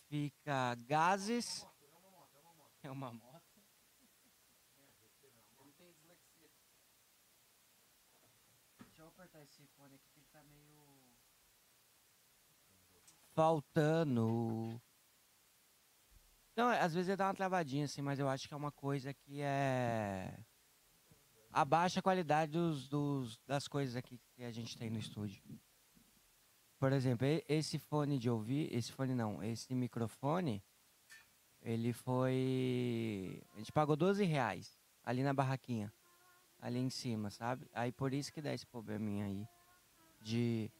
significa gases. É uma moto. Eu não tenho dislexia. Deixa eu apertar esse fone aqui que ele tá meio. Faltando. Não, é, às vezes ele dá uma travadinha assim, mas eu acho que é uma coisa que é. Abaixa a qualidade dos, dos- das coisas aqui que a gente tem no estúdio. Por exemplo, e- esse fone de ouvir, esse fone não, esse microfone, ele foi. A gente pagou 12 reais ali na barraquinha, ali em cima, sabe? Aí por isso que dá esse probleminha aí. De.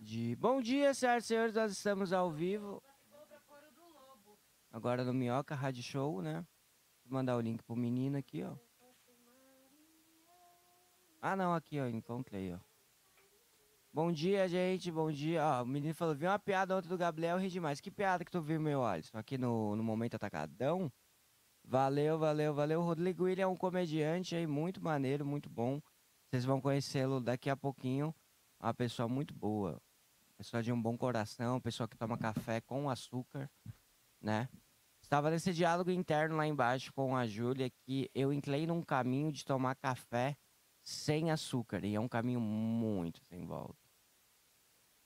de... Bom dia, senhoras e senhores, nós estamos ao vivo agora no Minhoca Rádio Show, né? Vou mandar o link pro menino aqui, ó. Ah, não, aqui, ó, encontrei, ó. Bom dia, gente, bom dia. Ó, o menino falou, vi uma piada ontem do Gabriel, ri demais. Que piada que tu viu, meu Alisson? Aqui no, no Momento Atacadão. Valeu, valeu, valeu. Rodrigo William é um comediante aí, muito maneiro, muito bom. Vocês vão conhecê-lo daqui a pouquinho. É Uma pessoa muito boa. Pessoa de um bom coração, pessoa que toma café com açúcar, né? Estava nesse diálogo interno lá embaixo com a Júlia que eu entrei num caminho de tomar café sem açúcar. E é um caminho muito sem volta.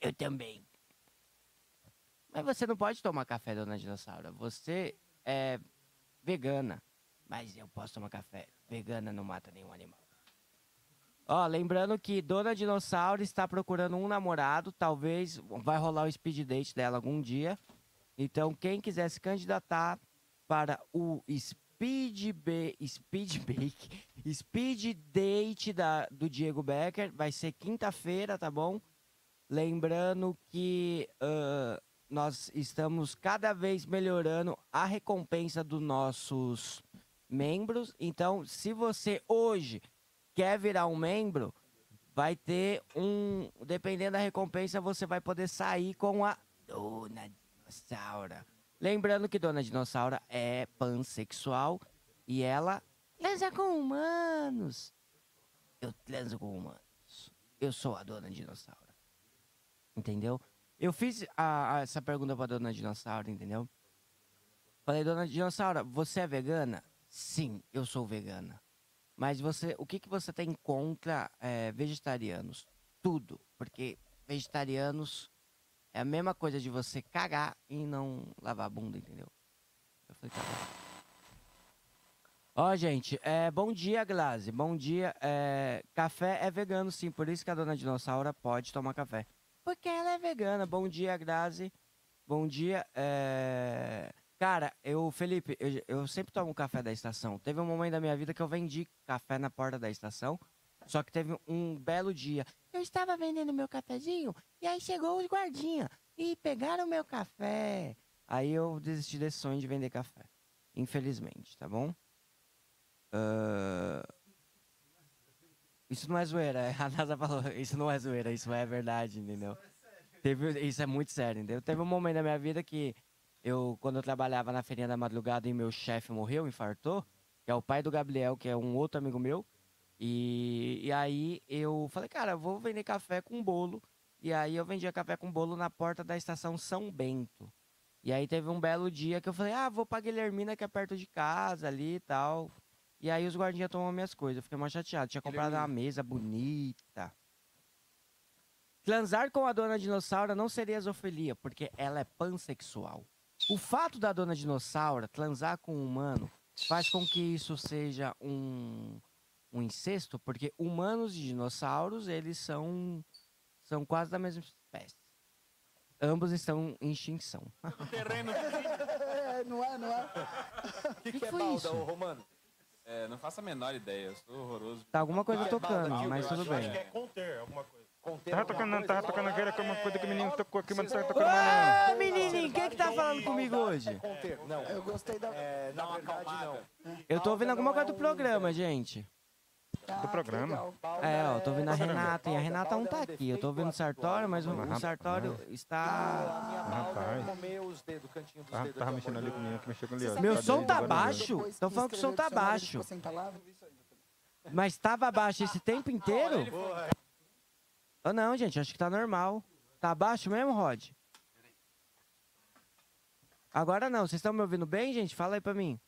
Eu também. Mas você não pode tomar café, dona Dinossauro. Você é vegana. Mas eu posso tomar café. Vegana não mata nenhum animal. Ó, lembrando que Dona Dinossauro está procurando um namorado. Talvez vai rolar o speed date dela algum dia. Então, quem quiser se candidatar para o Speed, Ba- Speed Bake, Speed Date da, do Diego Becker, vai ser quinta-feira, tá bom? Lembrando que ãh, nós estamos cada vez melhorando a recompensa dos nossos membros. Então, se você hoje quer virar um membro, vai ter um. Dependendo da recompensa, você vai poder sair com a Dona Dinossauro. Lembrando que Dona Dinossauro é pansexual e ela transa com humanos. Eu transo com humanos. Eu sou a Dona Dinossauro. Entendeu? Eu fiz a- a- essa pergunta pra Dona Dinossauro, entendeu? Falei, Dona Dinossauro, você é vegana? Sim, eu sou vegana. Mas você, o que, que você tem contra eh, vegetarianos? Tudo, porque vegetarianos é a mesma coisa de você cagar e não lavar a bunda, entendeu? Eu falei, tá bom. Ó, gente, eh, bom dia, Glaze. Bom dia. eh, café é vegano, sim, por isso que a dona Dinossauro pode tomar café. Porque ela é vegana. Bom dia, Grazi. Bom dia. é, Cara, eu, Felipe, eu, eu sempre tomo café da estação. Teve um momento da minha vida que eu vendi café na porta da estação. Só que teve um belo dia. Eu estava vendendo meu cafezinho e aí chegou os guardinha e pegaram meu café. Aí eu desisti desse sonho de vender café. Infelizmente, tá bom? Ah, Isso não é zoeira. A NASA falou, isso não é zoeira, isso é verdade, entendeu? Teve, isso é muito sério, entendeu? Teve um momento da minha vida que eu, quando eu trabalhava na feirinha da madrugada e meu chefe morreu, infartou, que é o pai do Gabriel, que é um outro amigo meu. E, e aí eu falei, cara, eu vou vender café com bolo. E aí eu vendia café com bolo na porta da estação São Bento. E aí teve um belo dia que eu falei, ah, vou pra Guilhermina, que é perto de casa ali e tal. E aí os guardinhas tomaram minhas coisas. Eu fiquei mais chateado. Tinha comprado uma mesa bonita. Transar com a dona dinossauro não seria zoofilia, porque ela é pansexual. O fato da dona dinossauro transar com um humano faz com que isso seja um, um incesto, porque humanos e dinossauros, eles são, são quase da mesma espécie. Ambos estão em extinção. Terreno. É, não é, não é? O que, Que que, é foi balda, isso? ô Romano? É, não faço a menor ideia, eu sou horroroso. Tá alguma coisa Ah, é tocando, balda, mas eu tudo acho bem. que É conter alguma coisa. conter Tava alguma tocando, não, coisa. tava tocando aquela que é uma coisa que o menino tocou aqui, mas não tava tocando mais é Ô, menininho, quem que tá falando comigo hoje? Conter. Não, Eu gostei da. é, Dá na uma verdade acalmada. não. Eu tô ouvindo alguma não é coisa do um- programa, gente. Ah, que programa. legal. Balda É, ó, tô ouvindo a é- Renata, e a Renata não tá Balda é um aqui. Eu tô ouvindo o defeito Sartório, mas o, atual. o Sartório está. A minha balda Tá. Rapaz. é comer os dedos, o cantinho dos não. dedos. Tava aqui, mexendo ó. ali com o menino que mexeu com ele. Você ó. sabe Meu que som Cadê tá ele? depois baixo? que Tão falando que o som tá escreveu o dicionário baixo. ficou sem palavra? Mas tava baixo esse tempo inteiro? Ah, Ou não, gente, acho que tá normal. Tá baixo mesmo, Rod? Agora não, vocês estão me ouvindo bem, gente? Fala aí pra mim.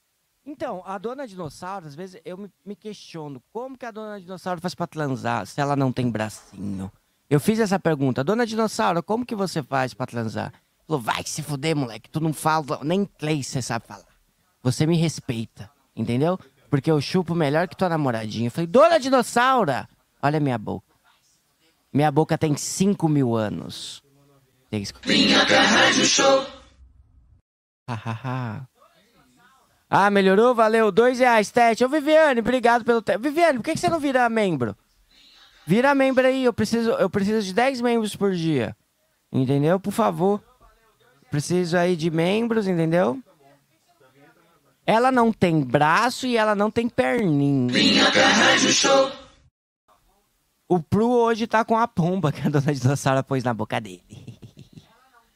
Então, a dona dinossauro, às vezes eu me, me questiono, como que a dona dinossauro faz pra transar se ela não tem bracinho? Eu fiz essa pergunta, dona dinossauro, como que você faz pra transar? Falou, vai se fuder, moleque, tu não fala, nem inglês você sabe falar. Você me respeita, entendeu? Porque eu chupo melhor que tua namoradinha. Eu falei, dona dinossauro, olha a minha boca. Minha boca tem 5 mil anos. Tem que Hahaha. ah, melhorou? Valeu. Dois reais, Tete. Ô, Viviane, obrigado pelo tempo. Viviane, por que, que você não vira membro? Vira membro aí. Eu preciso, eu preciso de 10 membros por dia. Entendeu? Por favor. Preciso aí de membros, entendeu? Ela não tem braço e ela não tem perninha. O Pru hoje tá com a pomba que a dona dinossauro pôs na boca dele.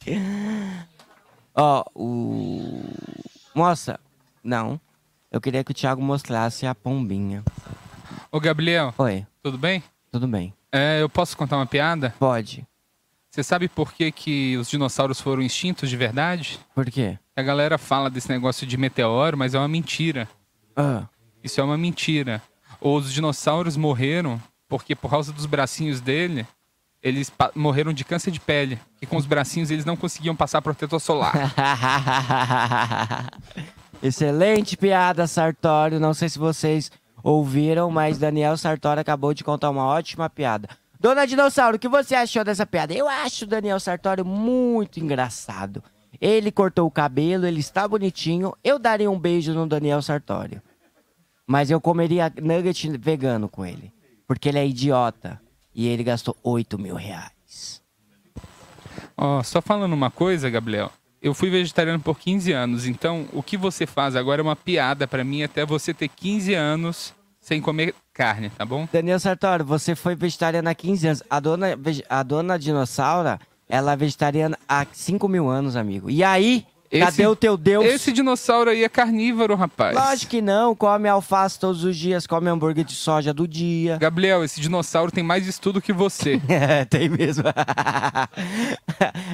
Ó, o. Moça, não. Eu queria que o Thiago mostrasse a pombinha. Ô, Gabriel, Oi, tudo bem? tudo bem. É, eu posso contar uma piada? Pode. Você sabe por que, que os dinossauros foram extintos de verdade? Por quê? A galera fala desse negócio de meteoro, mas é uma mentira. Ah, Isso é uma mentira. Os dinossauros morreram porque, por causa dos bracinhos dele, eles pa- morreram de câncer de pele. E com os bracinhos eles não conseguiam passar protetor solar. Excelente piada, Sartório. Não sei se vocês ouviram, mas Daniel Sartório acabou de contar uma ótima piada. Dona Dinossauro, o que você achou dessa piada? Eu acho o Daniel Sartório muito engraçado. Ele cortou o cabelo, ele está bonitinho. Eu daria um beijo no Daniel Sartório. Mas eu comeria nugget vegano com ele. Porque ele é idiota. E ele gastou 8 mil reais. Ó, só falando uma coisa, Gabriel. Eu fui vegetariano por 15 anos, então o que você faz agora é uma piada pra mim até você ter 15 anos sem comer carne, tá bom? Daniel Sartori, você foi vegetariana há 15 anos. A dona, vege- a dona dinossauro, ela é vegetariana há 5 mil anos, amigo. E aí? Esse- cadê o teu Deus? Esse dinossauro aí é carnívoro, rapaz. Lógico que não. Come alface todos os dias, come hambúrguer de soja do dia. Gabriel, esse dinossauro tem mais estudo que você. É, tem mesmo.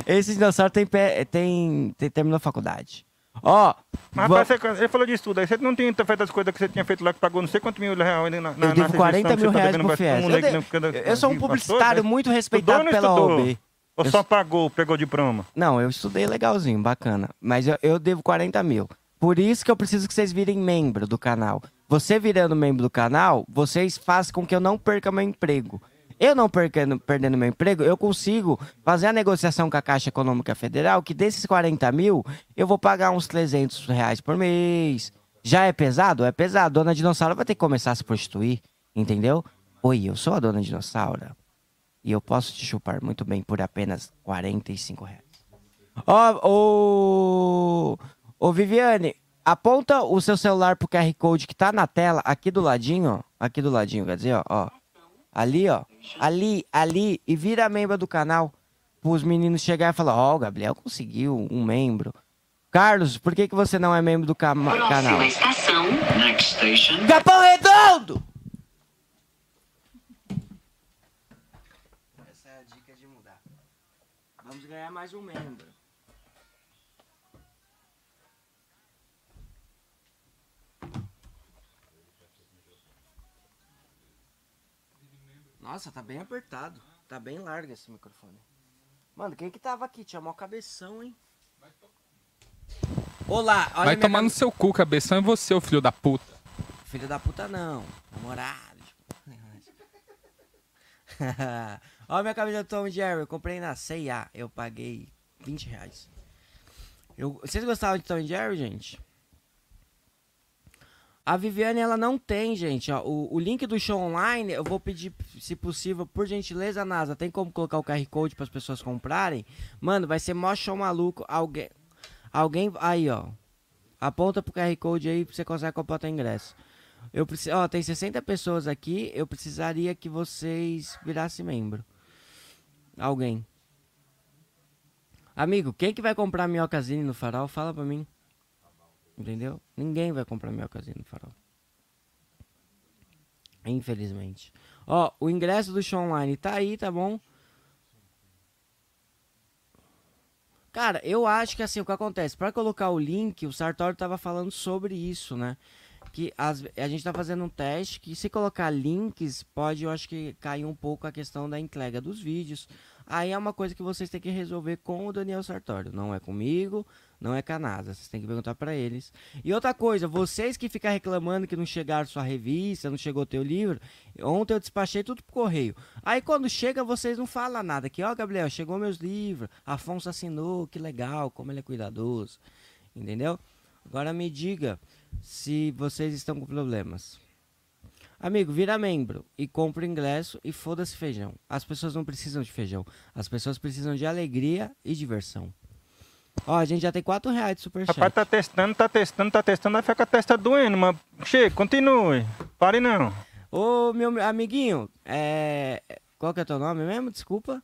Esse dinossauro tem, pé- tem, tem- terminou a faculdade. Ó, Mas, va- rapaz, você, ele falou disso tudo aí. Você não tinha feito as coisas que você tinha feito lá, que pagou não sei quantos mil reais ainda na, na eu devo 40 mil tá reais pro Um FIES. Eu, de- eu sou um publicitário muito respeitado não pela né? estudou. OAB. Ou Eu só pagou, pegou diploma? Não, eu estudei legalzinho, bacana. Mas eu, eu devo 40 mil. Por isso que eu preciso que vocês virem membro do canal. Você virando membro do canal, vocês fazem com que eu não perca meu emprego. Eu não percando, perdendo meu emprego, eu consigo fazer a negociação com a Caixa Econômica Federal, que desses 40 mil, eu vou pagar uns 300 reais por mês. Já é pesado? É pesado. Dona Dinossauro vai ter que começar a se prostituir, entendeu? Oi, eu sou a Dona Dinossauro. E eu posso te chupar muito bem por apenas 45 reais. Ó, ô. Ô, Viviane, aponta o seu celular pro QR Code que tá na tela, aqui do ladinho, ó. Aqui do ladinho, quer dizer, ó, ó. Ali, ó. Ali, ali. E vira membro do canal. Pros meninos chegarem e falar: Ó, o Gabriel conseguiu um membro. Carlos, por que, que você não é membro do cama- canal? Próxima estação, Next Station. Capão Redondo! Essa é a dica de mudar. Vamos ganhar mais um membro. Nossa, tá bem apertado. Tá bem largo esse microfone. Mano, quem que tava aqui? Tinha mó cabeção, hein? Olá, olha Vai minha tomar cabe- no seu cu, cabeção é você, ô filho da puta. Filho da puta não. Namorado. tipo, Olha minha camisa do Tom Jerry. Eu comprei na C&A. Eu paguei 20 reais. Eu- Vocês gostavam de Tom Jerry, gente? A Viviane, ela não tem, gente. ó. o, o link do show online, eu vou pedir, se possível, por gentileza, NASA, tem como colocar o QR Code para as pessoas comprarem? Mano, vai ser mó show maluco. Alguém. Alguém. Aí, ó. Aponta pro QR Code aí pra você conseguir comprar o ingresso. Eu preciso, ó, tem 60 pessoas aqui, eu precisaria que vocês virassem membro. Alguém. Amigo, quem que vai comprar minhocazine no farol? Fala pra mim. Entendeu? Ninguém vai comprar minhocazine no farol. Infelizmente. Ó, o ingresso do show online tá aí, tá bom? Cara, eu acho que assim, o que acontece, pra colocar o link, o Sartório tava falando sobre isso, né? Que as- a gente tá fazendo um teste que se colocar links, pode, eu acho que cair um pouco a questão da entrega dos vídeos. Aí é uma coisa que vocês têm que resolver com o Daniel Sartório, não é comigo, não é com a NASA, vocês têm que perguntar pra eles. E outra coisa, vocês que ficam reclamando que não chegaram sua revista, não chegou teu livro, ontem eu despachei tudo pro correio. Aí quando chega, vocês não falam nada. Que, ó, Gabriel, chegou meus livros. Afonso assinou, que legal, como ele é cuidadoso. Entendeu? Agora me diga se vocês estão com problemas. Amigo, vira membro e compra o ingresso e foda-se feijão. As pessoas não precisam de feijão. As pessoas precisam de alegria e diversão. Ó, a gente já tem 4 reais de superchat. Rapaz, tá testando, tá testando, tá testando, aí fica com a testa doendo, mas chega, continue. Pare não. Ô, meu amiguinho, é... qual que é teu nome mesmo? Desculpa.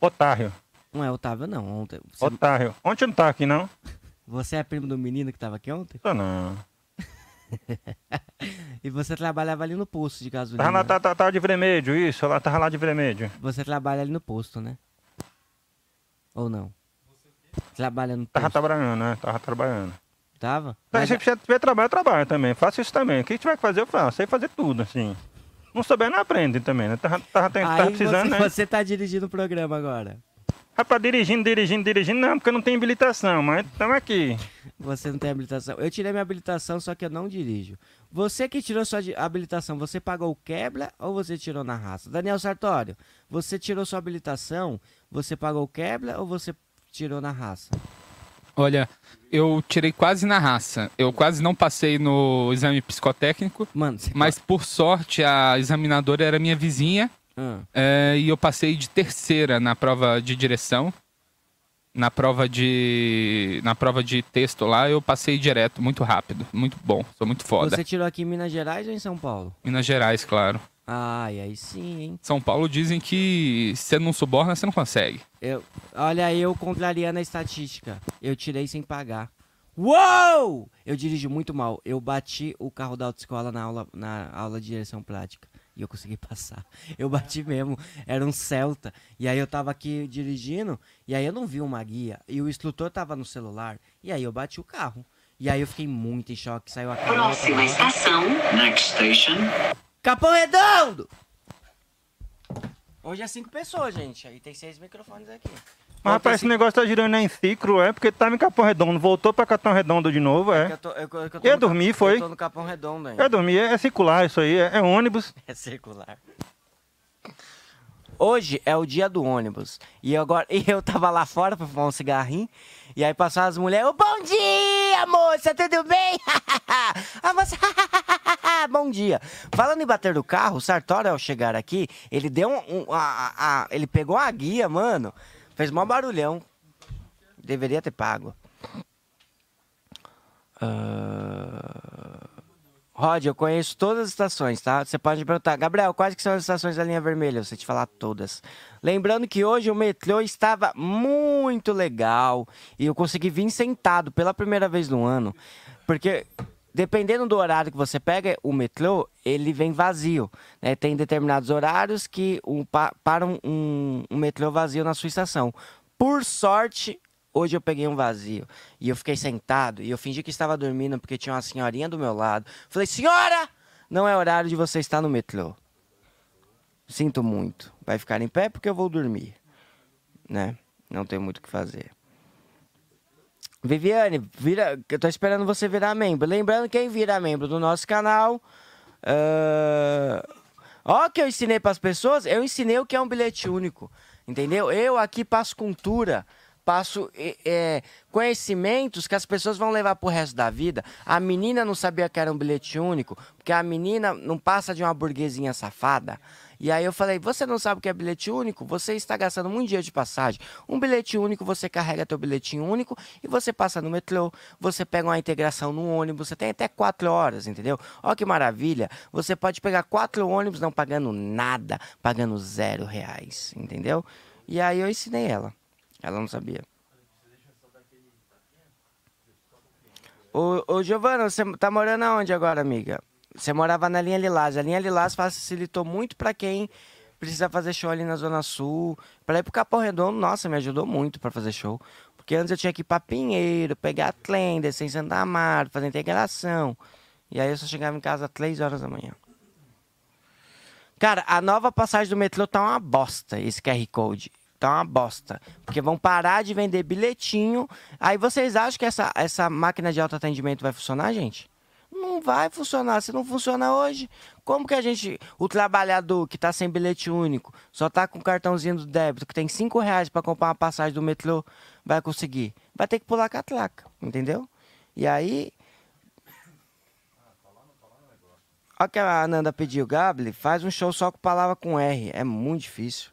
Otário, Não é Otávio, não. Ontem. Você, otário. Ontem não tá aqui, não? você é primo do menino que tava aqui ontem? Tô não. E você trabalhava ali no posto de gasolina. Tava lá, né? tá, tá, tava de vermelho, isso, ela tava lá de vermelho. Você trabalha ali no posto, né? Ou não? Trabalha no Tava posto. trabalhando, né? Tava trabalhando. Tava? Mas Mas- se você tiver trabalho, eu trabalho também. Faço isso também. O que tiver que fazer, eu faço. Sei fazer tudo, assim. Não souber, não aprende também, né? Tava, tava, tava, Aí precisando, você, né? você tá dirigindo o programa agora. Rapaz, dirigindo, dirigindo, dirigindo, não, porque não tem habilitação, mas estamos aqui. Você não tem habilitação. Eu tirei minha habilitação, só que eu não dirijo. Você que tirou sua di- habilitação, você pagou o quebra ou você tirou na raça? Daniel Sartório, você tirou sua habilitação, você pagou o quebra ou você tirou na raça? Olha, eu tirei quase na raça. Eu quase não passei no exame psicotécnico, Mano, você... mas por sorte a examinadora era minha vizinha Ah, é, e eu passei de terceira na prova de direção. Na prova de. Na prova de texto lá, eu passei direto, muito rápido. Muito bom. Sou muito foda. você tirou aqui em Minas Gerais ou em São Paulo? Minas Gerais, claro. Ai, aí sim, hein? São Paulo dizem que se você não suborna, você não consegue. Eu, olha, eu contrariando a estatística. Eu tirei sem pagar. Uou! Eu dirijo muito mal. Eu bati o carro da autoescola na aula, na aula de direção prática. E eu consegui passar. Eu bati mesmo. Era um Celta. E aí eu tava aqui dirigindo. E aí eu não vi uma guia. E o instrutor tava no celular. E aí eu bati o carro. E aí eu fiquei muito em choque. Saiu a cara. Próxima estação, next station. Capão Redondo! Hoje é cinco pessoas, gente. Aí tem seis microfones aqui. Mas, rapaz, esse negócio tá girando aí em ciclo, é? Porque tava em Capão Redondo, voltou pra Capão Redondo de novo, Eu é? tô, eu, eu, eu tô no Ia ca- dormir, foi? Eu tô no Capão Redondo ainda. Eu dormi, é, é circular isso aí, é, é ônibus. É circular. Hoje é o dia do ônibus. E agora e eu tava lá fora pra fumar um cigarrinho. E aí passaram as mulheres. "Ô, Bom dia, moça, tudo bem? A moça. Bom dia. Falando em bater do carro, o Sartori, ao chegar aqui, ele deu um. um- a- a- a- ele pegou a guia, mano. Fez mó barulhão. Deveria ter pago. Ah. Rod, eu conheço todas as estações, tá? Você pode me perguntar, Gabriel, quais que são as estações da linha vermelha? Eu sei te falar todas. Lembrando que hoje o metrô estava muito legal e eu consegui vir sentado pela primeira vez no ano, porque dependendo do horário que você pega o metrô, ele vem vazio. né? Tem determinados horários que o, pa- param um, um metrô vazio na sua estação. Por sorte, Hoje eu peguei um vazio e eu fiquei sentado e eu fingi que estava dormindo porque tinha uma senhorinha do meu lado. Falei, senhora, não é horário de você estar no metrô. Sinto muito. Vai ficar em pé porque eu vou dormir. Né? Não tem muito o que fazer. Viviane, vira, eu tô esperando você virar membro. Lembrando, quem virar membro do nosso canal. ah, Ó, o que eu ensinei pras pessoas, eu ensinei o que é um bilhete único. Entendeu? Eu aqui passo cultura, passo eh, eh, conhecimentos que as pessoas vão levar pro resto da vida. A menina não sabia que era um bilhete único, porque a menina não passa de uma burguesinha safada. E aí eu falei, você não sabe o que é bilhete único? Você está gastando muito dinheiro de passagem. Um bilhete único, você carrega teu bilhetinho único e você passa no metrô, você pega uma integração no ônibus, você tem até quatro horas, entendeu? Olha que maravilha, você pode pegar quatro ônibus não pagando nada, pagando zero reais, entendeu? E aí eu ensinei ela, ela não sabia. Ô, ô Giovana, você tá morando aonde agora, amiga? Você morava na linha Lilás. A linha Lilás facilitou muito pra quem precisar fazer show ali na Zona Sul. Pra ir pro Capão Redondo, nossa, me ajudou muito pra fazer show. Porque antes eu tinha que ir pra Pinheiro, pegar trem, descer em Santa Amaro, fazer integração. E aí eu só chegava em casa às 3 horas da manhã. Cara, a nova passagem do metrô tá uma bosta, esse QR Code. Tá uma bosta. Porque vão parar de vender bilhetinho. Aí vocês acham que essa, essa máquina de autoatendimento vai funcionar, gente? Não vai funcionar. Se não funciona hoje, como que a gente. O trabalhador que tá sem bilhete único, só tá com cartãozinho do débito, que tem 5 reais pra comprar uma passagem do metrô, vai conseguir? Vai ter que pular catraca, entendeu? E aí, Olha o que a Ananda pediu, Gabli, faz um show só com palavra com R. É muito difícil.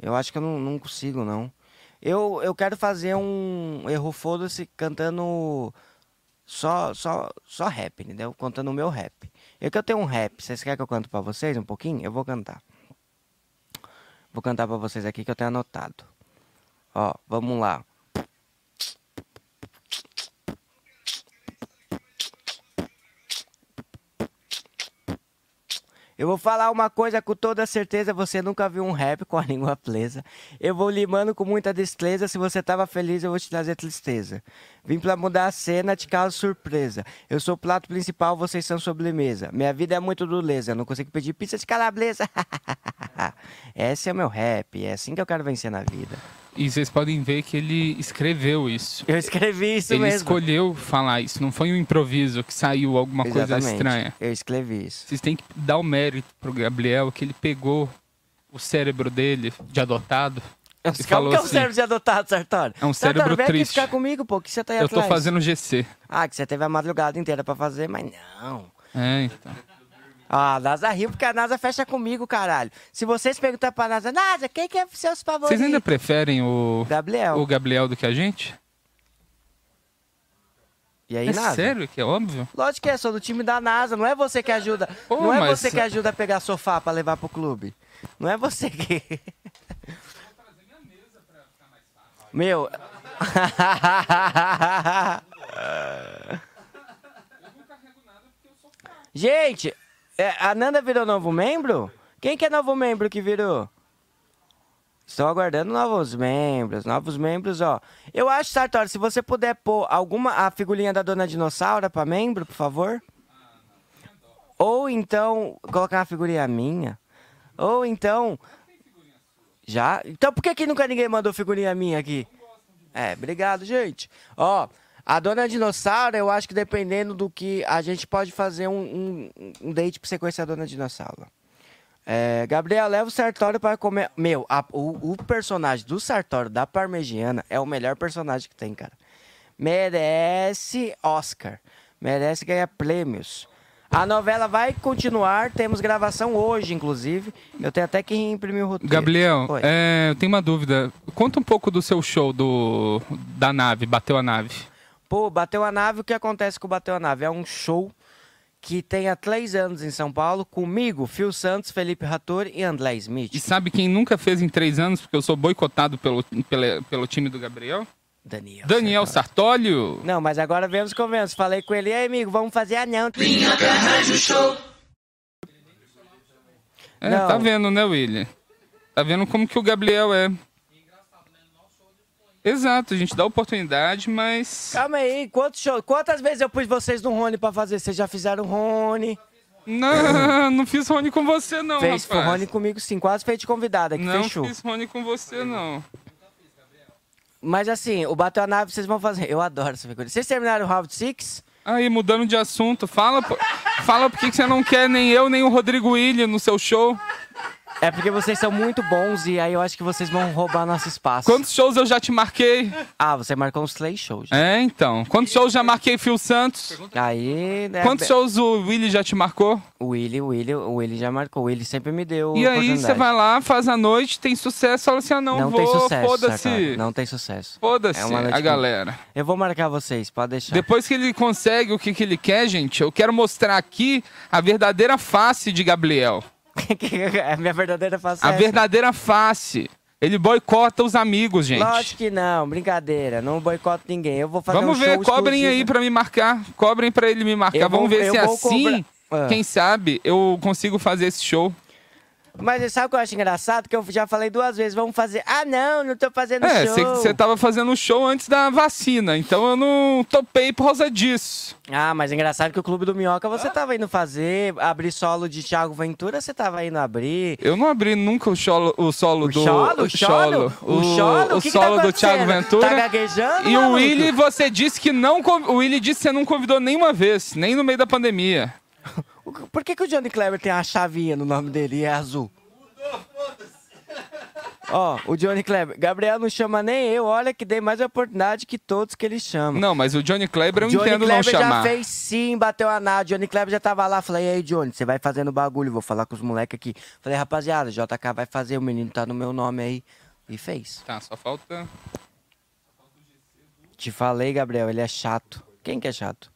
Eu acho que eu não, não consigo, não. Eu, eu quero fazer um erro foda-se cantando só, só, só rap, entendeu? Contando o meu rap. Eu que eu tenho um rap. Vocês querem que eu canto pra vocês um pouquinho? Eu vou cantar. Vou cantar pra vocês aqui que eu tenho anotado. Ó, vamos lá. Eu vou falar uma coisa com toda certeza, você nunca viu um rap com a língua presa. Eu vou limando com muita destreza, se você tava feliz eu vou te trazer tristeza. Vim pra mudar a cena, te causo surpresa. Eu sou o prato principal, vocês são sobremesa. Minha vida é muito dureza, eu não consigo pedir pizza de calabresa. Esse é o meu rap, é assim que eu quero vencer na vida. E vocês podem ver que ele escreveu isso. Eu escrevi isso ele mesmo. escolheu falar isso, não foi um improviso que saiu alguma coisa Exatamente, estranha. Eu escrevi isso. Vocês têm que dar o mérito pro Gabriel que ele pegou o cérebro dele de adotado. Como que é falou um assim, cérebro de adotado, Sartori? É um Sartori, cérebro vem triste. Aqui ficar comigo, pô, que você tá aí Eu tô atrás. fazendo GC. Ah, que você teve a madrugada inteira pra fazer, mas não. É, então. Ah, a NASA riu porque a NASA fecha comigo, caralho. Se vocês perguntar pra NASA, NASA, quem que é seus favoritos? Vocês ainda preferem o, Gabriel. o Gabriel do que a gente? E aí, É NASA? sério que é óbvio? Lógico que é, sou do time da NASA, não é você que ajuda. Pô, não é mas- você que ajuda a pegar sofá pra levar pro clube. Não é você que. Meu. Gente, é, a Nanda virou novo membro? Quem que é novo membro que virou? Estou aguardando novos membros, novos membros, ó. Eu acho, Sartori, se você puder pôr alguma a figurinha da Dona Dinossauro pra membro, por favor. Ou então colocar uma figurinha minha. Ou então já? Então por que que nunca ninguém mandou figurinha minha aqui? É, obrigado, gente. Ó, a Dona Dinossauro, eu acho que dependendo do que a gente pode fazer um, um, um date pra sequência da Dona Dinossauro. É, Gabriel, leva o Sartório para comer. Meu, a- o, o personagem do Sartório da Parmegiana é o melhor personagem que tem, cara. Merece Oscar. Merece ganhar prêmios. A novela vai continuar, temos gravação hoje, inclusive. Eu tenho até que imprimir o roteiro. Gabriel, Oi. é, eu tenho uma dúvida. Conta um pouco do seu show do da nave, bateu a nave. Pô, Bateu a Nave, o que acontece com o Bateu a Nave? É um show que tem há três anos em São Paulo, comigo, Phil Santos, Felipe Rator e André Smith. E sabe quem nunca fez em três anos, porque eu sou boicotado pelo, pela- pelo time do Gabriel? Daniel. Daniel Sartori. Sartólio. Não, mas agora vemos com menos. Falei com ele, e aí, amigo, vamos fazer anão. É, Não. tá vendo, né, William? Tá vendo como que o Gabriel é. Exato, a gente dá oportunidade, mas. Calma aí, quantos shows? Quantas vezes eu pus vocês no Rony pra fazer? Vocês já fizeram Rony? Não, não fiz Rony com você, não, fez rapaz. Rony comigo sim, quase fez de convidada, que não fechou. fiz Rony com você, não. Mas assim, o Bateu a Nave vocês vão fazer. Eu adoro essa figura. Vocês terminaram o Round Six? Aí, mudando de assunto, fala, pô- fala por que que você não quer nem eu, nem o Rodrigo William no seu show. É porque vocês são muito bons e aí eu acho que vocês vão roubar nosso espaço. Quantos shows eu já te marquei? Ah, você marcou uns três shows. né? já. É, então. Quantos shows já marquei Phil Santos? Aí, né? É? Quantos be- shows o Willy já te marcou? O Willy, o Willy, o Willy já marcou. O Willy sempre me deu. E aí oportunidade. você vai lá, faz a noite, tem sucesso, fala assim, ah, não, Não vou, tem sucesso. foda-se. Sartori, Não tem sucesso. Foda-se É uma noite a que- galera. Eu vou marcar vocês, pode deixar. Depois que ele consegue o que, que ele quer, gente, eu quero mostrar aqui a verdadeira face de Gabriel. é a minha verdadeira face. é A essa. verdadeira face. Ele boicota os amigos, gente. Lógico que não, brincadeira. Não boicoto ninguém. Eu vou fazer Vamos um ver, show cobrem aí exclusivo. pra me marcar. Cobrem pra ele me marcar. Eu vou- Vamos ver eu se é vou assim, cobrar- Ah. quem sabe, eu consigo fazer esse show. Mas você sabe o que eu acho engraçado? Que eu já falei duas vezes, vamos fazer. Ah, não, não tô fazendo É, show. você tava fazendo show antes da vacina, então eu não topei por causa disso. Ah, mas é engraçado que o Clube do Minhoca você tava indo fazer, abrir solo de Thiago Ventura, você tava indo abrir. Eu não abri nunca o solo, o solo O do. solo? O solo? O, o, que que tá solo do Thiago acontecendo? Ventura. Tá gaguejando, E o maluco? Willy, você disse que não. conv- O Willy disse que você não convidou nenhuma vez, nem no meio da pandemia. O- Por que, que o Johnny Kleber tem a chavinha no nome dele e é azul? Ó, o Johnny Kleber. Gabriel não chama nem eu, olha que dei mais oportunidade que todos que ele chama. Não, mas o Johnny Kleber eu Johnny entendo Kleber não já chamar. fez sim, bateu a nada. Johnny Kleber já tava lá. Falei, e aí, Johnny, você vai fazendo bagulho, vou falar com os moleques aqui. Falei, rapaziada, JK vai fazer, o menino tá no meu nome aí. E fez. Tá, só falta. Te falei, Gabriel, ele é chato. Quem que é chato?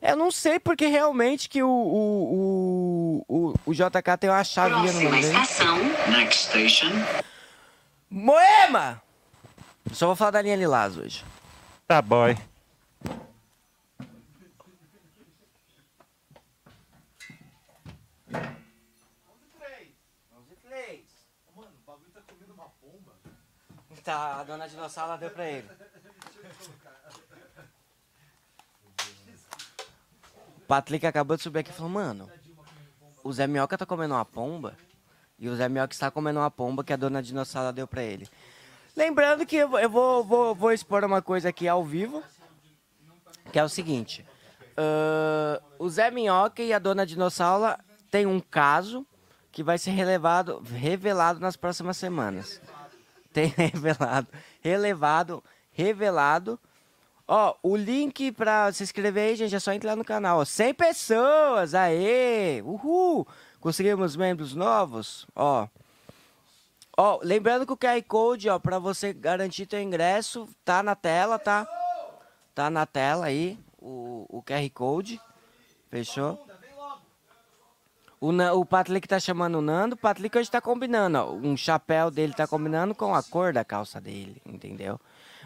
Eu não sei porque realmente que o, o, o, o, o JK tem uma chavinha no Próxima nome dele. estação. Next station. Moema! Só vou falar da linha Lilás hoje. Tá boy. Tá, a dona dinossauro deu pra ele. Patrick acabou de subir aqui e falou, mano, o Zé Minhoca tá comendo uma pomba e o Zé Minhoca está comendo uma pomba que a dona dinossauro deu pra ele. Lembrando que eu vou- eu vou, vou, vou expor uma coisa aqui ao vivo, que é o seguinte. ahn, o Zé Minhoca e a dona dinossauro têm um caso que vai ser relevado, revelado nas próximas semanas. Tem revelado. Relevado. Revelado. Ó, o link pra se inscrever aí, gente, é só entrar no canal. ó. 100 pessoas! Aê! Uhul! Conseguimos membros novos? Ó. Ó, lembrando que o QR Code, ó, pra você garantir teu ingresso, tá na tela, tá? Tá na tela aí, o, o QR Code. Fechou? O, Na- o Patlick tá chamando o Nando, o Patlick hoje tá combinando, ó. Um chapéu dele tá combinando com a cor da calça dele, entendeu?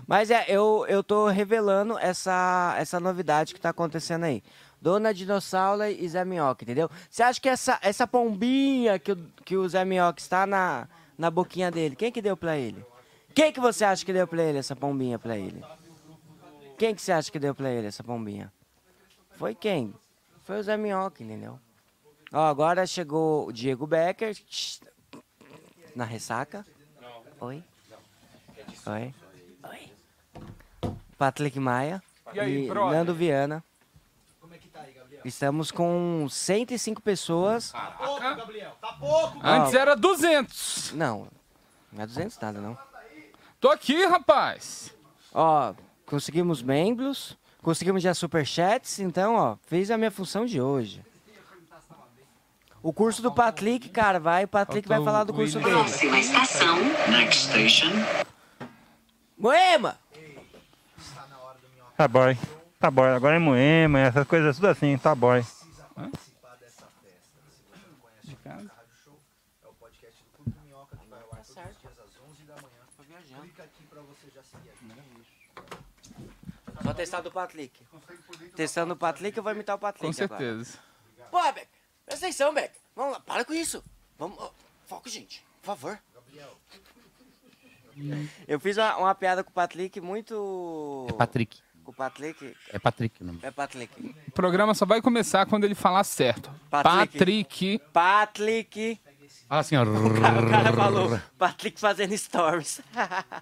Mas é, eu, eu tô revelando essa, essa novidade que tá acontecendo aí. Dona Dinossauro e Zé Minhoca, entendeu? Você acha que essa, essa pombinha que o, que o Zé Minhoca está na, na boquinha dele, quem que deu pra ele? Quem que você acha que deu pra ele essa pombinha pra ele? Quem que você acha que deu pra ele essa pombinha? Foi quem? Foi o Zé Minhoca, entendeu? Ó, agora chegou o Diego Becker. Na ressaca. Oi. Oi. Oi. Patrick Maia. E, Nando Viana. Estamos com 105 pessoas. Ah. Antes era 200. Não, não é 200 nada, não. Tô aqui, rapaz. Ó, conseguimos membros, conseguimos já superchats, então, ó, fiz a minha função de hoje. O curso do Patrick, cara, vai, o Patrick vai Faltou um falar do o curso Willian. dele. Próxima estação. Next station. Moema! Tá boy. Tá boy. Agora é Moema, essas coisas tudo assim, tá boy. Vou testar do Patrick. Testando o Patrick, eu vou imitar o Patrick Com agora. certeza. Pô, Beck, presta atenção, Beck. Vamos lá, para com isso. Vamos, ó, foco, gente, por favor. Eu fiz uma, uma piada com o Patrick muito... É Patrick. Com o Patrick, É Patrick o nome. é Patrick. O programa só vai começar quando ele falar certo. Patrick. Patrick. Patrick... Fala assim, ó. O cara falou, Patrick fazendo stories.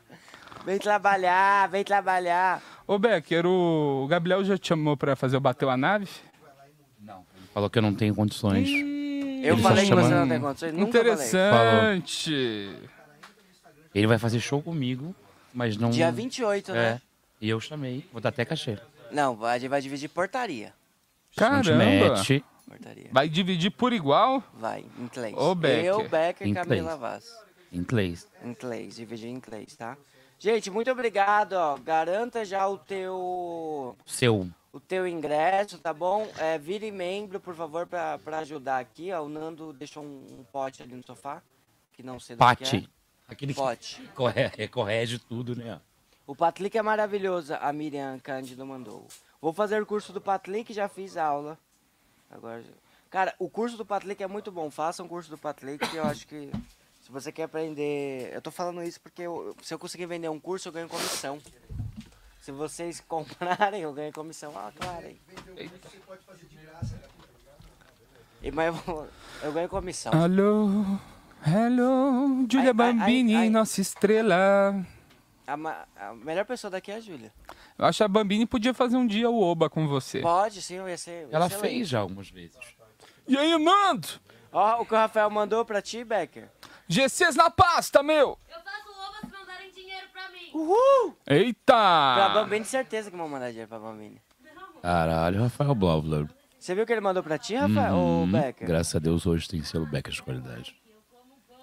vem trabalhar, vem trabalhar. Ô, Becker, o Gabriel já te chamou pra fazer o Bateu a Nave? Falou que eu não tenho condições. Eu Ele falei tá que você chamando- não tem condições, nunca falei. Interessante. Ele vai fazer show comigo, mas não. Dia 28, É. né? E eu chamei. Vou dar até cachê. Não, a gente vai dividir portaria. Caramba. Não te mete. Portaria. Vai dividir por igual? Vai, em inglês. Ô, Becker. Eu, Becker e Em Camila inglês. Vaz. Em inglês. Em inglês, dividir em inglês, tá? Gente, muito obrigado, ó. Garanta já o teu Seu. o teu ingresso, tá bom? É, vire membro, por favor, pra, pra ajudar aqui, ó. O Nando deixou um, um pote ali no sofá, que não sei do que Pate. é. Aquele que Pote. corre- corrige tudo, né? O Patlick é maravilhoso, a Miriam Cândido mandou. Vou fazer o curso do Patlick, já fiz aula. Agora, Cara, o curso do Patlake é muito bom. Faça um curso do Patlake que eu acho que. Se você quer aprender. Eu tô falando isso porque eu- se eu conseguir vender um curso, eu ganho comissão. Se vocês comprarem, eu ganho comissão. Ah, claro. hein? E, mas eu, eu ganho comissão. Ah. Alô, hello, Julia Ai, ai, ai, Bambini, ai. nossa estrela. A, ma- a melhor pessoa daqui é a Júlia. Eu acho que a Bambini podia fazer um dia o Oba com você. Pode, sim, vai ser. Ela excelente. fez já algumas vezes. E aí, Nando? Ó, o que o Rafael mandou pra ti, Becker. GCs na pasta, meu! Eu faço ova se mandarem dinheiro pra mim. Uhul! Pra Eita! Bambini, certeza que vão mandar dinheiro pra Bambini. Caralho, Rafael Blávula. Você viu que ele mandou pra ti, Rafael? Ô, Hum, Becker? graças a Deus hoje tem selo Becker de qualidade.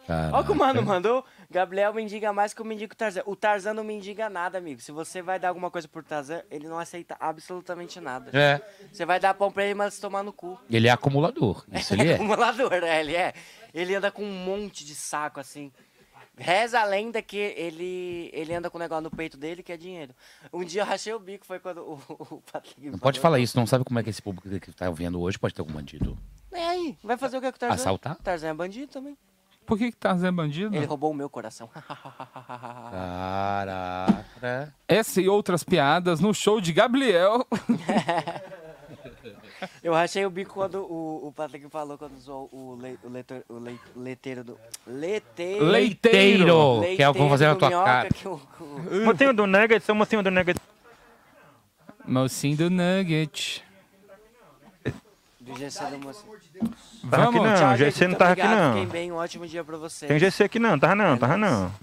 Olha o que Caraca. o mano mandou. Gabriel mendiga mais que o mendigo Tarzan. O Tarzan não mendiga nada, amigo. Se você vai dar alguma coisa pro Tarzan, ele não aceita absolutamente nada. É, Você vai dar pão pra ele, mas se tomar no cu. ele é acumulador. Isso ele é é. acumulador, né? Ele é. Ele anda com um monte de saco, assim. Reza a lenda que ele, ele anda com um negócio no peito dele que é dinheiro. Um dia eu rachei o bico, foi quando o, o, o Patrick Não pode falou. falar isso, não sabe como é que esse público que tá vendo hoje pode ter algum bandido. E É aí? Vai fazer o que com o Tarzan? Assaltar? Tarzan é bandido também. Por que que Tarzan é bandido? Ele roubou o meu coração. Caraca. Essa e outras piadas no show de Gabriel. Eu rachei o bico quando o, o Patrick falou quando zoou o, le, o, leitor, o le- leteiro do. Leteiro. Leiteiro, que é o que eu vou fazer na do tua Minhoca, cara. que o- o- Mocinho do Nugget, seu mocinho do Nugget. Mocinho do Nugget. do GC do Mocinho. Tava aqui Vamos. não, Tchau, o GC gente, não muito tava aqui obrigado, Fiquem não. bem, um ótimo dia pra vocês. Tem GC aqui não, tava não, tava não.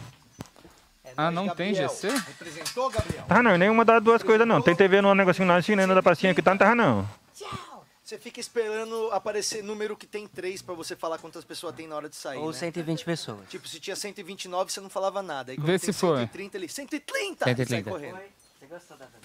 É, Ah, não tem GC? Representou, Gabriel? Tava não, nenhuma das duas coisas não. Tem TV num negocinho na China, ainda da pracinha aqui, tá, não tava não. Você fica esperando aparecer número que tem três pra você falar quantas pessoas tem na hora de sair, Ou né? 120 pessoas. Tipo, se tinha 129, você não falava nada. Aí quando Vê tem se foi. 130, ele... 130! 130. Sai correndo. Você gostou da vez?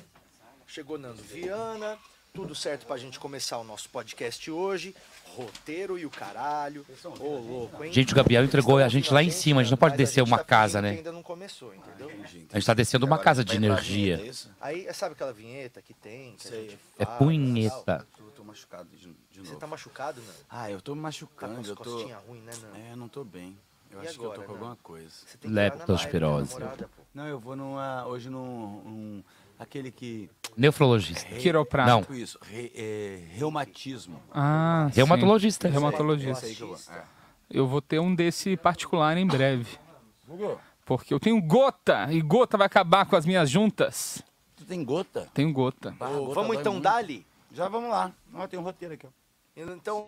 Chegou Nando Viana, tudo certo pra gente começar o nosso podcast hoje. Roteiro e o caralho. Ô, louco, hein? Gente, o Gabriel entregou Estão a gente ouvindo lá em cima, a gente não pode mas descer uma tá casa, fingindo né? que Ainda não começou, Ah, entendeu? A gente tá descendo uma casa de energia. Aí, é, sabe aquela vinheta que tem? que a gente É fala, tal? punheta. Tô, tô machucado de, de Você novo. tá machucado, Nando? Ah, eu tô me Tá com machucando, as eu tô... costinhas ruins, né, Nando? É, eu não tô bem. Eu E acho que eu agora, tô com né? alguma coisa. Você tem que ir lá na Leptospirose. Maia, na namorada, pô. Não, eu vou numa... Hoje num... num- aquele que... Nefrologista. Quiroprata. Não, Tipo isso, re- é, reumatismo. Ah, sim. reumatologista. Esse Reumatologista. aí que eu vou. É. Eu vou ter um desse particular em breve. Porque eu tenho gota e gota vai acabar com as minhas juntas. Tu tem gota? Tenho gota. Bah, Ô, gota vamos dói então muito. dali? Já vamos lá. Ó, tem um roteiro aqui, ó. Então,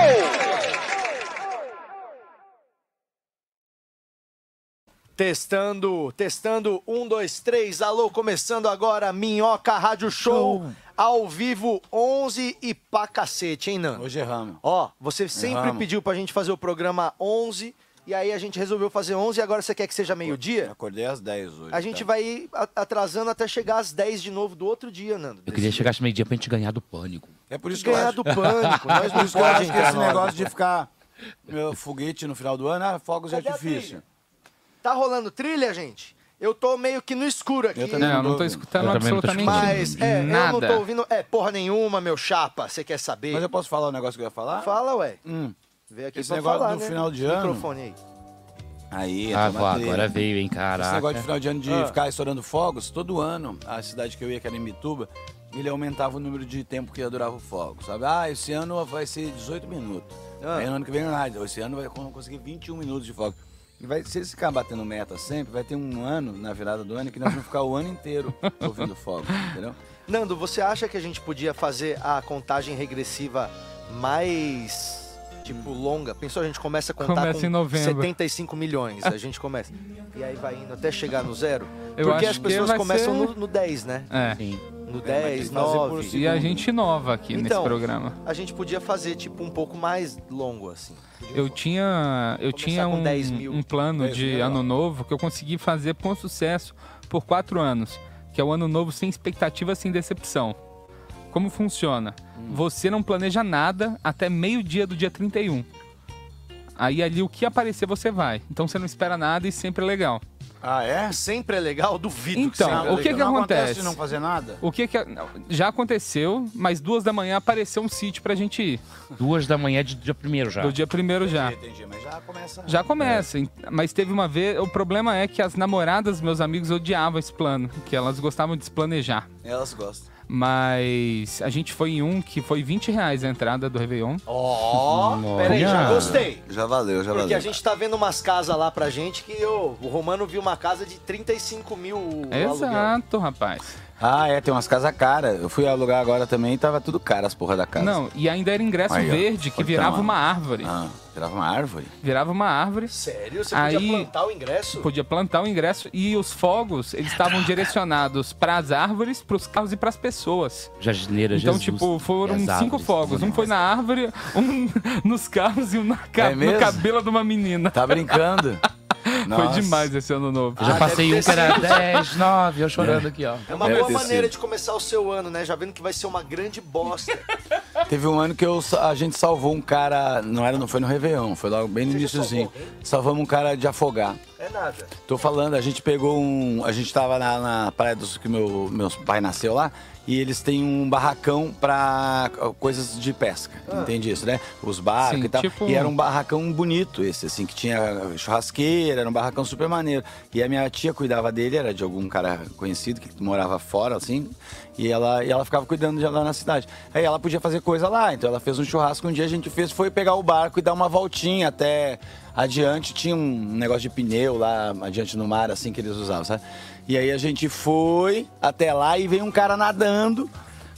testando, testando, um, dois, três, alô, começando agora, Minhoca Rádio Show, ao vivo, 11 e pra cacete, hein, Nando? Hoje erramos. Ó, você sempre Erramos. pediu pra gente fazer o programa 11, e aí a gente resolveu fazer 11, e agora você quer que seja meio-dia? Acordei às 10 hoje. A gente tá? vai a- atrasando até chegar às 10 de novo do outro dia, Nando. Eu queria chegar às meio-dia pra gente ganhar do pânico. É por isso que eu Ganhar acho... do pânico, nós Por não isso que eu acho podemos que esse negócio de ficar... Meu foguete no final do ano, ah, fogos de Cadê a artifício. Tá rolando trilha, gente? Eu tô meio que no escuro aqui. Eu também Não, eu não tô tô ouvindo. escutando Eu também não tô absolutamente Mas, é, eu não nada. tô ouvindo. É, porra nenhuma, meu chapa. Você quer saber? Mas eu posso falar o negócio que eu ia falar? Fala, ué. Hum. Vem aqui Esse pra negócio falar, do né? final de Esse ano. Microfone aí. Aí, Ah, tá vó, maneiro. agora veio, hein, Esse negócio de caraca. final de ano de ficar estourando fogos, todo ano, a cidade que eu ia, que era em Mituba, ele aumentava o número de tempo que durava o fogo, sabe? Ah, esse ano vai ser 18 minutos. Aí no ano que vem, ah, esse ano vai conseguir 21 minutos de fogo. E vai, se eles ficarem batendo meta sempre, vai ter um ano, na virada do ano, que nós vamos ficar o ano inteiro ouvindo fogo, entendeu? Nando, você acha que a gente podia fazer a contagem regressiva mais, tipo, longa? Pensou, a gente começa a contar Hum. Começa com em novembro. 75 milhões. A gente começa. E aí vai indo até chegar no zero? Eu Porque acho as que pessoas vai começam ser- no, no 10, né? É. Sim. No É, mas 10, tem que fazer por 9. segundo. E a gente inova aqui nesse Então, programa. A gente podia fazer, tipo, um pouco mais longo, assim. Eu tinha, eu tinha com um, 10 mil. um plano 10 de mil é ano novo que eu consegui fazer com sucesso por quatro anos, que é o ano novo sem expectativa, sem decepção. Como funciona? Hum. Você não planeja nada até meio-dia do dia 31. Aí ali o que aparecer você vai. Então você não espera nada e sempre é legal. Ah, é? Sempre é legal? Duvido Então, sempre é o que legal. que Não acontece? acontece de não fazer nada? O que que... não, já aconteceu, mas duas da manhã apareceu um sítio pra gente ir. Duas da manhã de dia primeiro já. Do dia primeiro já. Entendi, mas já começa. Já começa, hein? mas teve uma vez. O problema é que as namoradas, meus amigos, odiavam esse plano, que elas gostavam de se planejar. Elas gostam. Mas a gente foi em um que foi 20 reais a entrada do Réveillon. Ó, Nossa. peraí, já gostei. Já valeu, já Porque valeu. a gente tá vendo umas casas lá pra gente que ô, o Romano viu uma casa de 35 mil o aluguel. Exato, rapaz. Ah, é, tem umas casas caras. Eu fui alugar agora também e tava tudo caro as porra da casa. Não, e ainda era ingresso Aí, ó. verde que Então, virava ó. uma árvore. Ah, virava uma árvore? Virava uma árvore. Sério? Você Aí, podia plantar o ingresso? Podia plantar o ingresso e os fogos, eles estavam direcionados pras árvores, pros carros e pras pessoas. Jardineira, Então, Jesus. tipo, foram E as cinco árvores. fogos. Um foi na árvore, um nos carros e um na ca- É no mesmo? cabelo de uma menina. Tá brincando? Foi Nossa. demais esse ano novo. Eu já passei um que era 10, 9, eu chorando É. aqui, ó. É uma Deve boa ter maneira sido. de começar o seu ano, né? Já vendo que vai ser uma grande bosta. Teve um ano que eu sa- a gente salvou um cara. Não era, não foi no Réveillon, foi logo bem no iníciozinho. Salvamos um cara de afogar. É nada. Tô falando, a gente pegou um. A gente tava na, na praia dos que meu, meu pai nasceu lá. E eles têm um barracão pra co- coisas de pesca. Ah. Entende isso, né? Os barcos Sim, e tal. tipo E era um- um barracão bonito esse, assim, que tinha churrasqueira, era um barracão super maneiro. E a minha tia cuidava dele, era de algum cara conhecido que morava fora, assim. E ela, e ela ficava cuidando de lá na cidade. Aí ela podia fazer coisa lá, então ela fez um churrasco. Um dia a gente fez, foi pegar o barco e dar uma voltinha até adiante. Tinha um negócio de pneu lá, adiante no mar, assim, que eles usavam, sabe? E aí a gente foi até lá e veio um cara nadando.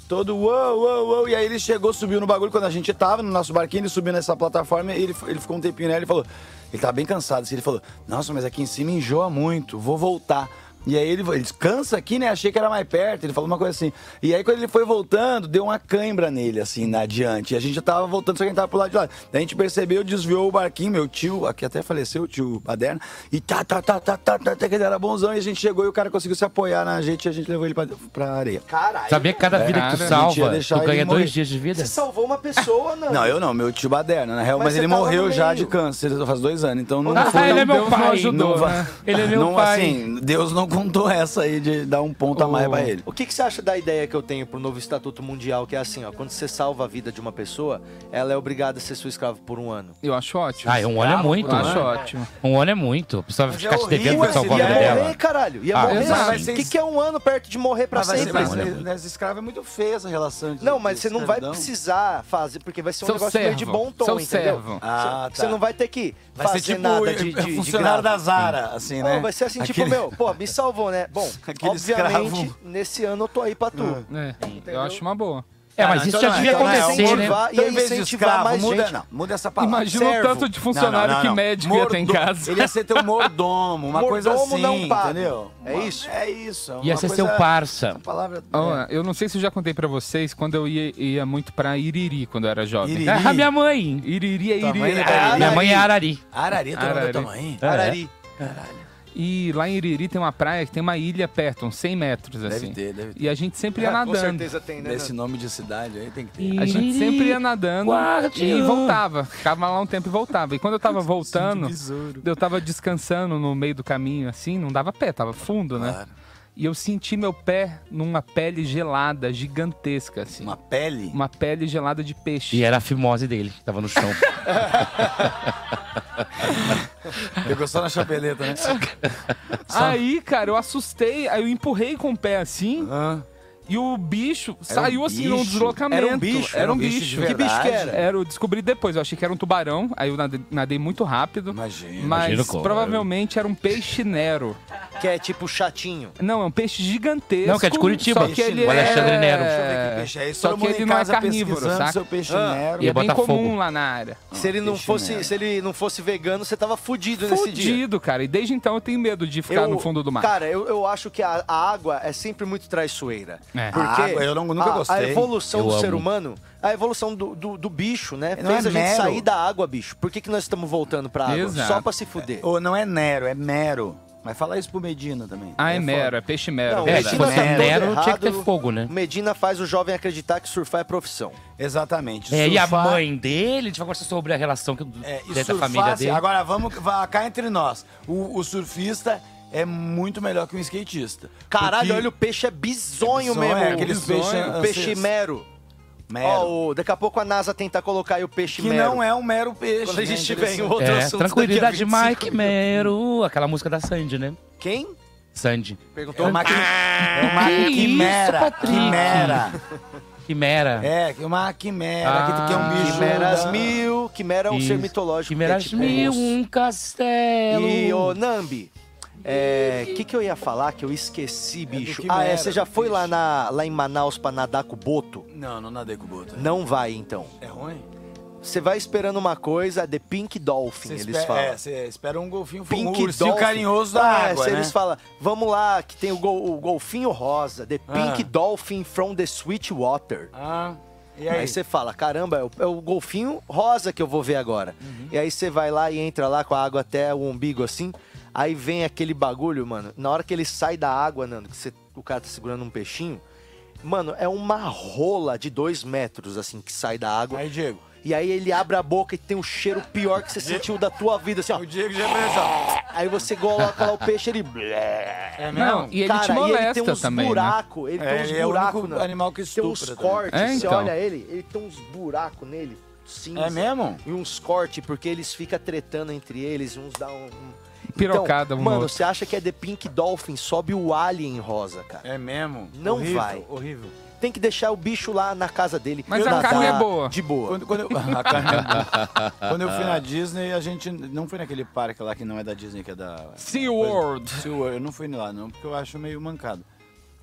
Todo uou, uou, uou. E aí ele chegou, subiu no bagulho quando a gente tava no nosso barquinho, ele subiu nessa plataforma e ele, ele ficou um tempinho nela. Ele falou, ele tá bem cansado. assim, Ele falou, nossa, mas aqui em cima enjoa muito, vou voltar. E aí ele, ele disse, cansa aqui, né? Achei que era mais perto. Ele falou uma coisa assim. E aí quando ele foi voltando, deu uma cãibra nele, assim, na adiante. E a gente já tava voltando, só que a gente tava pro lado de lá. Daí a gente percebeu, desviou o barquinho, meu tio, aqui até faleceu, o tio Paderno. E tá, tá, tá, tá, tá, tá, até que ele era bonzão. E a gente chegou e o cara conseguiu se apoiar na gente e a gente levou ele pra, pra areia. Caralho. Sabia que cada vida que tu Cara, mentira, salva, deixar tu ele ganha morrer. dois dias de vida? Você salvou uma pessoa, não. Não, eu não, meu tio Baderna, na real, Mas mas, você ele tava morreu no já meio. de câncer faz dois anos, então não Ah, foi. ele é meu Deus pai. não ajudou, né? Não va- né? vai- ele é meu não, pai. Assim, Deus não contou essa aí de dar um ponto a mais pra ele. O que, que você acha da ideia que eu tenho pro novo Estatuto Mundial, que é assim, ó, quando você salva a vida de uma pessoa, ela é obrigada a ser sua escrava por um ano. Eu acho ótimo. Ah, um ano é muito. Eu acho mano. ótimo. Um ano é muito. A pessoa vai Mas ficar é te devendo horrível pra salvar esse a vida dia. Ia dela. morrer, caralho. Ia Ah, morrer. exato. Mas O que, que é um ano perto de morrer pra Mas vai ser- sempre? mas um nessa escrava é muito feia essa relação. Não, mas você não vai precisar fazer, porque vai ser um Seu negócio meio de servo. bom tom, Seu entendeu? servo. Você- Ah, Você tá. não vai é ter que Vai ser fazer tipo nada o- de, de- de funcionário da grave. Zara, assim, né? Não, vai ser assim, tipo, Aquele- meu, pô, me salvou, né? Bom, Aquele obviamente, escravo. nesse ano eu tô aí pra tu. É, eu acho uma boa. É, mas então isso já devia acontecer, né? Incentivar- Então, um e em vez de incentivar escravo, mais muda, gente. não, muda essa palavra. Imagina o tanto de funcionário que médico ia ter em Mordomo. casa. Ele ia ser teu mordomo, uma coisa Mordomo assim, não pago. entendeu? É Uma- isso? É isso. é Ia uma ser coisa- seu parça. Essa palavra... é Ó, eu não sei se eu já contei pra vocês, quando eu ia, ia muito pra Iriri quando eu era jovem. Iriri? Ah, minha mãe. Iriri é Tua mãe Iriri. é Arari. Minha mãe é Arari. Arari, todo mundo é tua mãe? É. Arari. E lá em Iriri tem uma praia que tem uma ilha perto, uns 100 metros, Deve assim. ter, deve ter. E a gente sempre ia É, Ah, nadando. né? Desse nome de cidade aí tem que ter. A gente sempre ia nadando Guardião. e voltava. Ficava lá um tempo e voltava. E quando eu tava voltando, eu tava descansando no meio do caminho, assim, não dava pé, tava fundo, né? E eu senti meu pé numa pele gelada, gigantesca, assim. Uma pele? Uma pele gelada de peixe. é E era a fimose dele, que tava no chão. Pegou só na chapeleta, né? Aí, cara, eu assustei, aí eu empurrei com o pé assim. E o bicho saiu assim num um bicho? deslocamento. Era um bicho? Era Era um um bicho bicho. de Que bicho que verdade? era? Era, eu descobri depois. Eu achei que era um tubarão. Aí eu nade- nadei, muito rápido. É, Imagina. Mas Imagina como. provavelmente era um peixe nero. que é tipo chatinho. Não, é um peixe gigantesco. Não, que é de Curitiba. Só que Peixe ele Nero. Alexandre é... Nero. Deixa eu ver que peixe é esse. Só Todo que mundo ele em não é casa carnívoro, pesquisando saca? seu peixe Nero. E E é bem Botafogo. comum lá na área. Ah, Se ele não fosse, se ele não fosse vegano, você tava fudido nesse dia. Fudido, cara. E desde então eu tenho medo de ficar Eu- no fundo do mar. Cara, eu, eu acho que a, a água é sempre muito traiçoeira. É. Porque A água, eu não- nunca a- gostei. A evolução Eu do ser amo. humano, a evolução do, do, do bicho, né? Não fez é a gente mero. sair da água, bicho. Por que, que nós estamos voltando pra água? Exato. Só pra se fuder. Ou não é Nero, é Mero. Mas fala isso pro Medina também. Ah, é Ele mero, foda. é peixe mero. Não, verdade. Medina tá todo um errado. fogo, né? Medina faz o jovem acreditar que surfar é profissão. Exatamente. É, e a Surfar- mãe dele, a gente vai conversar sobre a relação que É, e dessa surfar, família assim, dele. Agora vamos vá cá entre nós. O, o surfista é muito melhor que um skatista. Caralho, Porque- olha, o peixe é bizonho, É bizonho, mesmo. é aqueles peixes O peixe ancest- mero. Mero. Ó, o- daqui a pouco a NASA tentar colocar aí o peixe Que mero. não é um mero peixe, Quando a né? gente tiver em Interessante. outro é, assunto daqui a tranquilidade, 25 Mike Mero. Aquela música da Sandy, né? Quem? Sandy. Perguntou é o Mike- é Ah, uma quimera, quimera. Quimera. É, que uma quimera, que- que é um Ah. bicho. Quimeras da- mil, Quimera é um ser Isso. mitológico. tipo Quimeras mil, um castelo. E o Nambi, é, o que, que eu ia falar que eu esqueci, bicho? do ah, é, Quimera, você já do foi lá, na, lá em Manaus pra nadar com o boto? Não, não nadei com o boto. Não vai, então. É ruim? Você vai esperando uma coisa, é The Pink Dolphin, Você eles espera, falam. é, você espera um golfinho um Pink ursinho Dolphin. carinhoso da Ah, água, se né? Eles falam, vamos lá, que tem o, gol- o golfinho rosa, The Pink Ah. Dolphin from the Sweet Water. Ah, e aí? aí? você fala, caramba, é o, é o golfinho rosa que eu vou ver agora. E aí você vai lá e entra lá com a água até o umbigo, assim. Aí vem aquele bagulho, mano. Na hora que ele sai da água, Nando, que você- o cara tá segurando um peixinho. Mano, é uma rola de dois metros, assim, que sai da água. Aí, Diego. E aí ele abre a boca e tem um cheiro pior que você sentiu da tua vida, assim, ó. O Diego já Aí você coloca lá o peixe, ele... É mesmo? Não, e ele te molesta tem uns também, né? buracos, ele É, tem uns ele é o buracos. único Nando. animal que Tem uns estupra também. cortes, É, você então. olha ele, ele tem uns buracos nele, cinza. É mesmo? E uns cortes, porque eles ficam tretando entre eles, uns dá um... um- Pirocada então, um no Mano, outro. você acha que é The Pink Dolphin, sobe o Alien rosa, cara. É mesmo? Não Horrível, vai. Horrível. Tem que deixar o bicho lá na casa dele. Mas a nadar carne é boa. De boa. Quando- quando eu- a carne é boa. Quando eu fui na Disney, a gente não foi naquele parque lá que não é da Disney, que é da... SeaWorld. SeaWorld. Eu não fui lá não, porque eu acho meio mancado.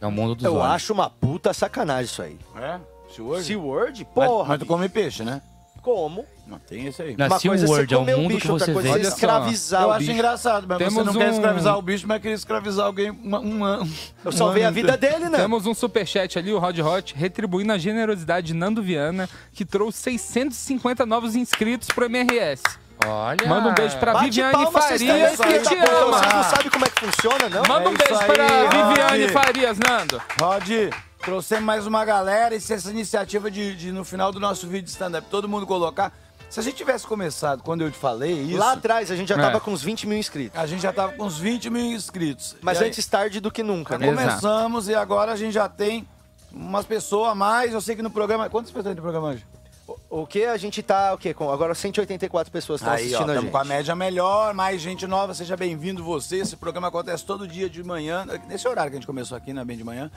É o mundo dos Eu olhos. acho uma puta sacanagem isso aí. É? SeaWorld? SeaWorld? Porra, Mas, mas tu come peixe, né? Como? Não, tem isso aí. Não, Uma coisa é você SeaWorld é um comer o mundo bicho, que outra você coisa é vê. escravizar Eu o acho bicho. engraçado, mas você Temos não quer um- escravizar o bicho, mas quer escravizar alguém um, um ano. Eu salvei a vida dele, é né? Temos um superchat ali, o Rod Hot, retribuindo a generosidade de Nando Viana, que trouxe 650 novos inscritos pro MRS. Olha. Manda um beijo pra Bate Viviane palma, vocês Farias, estão que nessa te porra, ama. Vocês É não sabem como é que funciona, não? Manda um beijo para Viviane Farias, Nando. Rod, trouxemos mais uma galera e se essa iniciativa de, de no final do nosso vídeo de stand-up todo mundo colocar. Se a gente tivesse começado quando eu te falei isso. É, Lá atrás, a gente já tava É. com uns 20 mil inscritos. A gente já tava com uns 20 mil inscritos. Mas E aí- antes tarde do que nunca, né? Começamos e agora a gente já tem umas pessoas a mais. Eu sei que no programa. Quantas pessoas tem no programa hoje? O que a gente tá, o quê? Com agora 184 pessoas estão Aí, ó, assistindo a estamos gente. com a média melhor, mais gente nova, seja bem-vindo você. Esse programa acontece todo dia de manhã, nesse horário que a gente começou aqui, né, bem de manhã.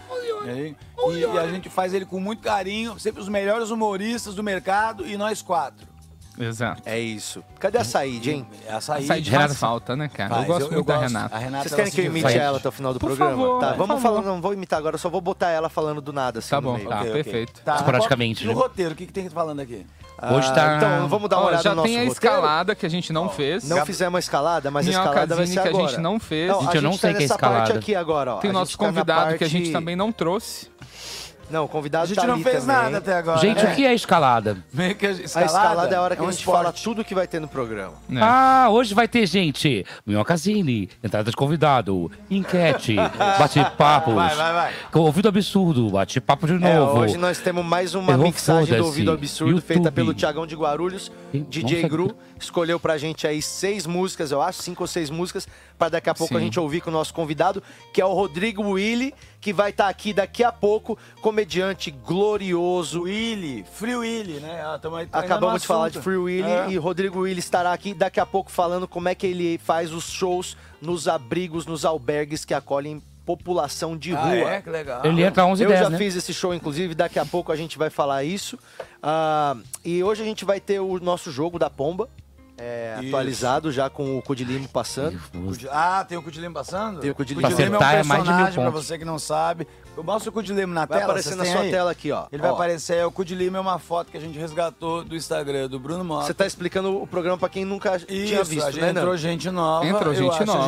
E, aí- e- e a gente faz ele com muito carinho, sempre os melhores humoristas do mercado e nós quatro. Exato. É isso. Cadê a Said, hein? A Said, Said faz falta, né, cara? eu Faz, gosto eu- eu muito da gosto. Ah, Renata. A Renata, Vocês querem ela se que eu imite diverte. ela até o final do Por programa? Favor, tá, por vamos favor. falar, não vou imitar agora, eu só vou botar ela falando do nada assim Tá no bom, meio. tá, Ok, ok. perfeito. Tá, Esporadicamente, No né? roteiro, o que, que tem falando aqui? Ah, Hoje tá- Então, vamos dar uma Ó, olhada já no nosso tem a roteiro? escalada que a gente não fez. Não fizemos a escalada, mas a Minhoca escalada vai Zini ser que a agora. gente não fez. Não, a Gente, eu não gente sei tá que é nessa parte escalada. aqui agora, ó. Tem A o nosso gente tá na convidado que a parte- Tá. gente também não trouxe. Não, o convidado A gente tá não ali fez também. nada até agora. Gente, o que é escalada? Meio que né? A escalada é a hora que um a gente esporte. fala tudo que vai ter no programa. Ah, hoje vai ter gente. Minhocazine, entrada de convidado, enquete, bate-papos. Vai, vai, vai. Ouvido absurdo, bate-papo de É, novo. hoje nós temos mais uma Errou, mixagem do foda-se. Ouvido Absurdo YouTube. feita pelo Tiagão de Guarulhos. Sim, DJ nossa. Gru escolheu pra gente aí seis músicas, eu acho, cinco ou seis músicas, pra daqui a pouco a Sim. gente ouvir com o nosso convidado, que é o Rodrigo Willi, que vai estar aqui daqui a pouco, comediante glorioso. Willy, Free Willy, né? Ah, tamo aí- tá ainda no Acabamos de falar assunto. de Free Willy É. e Rodrigo Willi estará aqui daqui a pouco falando como é que ele faz os shows nos abrigos, nos albergues que acolhem população de Ah, rua. é? Que legal. Ele entra 11 e Eu 10, já né? fiz esse show, inclusive, daqui a pouco a gente vai falar isso. Ah, e hoje a gente vai ter o nosso jogo da pomba. É, Isso. atualizado já com o cu de limo passando. Cudi- Ah, tem o Cudilemo passando? Tem o Cudilemo. Cudilemo Pra acertar é é um mais de mil personagem, pra pontos. você que não sabe. Mostra o Cudilemo na Vai tela. aparecer vocês na têm sua aí? tela aqui, ó. Ele vai Ó. aparecer. aí. O Cudilemo é uma foto que a gente resgatou do Instagram do Bruno Mota. Você tá explicando o programa pra quem nunca tinha Isso, visto, a gente né, entrou Nando? gente nova. eu acho, a gente tem que ficar- É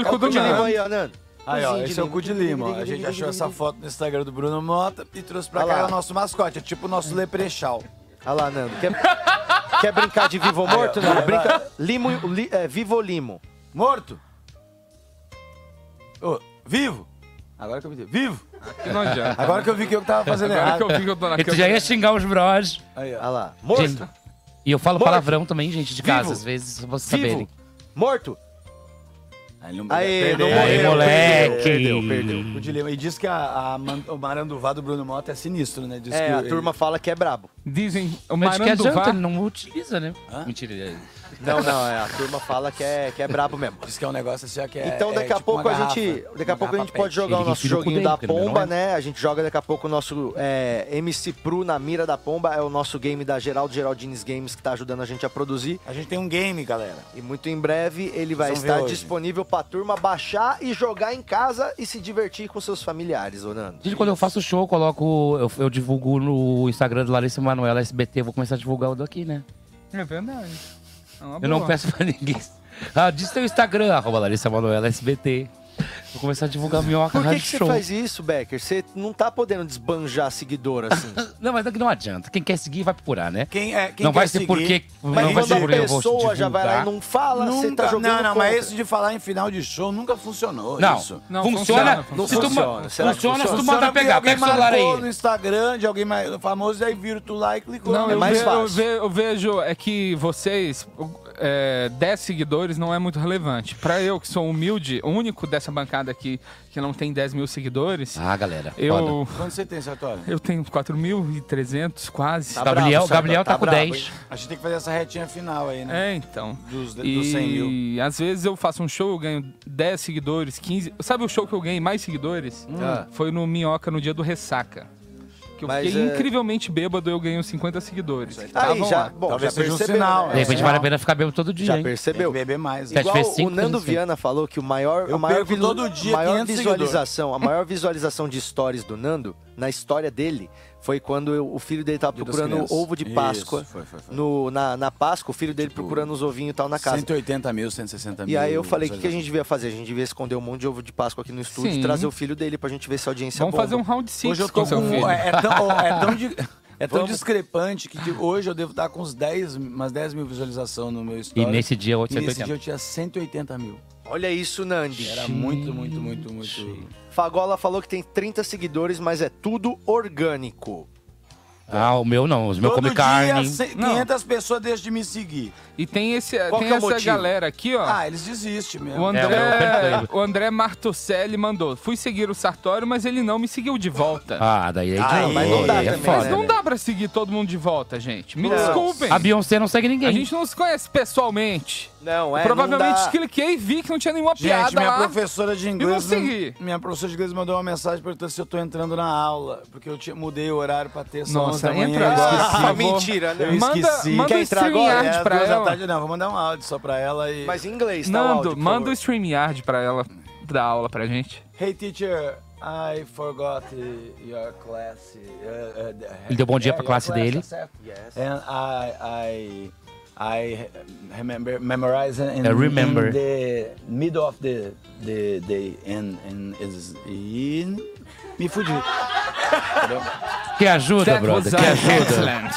o cu de limo aí, ó, Nando. Aí, ó, Cozinha de esse é o limo. cu de limo. A gente achou essa foto no Instagram do Bruno Mota e trouxe pra cá. Olha lá. É o nosso mascote, é tipo o nosso leprechal. Olha lá, Nando. Quer, quer brincar de vivo ou Aí, ó, morto? Não, vai, brinca. Limo, li, é, vivo ou limo? Morto? Ô, vivo? Agora que eu me dei. Vivo? não adianta. Agora que eu vi que eu tava fazendo Agora errado. que eu vi que eu tô na Ele já ia xingar os bros. Aí, ó. Olha lá. Gente, E eu falo palavrão também, gente, de casa, às vezes, pra vocês Vivo. saberem. Morto? Aí, não Aê, não Aê, morreu. moleque. Perdeu, perdeu. O dilema. E diz que a, a man- o maranduvá do Bruno Mota é sinistro, né? Diz É, que a ele- turma fala que é brabo. Dizem, o Mas que Maranduvá- adianta, ele não utiliza, né? Mentira, ele Não, não, é, a turma fala que é, que é brabo mesmo. Diz que é um negócio assim, ó, que é. Então é daqui a tipo pouco uma a gente, garrafa. daqui a Uma pouco a gente garrafa pet. pode jogar o nosso enfia o cu joguinho dentro, da pelo menos, pomba, não é? né? A gente joga daqui a pouco o nosso é, MC Pro na mira da pomba, é o nosso game da Geraldo Geraldines Games que tá ajudando a gente a produzir. A gente tem um game, galera. E muito em breve ele vai Vocês vão estar ver hoje. disponível pra turma baixar e jogar em casa e se divertir com seus familiares, ô Nando. Gente, quando eu faço show, eu coloco. Eu, eu divulgo no Instagram do Larissa Manoela SBT, eu vou começar a divulgar o daqui, né? É verdade. É uma eu não boa. peço pra ninguém. Ah, diz teu Instagram, arroba Larissa Manoela SBT. Vou começar a divulgar minhoca Por que, rádio que você show. faz isso, Becker? Você não tá podendo desbanjar seguidor assim. Não, mas não adianta. Quem quer seguir vai procurar, né? Quem é- quem não vai quer ser seguir- porque. Mas não vai ser quando a porque eu vou pessoa já vai lá e divulgar. não fala, você tá jogando Não, não, mas contra. esse de falar em final de show nunca funcionou. Não. isso. Não, Funciona? funciona, Não se tu funciona. ma- Será que funciona se tu funciona? mandar porque pegar. alguém né? Pega o celular marcou aí. no Instagram de alguém mais famoso, aí vira tu lá e clicou. Não, é eu, mais ve- fácil. eu ve- eu vejo é que vocês, é, 10 seguidores não é muito relevante. Pra eu, que sou humilde, o único dessa bancada aqui que não tem 10 mil seguidores. Ah, galera. Eu, Quanto você tem, Sartori? eu tenho 4.300 quase. Tá Gabriel- bravo, Sartori, Gabriel tá tá com bravo, 10. hein? A gente tem que fazer essa retinha final aí, né? É, então. Dos, dos E 100 mil. às vezes eu faço um show, eu ganho 10 seguidores, 15. Sabe o show que eu ganhei mais seguidores? Hum. Ah. Foi no Minhoca no dia do Ressaca. Que eu Mas, fiquei é- incrivelmente bêbado, eu ganhei uns 50 seguidores. que tá- Aí estavam já, lá. bom, Talvez já seja um percebeu, sinal, né? De repente vale a pena ficar bebendo todo dia. Já hein? percebeu? Beber mais. Sete Igual vezes o cinco, Nando não sei. Viana falou que o maior, Eu a maior, perco todo dia maior 500 visualização, a maior visualização de stories do Nando na história dele foi quando eu- o filho dele tava Dia das procurando Crianças. ovo de Páscoa Isso, foi, foi, foi. no na, na Páscoa, o filho dele procurando os ovinhos e tal na casa. 180 mil, 160 mil. E aí eu falei, o que, que a visualizações. gente devia fazer? A gente devia esconder um monte de ovo de Páscoa aqui no estúdio Sim. e trazer o filho dele pra gente ver se a audiência Vamos bomba. fazer um round six é Hoje eu com tô seu filho. com. É, é tão, ó, é tão, di- é tão Vamos. discrepante que de- hoje eu devo estar com uns 10, umas 10 mil visualizações no meu story. nesse dia, E Nesse 880. dia eu tinha 180 mil. Olha isso, Nandi. Era muito, muito, muito, muito. Fagola falou que tem 30 seguidores, mas é tudo orgânico. Ah, o meu não. Os meus Todo comem dia, é carne. cem- Não. 500 pessoas deixam de me seguir. E tem, esse, Qual tem que é o essa motivo? galera aqui, ó. Ah, eles desistem mesmo. O André, É, eu percebi. o André Martocelli mandou. Fui seguir o Sartório, mas ele não me seguiu de volta. Ah, daí aí Ah, de mas não novo, dá aí é também, foda. né? não dá pra seguir todo mundo de volta, gente. Me Não. desculpem. A Beyoncé não segue ninguém. A gente não se conhece pessoalmente. Não, é, Eu provavelmente não dá. cliquei e vi que não tinha nenhuma Gente, piada minha lá. professora de não inglês. segui. Minha professora de inglês mandou uma mensagem perguntando se eu tô entrando na aula. Porque eu tinha, mudei o horário pra terça Nossa, 11 da manhã. tá entra eu lá, esqueci. por Ah, favor. mentira, né? Eu Manda- esqueci. manda o StreamYard É, pra duas da ela. tarde, não, vou mandar um áudio só pra ela e... Mas em inglês, tá? o Nando, áudio, por manda o favor. StreamYard pra ela dar aula pra gente. Hey teacher, I forgot your class. uh, uh, Ele deu bom dia pra your classe dele. accept. And I, I, I remember memorize in, I remember. in the middle of the the day and and is in me fudi. Entendeu? Que ajuda, brother. Que ajuda. uh, excellent.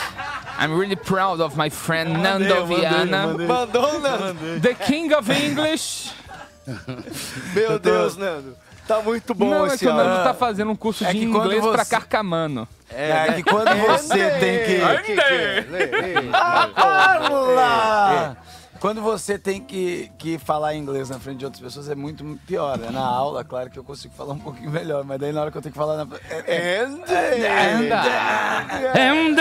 I'm really proud of my friend Nando mandei, Viana. mandei. Mandou, Nando. The King of English. Meu Deus, Nando. Tá muito bom não, é esse que o áudio. Nando tá fazendo um curso É de que quando inglês pra você- carcamano. É, que quando né? você tem É, que Ei, que- que- lê, lê. Olá! É, Quando você tem que, que falar inglês na frente de outras pessoas é muito pior. né? Na aula, claro que eu consigo falar um pouquinho melhor, mas daí na hora que eu tenho que falar na. é- é- um And,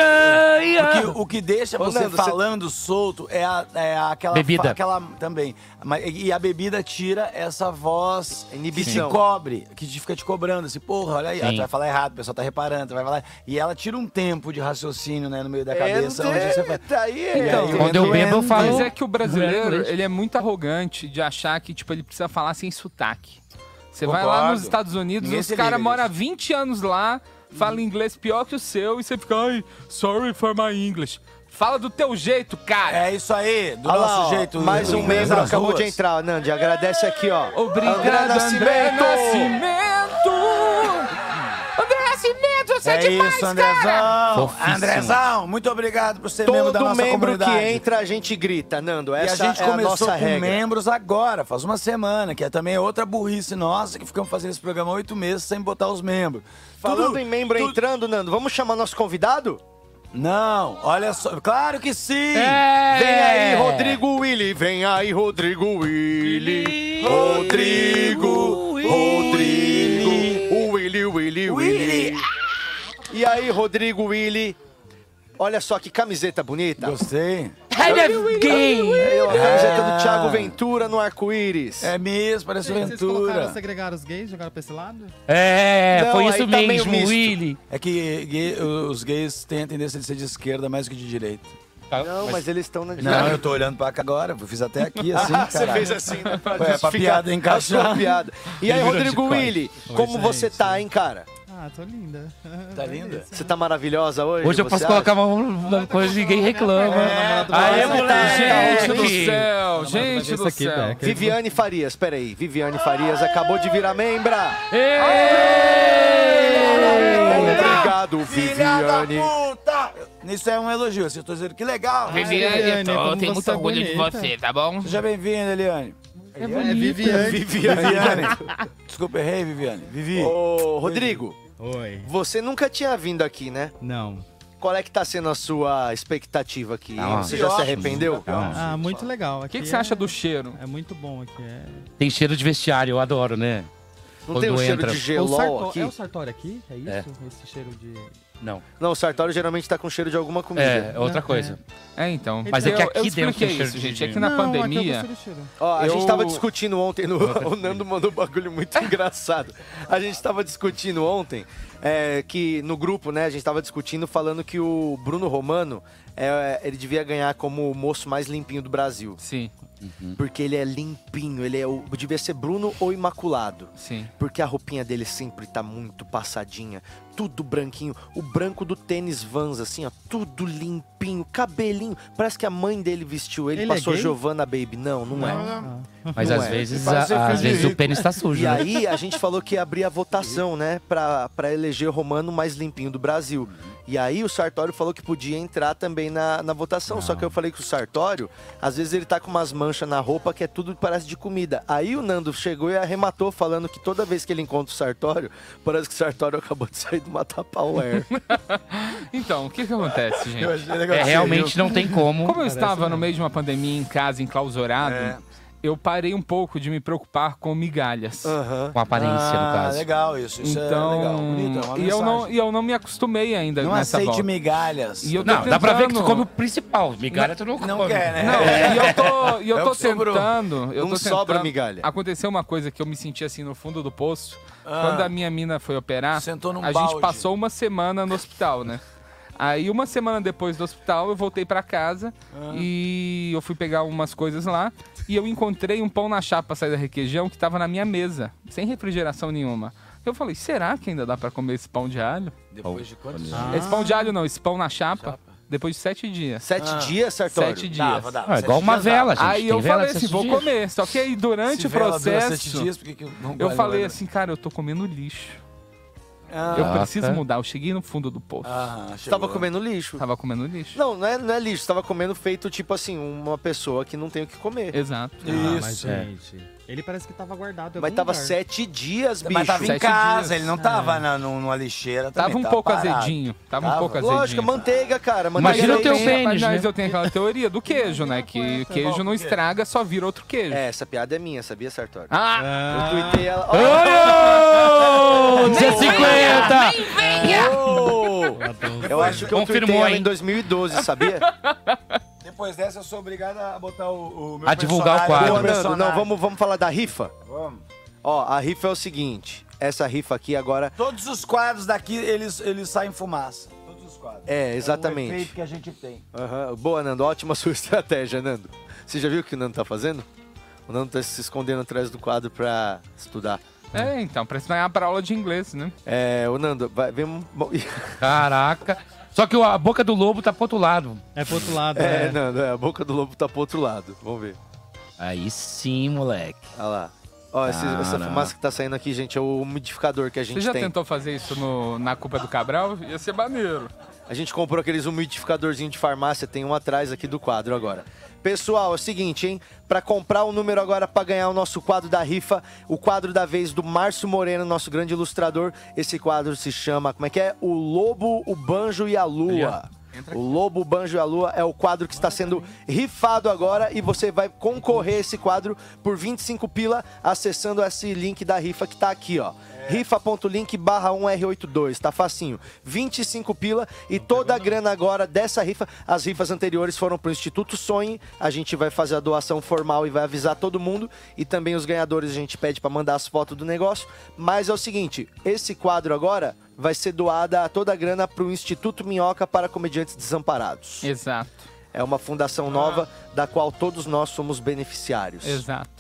Porque o que deixa Ô, você Nando, você- falando solto é, a- é a- aquela. Bebida. aquela- também. Mas- E a bebida tira essa voz Inibição. que te cobre, que te fica te cobrando. Assim, porra, olha aí, ah, Sim. tu vai falar errado, o pessoal tá reparando, tu vai falar. E ela tira um tempo de raciocínio, né, no meio É, da cabeça. onde você fala- tá E aí, quando eu bebo, eu falo. Mas é que o Não é brasileiro, inglês. ele é muito arrogante de achar que, tipo, ele precisa falar sem sotaque. Você vai Concordo. lá nos Estados Unidos, Ninguém os se caras liga moram há 20 anos lá, falam inglês pior que o seu, e você fica, ai, sorry for my English. Fala do teu jeito, cara. É isso aí, Olha lá, ó, né? Mais um membro acabou de entrar, ó, Nandi. Agradece aqui, ó. Obrigado, André Nascimento! André Nascimento, você é, É demais, isso, Andrezão. Fofíssimo. Andrezão, muito obrigado por ser membro da Todo nossa membro que comunidade. entra, a gente grita, Nando. e a Essa gente é a começou nossa com regra. membros agora, faz uma semana, que é também outra burrice nossa, que ficamos fazendo esse programa há oito meses sem botar os membros. Falando em membro entrando, Nando, vamos chamar nosso convidado? Não, olha só, claro que sim! É. Vem aí, Rodrigo Willy, vem aí, Rodrigo Willy. Rodrigo, Rodrigo, Willy, Willy, Willy. E aí, Rodrigo Willy, olha só que camiseta bonita. Gostei. É a camiseta do Thiago É. Ventura no arco-íris. É mesmo, parece Vocês colocaram, segregaram os gays, jogaram pra esse lado? É, Não, foi aí isso tá meio mesmo, misto. Willy. É que gay- os gays têm a tendência de ser de esquerda mais que de direita. Não, mas eles estão na Não, eu tô olhando pra cá agora, eu fiz até aqui assim, Ah, Você caralho. fez assim, né? Ué, é pra piada encaixar. A sua piada. E aí, Ele virou Rodrigo de costas. Willy, Oi, como gente. você tá, hein, cara? Ah, tô linda. Tá linda? Você tá maravilhosa hoje? Hoje eu posso colocar uma- uma coisa e ninguém reclama. É, Ah, é Aê, moleque! Gente do céu, gente do céu. Viviane Farias, peraí. Viviane Farias acabou de virar membra. Obrigado, Viviane. Isso é um elogio, assim, eu tô dizendo que legal. Viviane, né? Eliane, eu tô- como tenho muito você é orgulho de bonita. você, tá bom? Seja bem-vinda, Eliane. É bonita. É né? Viviane. Viviane. Desculpa, errei, Viviane. Vivi. Ô, Rodrigo. Oi. Você nunca tinha vindo aqui, né? Não. Qual é que tá sendo a sua expectativa aqui? Não, você já se ótimo. arrependeu? Ah, muito legal. O que você acha do cheiro? É muito bom aqui. É... Tem cheiro de vestiário, eu adoro, né? Não tem um cheiro de É o gelol Sartor- aqui? É o Sartori aqui? É É. isso? Esse cheiro de... Não. Não, o sartório geralmente tá com cheiro de alguma comida. É, é outra coisa. É, então. Mas é que Eu- eu aqui dentro expliquei tem cheiro isso, de gente, dinheiro. é que na Não, aqui eu pandemia- gostei do cheiro. Ó, a Eu- gente tava discutindo ontem, no... o Nando mandou um bagulho muito engraçado. A gente tava discutindo ontem, é, que no grupo, né, a gente tava discutindo falando que o Bruno Romano, é, ele devia ganhar como o moço mais limpinho do Brasil. Sim. Porque ele é limpinho, ele é o, devia ser Bruno ou Imaculado. Sim. Porque a roupinha dele sempre tá muito passadinha, tudo branquinho, o branco do tênis Vans, assim, ó, tudo limpinho, cabelinho. Parece que a mãe dele vestiu ele, Ele é passou gay? Ah. Giovanna Baby. Não, não, é. Mas Não às é. vezes, Parece a- ser filho às de vezes o rico. pênis tá sujo. E né? aí a gente falou que ia abrir a votação, né? Pra, pra eleger o Romano mais limpinho do Brasil. E aí o Sartório falou que podia entrar também na, na votação. Só que eu falei que o Sartório, às vezes ele tá com umas manchas na roupa que é tudo que parece de comida. Aí o Nando chegou e arrematou falando que toda vez que ele encontra o Sartório, parece que o Sartório acabou de sair do Matapauer. Então, o que que acontece, gente? Eu achei legal É, que realmente eu- não tem como. Como eu Parece estava no mesmo. meio de uma pandemia em casa, enclausurado, eu parei um pouco de me preocupar com migalhas. Com aparência, no Ah, caso. legal isso, isso é então, legal, bonito, é uma e, eu não, mensagem. e eu não me acostumei ainda Não nessa aceite volta. migalhas. E eu tô Não, dá pra ver que tu tentando. come o principal. Migalha tu não come. Não quer, né? Não, e eu tô, e eu É o tô que sobrou. tentando. Eu Não tô sobra tentando. migalha. Aconteceu uma coisa que eu me senti assim no fundo do poço. Ah. Quando a minha mina foi operar, Sentou num a balde. gente passou uma semana no hospital, né? Aí uma semana depois do hospital, eu voltei pra casa Ah. e eu fui pegar umas coisas lá e eu encontrei um pão na chapa sair da requeijão que tava na minha mesa, sem refrigeração nenhuma. Eu falei, será que ainda dá pra comer esse pão de alho? Depois de quantos Ah. anos? Esse pão de alho não, esse pão na chapa. Depois de sete dias. Sete Ah. dias, Sartório? Sete dias. Dava, dava. Ah, igual Sete uma dias vela, dava. gente. Aí Tem eu vela falei de assim, sete vou dias? comer. Só que aí, durante Se o vela dura processo, sete dias, por que que não eu vale, falei não assim, cara, eu tô comendo lixo. Eu Ah, tá. preciso mudar. Eu cheguei no fundo do poço. Ah. Você tava comendo lixo. Tava comendo lixo. Não, não é, não é lixo. Você tava comendo feito, tipo assim, uma pessoa que não tem o que comer. Exato. Ah, mas, Isso. é. gente, Ele parece que tava guardado. em Mas algum tava lugar. sete dias, bicho. Mas tava em casa, ele não tava na, num- numa lixeira. Tava também, um pouco parado. azedinho, tava um pouco Lógico, azedinho. manteiga, cara. Manteiga é Imagina eu tem- tenho né? pênis, mas eu tenho aquela teoria do queijo, né? Que o queijo não estraga, só vira outro queijo. É, essa piada é minha, sabia, Sartori? Ah! Eu tuitei ela. Olha! Dia 50! Eu acho que eu tuitei Confirmou, ela em hein? 2012, sabia? Depois dessa, eu sou obrigado a botar o, o meu A personagem, divulgar o meu quadro. Não, personagem. vamos, vamos falar da rifa? Vamos. Ó, a rifa é o seguinte. Essa rifa aqui agora... Todos os quadros daqui, eles, eles saem fumaça. Todos os quadros. É, É o exatamente. efeito que a gente tem. Aham. Boa, Nando. Ótima sua estratégia, Nando. Você já viu o que o Nando tá fazendo? O Nando tá se escondendo atrás do quadro pra estudar. É, então, parece que vai pra aula de inglês, né? É, o Nando, vai, vem... um- bom, Caraca. Só que o- a boca do lobo tá pro outro lado. É pro outro lado, É, né? Nando, é, a boca do lobo tá pro outro lado. Vamos ver. Aí sim, moleque. Olha lá. Ó, esse- essa Cara. fumaça que tá saindo aqui, gente, é o umidificador que a gente Você já tem. tentou fazer isso no- na culpa do Cabral? Ia ser maneiro. A gente comprou aqueles umidificadorzinhos de farmácia, tem um atrás aqui do quadro agora. Pessoal, é o seguinte, hein? Pra comprar o número agora pra ganhar o nosso quadro da rifa, o quadro da vez do Márcio Moreno, nosso grande ilustrador. Esse quadro se chama, como é que é? O Lobo, o Banjo e a Lua. O Lobo, o Banjo e a Lua é o quadro que está sendo rifado agora e você vai concorrer a esse quadro por 25 pila acessando esse link da rifa que tá aqui, ó. rifa.link barra 1R82, tá facinho. 25 pila e toda a grana agora dessa rifa, as rifas anteriores foram pro Instituto Sonhe, a gente vai fazer a doação formal e vai avisar todo mundo e também os ganhadores a gente pede pra mandar as fotos do negócio, mas é o seguinte, esse quadro agora vai ser doada toda a grana pro Instituto Minhoca para Comediantes Desamparados. Exato. É uma fundação nova da qual todos nós somos beneficiários. Exato.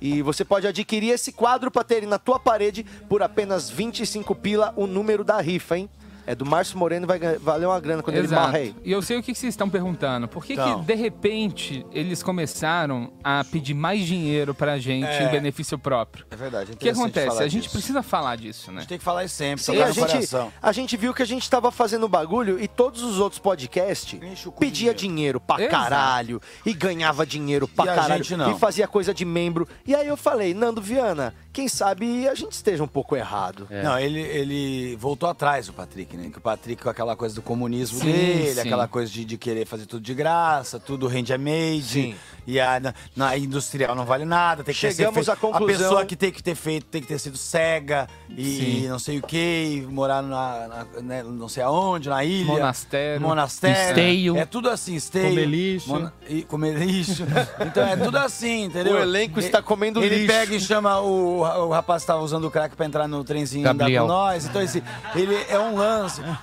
E você pode adquirir esse quadro para ter ele na tua parede por apenas 25 pila, o número da rifa, hein? É do Márcio Moreno, vai ganhar- valer uma grana quando ele Exato. morre aí. E eu sei o que que vocês estão perguntando. Por que, Então. que, de repente, eles começaram a pedir mais dinheiro pra gente É. em benefício próprio? É verdade. O que acontece? A gente precisa. precisa falar disso, A né? gente tem que falar isso sempre, Sim, tocar a no gente, coração. a gente viu que a gente tava fazendo o bagulho e todos os outros podcasts pedia dinheiro, pra Exato. caralho e ganhava dinheiro pra E a caralho gente não. e fazia coisa de membro. E aí eu falei, Nando Viana, quem sabe a gente esteja um pouco errado. Não, ele, ele voltou atrás, o Patrick, né? Que o Patrick com aquela coisa do comunismo Sim, dele, sim. aquela coisa de, de querer fazer tudo de graça, tudo rende a made. E a, na, na industrial não vale nada, tem que ter Chegamos sido à conclusão- A pessoa que tem que ter feito tem que ter sido cega e, Sim. não sei o que, morar na, na- né, não sei aonde, na ilha. Monastério. Monastério. Esteio. É tudo assim, esteio. Comer lixo. e comer lixo. então é tudo assim, entendeu? O elenco está comendo ele lixo. Ele pega e chama o, o rapaz que tava usando o crack pra entrar no trenzinho e andar Gabriel. com nós. Então, esse, ele é um lance.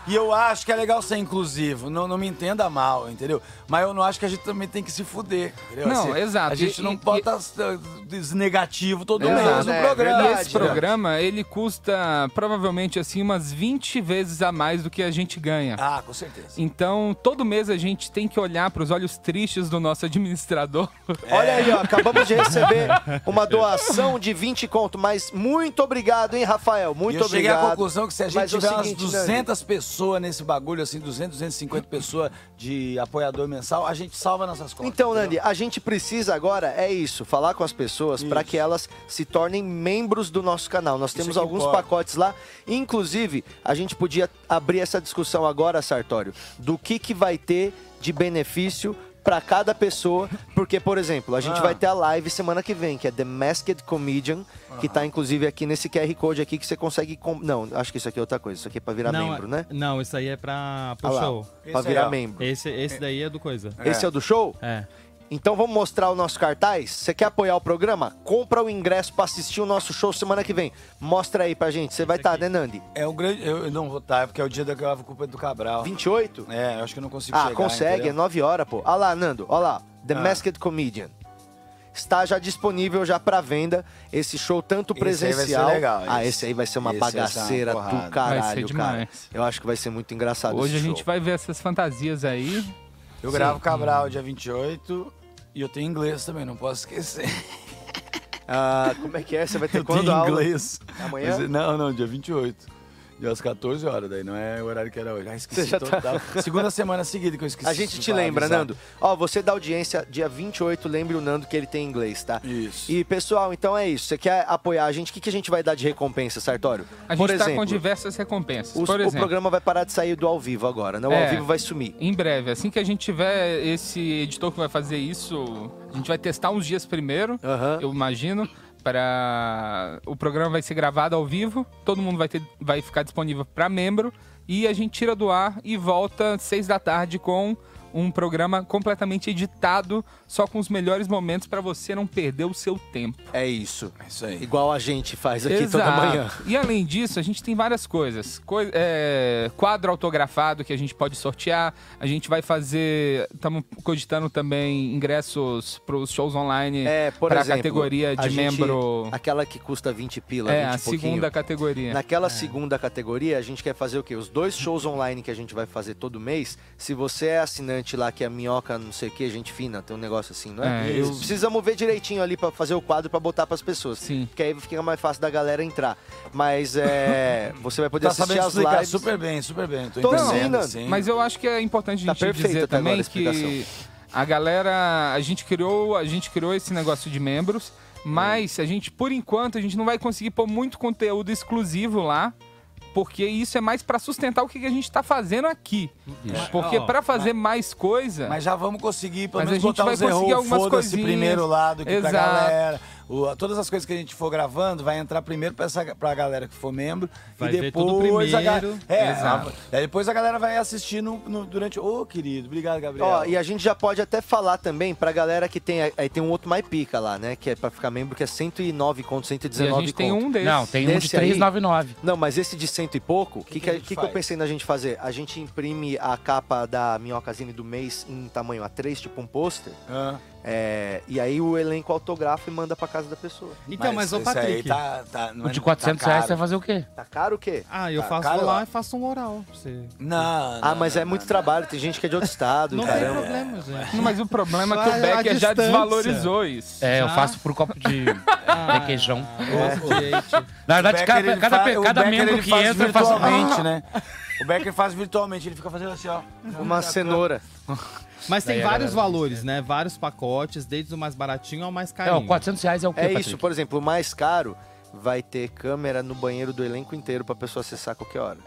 E eu acho que é legal ser inclusivo. Não, não me entenda mal, entendeu? Mas eu não acho que a gente também tem que se fuder. Entendeu? Não, Assim, exato. A gente E- não e- bota eh, des- negativo todo Exato. mês no programa. E esse programa, ele custa provavelmente assim umas 20 vezes a mais do que a gente ganha. Ah, com certeza. Então, todo mês a gente tem que olhar pros olhos tristes do nosso administrador. É. Olha aí, ó, acabamos de receber uma doação de 20 conto, mas muito obrigado, hein, Rafael? E Muito eu cheguei obrigado. à conclusão que se a gente Mas é o tiver umas seguinte, 200 pessoas nesse bagulho, assim, 200, 250 pessoas de apoiador mensal, a gente salva nossas contas. Então, Nandi, a gente precisa agora, é isso, falar com as pessoas para que elas se tornem membros do nosso canal. Nós temos é que alguns importa. pacotes lá. Inclusive, a gente podia abrir essa discussão agora, Sartório, do que, que vai ter de benefício para cada pessoa, porque, por exemplo, a gente Ah. vai ter a live semana que vem, que é The Masked Comedian, que tá, inclusive, aqui nesse QR Code aqui, que você consegue... com- Não, acho que isso aqui é outra coisa, isso aqui é pra virar não, membro, né? Não, isso aí é pra, um pro Ah lá, show. pra Esse aí, virar ó. membro. Esse, esse daí é do coisa. Esse é o do show? É. Então vamos mostrar o nosso cartaz? Você quer apoiar o programa? Compra o ingresso pra assistir o nosso show semana que vem. Mostra aí pra gente. Você vai estar, né, Nandi? É um grande. Eu eu não vou estar, porque é o dia da grava culpa do Cabral. 28? É, eu acho que eu não consigo Ah, chegar. consegue, é entendeu? 9 horas, pô. Olha lá, Nando, olha lá. The Ah. Masked Comedian. Está já disponível já pra venda esse show, tanto Esse aí vai ser presencial. legal, ah, esse- esse aí vai ser uma esse vai ser uma bagaceira porrada. do caralho, Vai ser cara. demais. Eu acho que vai ser muito engraçado Hoje a esse gente Ah, show. vai ver essas fantasias aí. Eu gravo Hum. Cabral dia 28 e eu tenho inglês também, não posso esquecer. Ah, como é que é? Você vai ter eu quando tenho aula? inglês. Amanhã? Mas- não, não, dia 28. Deu às 14 horas, daí não é o horário que era hoje. Ah, esqueci. Você já tá- total. Segunda semana seguida que eu esqueci. A gente te pra lembra, avisar. Nando. Ó, você da audiência, dia 28, lembre o Nando que ele tem inglês, tá? Isso. E, pessoal, então é isso. Você quer apoiar a gente? O que, que a gente vai dar de recompensa, Sartório? A gente Por está com exemplo, diversas recompensas. os- Por o exemplo, programa vai parar de sair do ao vivo agora, né? O É. ao vivo vai sumir. Em breve, assim que a gente tiver esse editor que vai fazer isso, a gente vai testar uns dias primeiro, eu imagino, para o programa vai ser gravado ao vivo, todo mundo vai ter, vai ficar disponível para membro e a gente tira do ar e volta às seis da tarde com um programa completamente editado, só com os melhores momentos para você não perder o seu tempo. É isso. É isso aí. Igual a gente faz aqui Exato. toda manhã. E além disso, a gente tem várias coisas. Coi- é, quadro autografado que a gente pode sortear. A gente vai fazer. Estamos cogitando também ingressos para os shows online. É, por pra exemplo, categoria de a gente- membro. Aquela que custa 20 pila, É, 20 a e pouquinho. segunda categoria. Naquela segunda categoria, a gente quer fazer o quê? Os dois shows online que a gente vai fazer todo mês. Se você é assinante lá, que é minhoca, não sei o que, gente fina, tem um negócio assim, não é? É, eu- Precisamos ver direitinho ali pra fazer o quadro pra botar pras pessoas. Sim. Porque aí fica mais fácil da galera entrar. Mas é, você vai poder Tá assistir sabendo as explicar lives. super bem, super bem. Tô Tô entendendo, ensinando. sim. Mas eu acho que é importante a Tá gente perfeito dizer até agora também a que explicação. a galera, a gente criou, a gente criou esse negócio de membros, É. mas a gente por enquanto a gente não vai conseguir pôr muito conteúdo exclusivo lá. Porque isso é mais pra sustentar o que que a gente tá fazendo aqui. Isso. Porque Ó, pra fazer mais coisa. Mas já vamos conseguir, pelo É. Mas menos a gente botar vai os erros, conseguir algumas foda-se coisinhas. primeiro lá do que Exato. pra galera. O- todas as coisas que a gente for gravando vai entrar primeiro pra, essa, pra galera que for membro. Vai e ver depois tudo a galera. primeiro. É, Exato. a- aí depois a galera vai assistir no, no- durante. Ô, querido, obrigado, Gabriel. Ó, e a gente já pode até falar também pra galera que tem. Aí tem um outro mais pica lá, né? Que é pra ficar membro, que é 109 conto, 119 E a gente tem conto. um desses. Não, tem um de Desse 399. Não, mas esse de cento e pouco, o que, que, que a a- gente que que eu faz? pensei na gente fazer? A gente imprime a capa da minhocazine do mês em tamanho A3, tipo um pôster. É, e aí o elenco autografa e manda pra casa da pessoa. Então, mas, ô, Patrick. tá, O é de 400 reais você vai fazer o quê? Tá caro o quê? Ah, eu Tá faço caro lá e faço um oral. pra Você... Não. Ah, mas é muito trabalho, tem gente que é de outro estado, Não tem caramba. problema, gente. Não, Mas o problema é que Só o a Becker já distância. desvalorizou isso. É, eu Ah. Já. faço por copo de requeijão. O Na verdade, Becker, cada, ele cada, faz- o cada Becker, membro ele que faz entra faz virtualmente, né? O Becker faz virtualmente, ele fica fazendo assim, ó. Uma cenoura. Mas tem é. Daí a vários galera- valores, né? Vários pacotes, desde o mais baratinho ao mais carinho. reais é o quê, É Patrick? isso, por exemplo, o mais caro vai ter câmera no banheiro do elenco inteiro pra pessoa acessar a qualquer hora.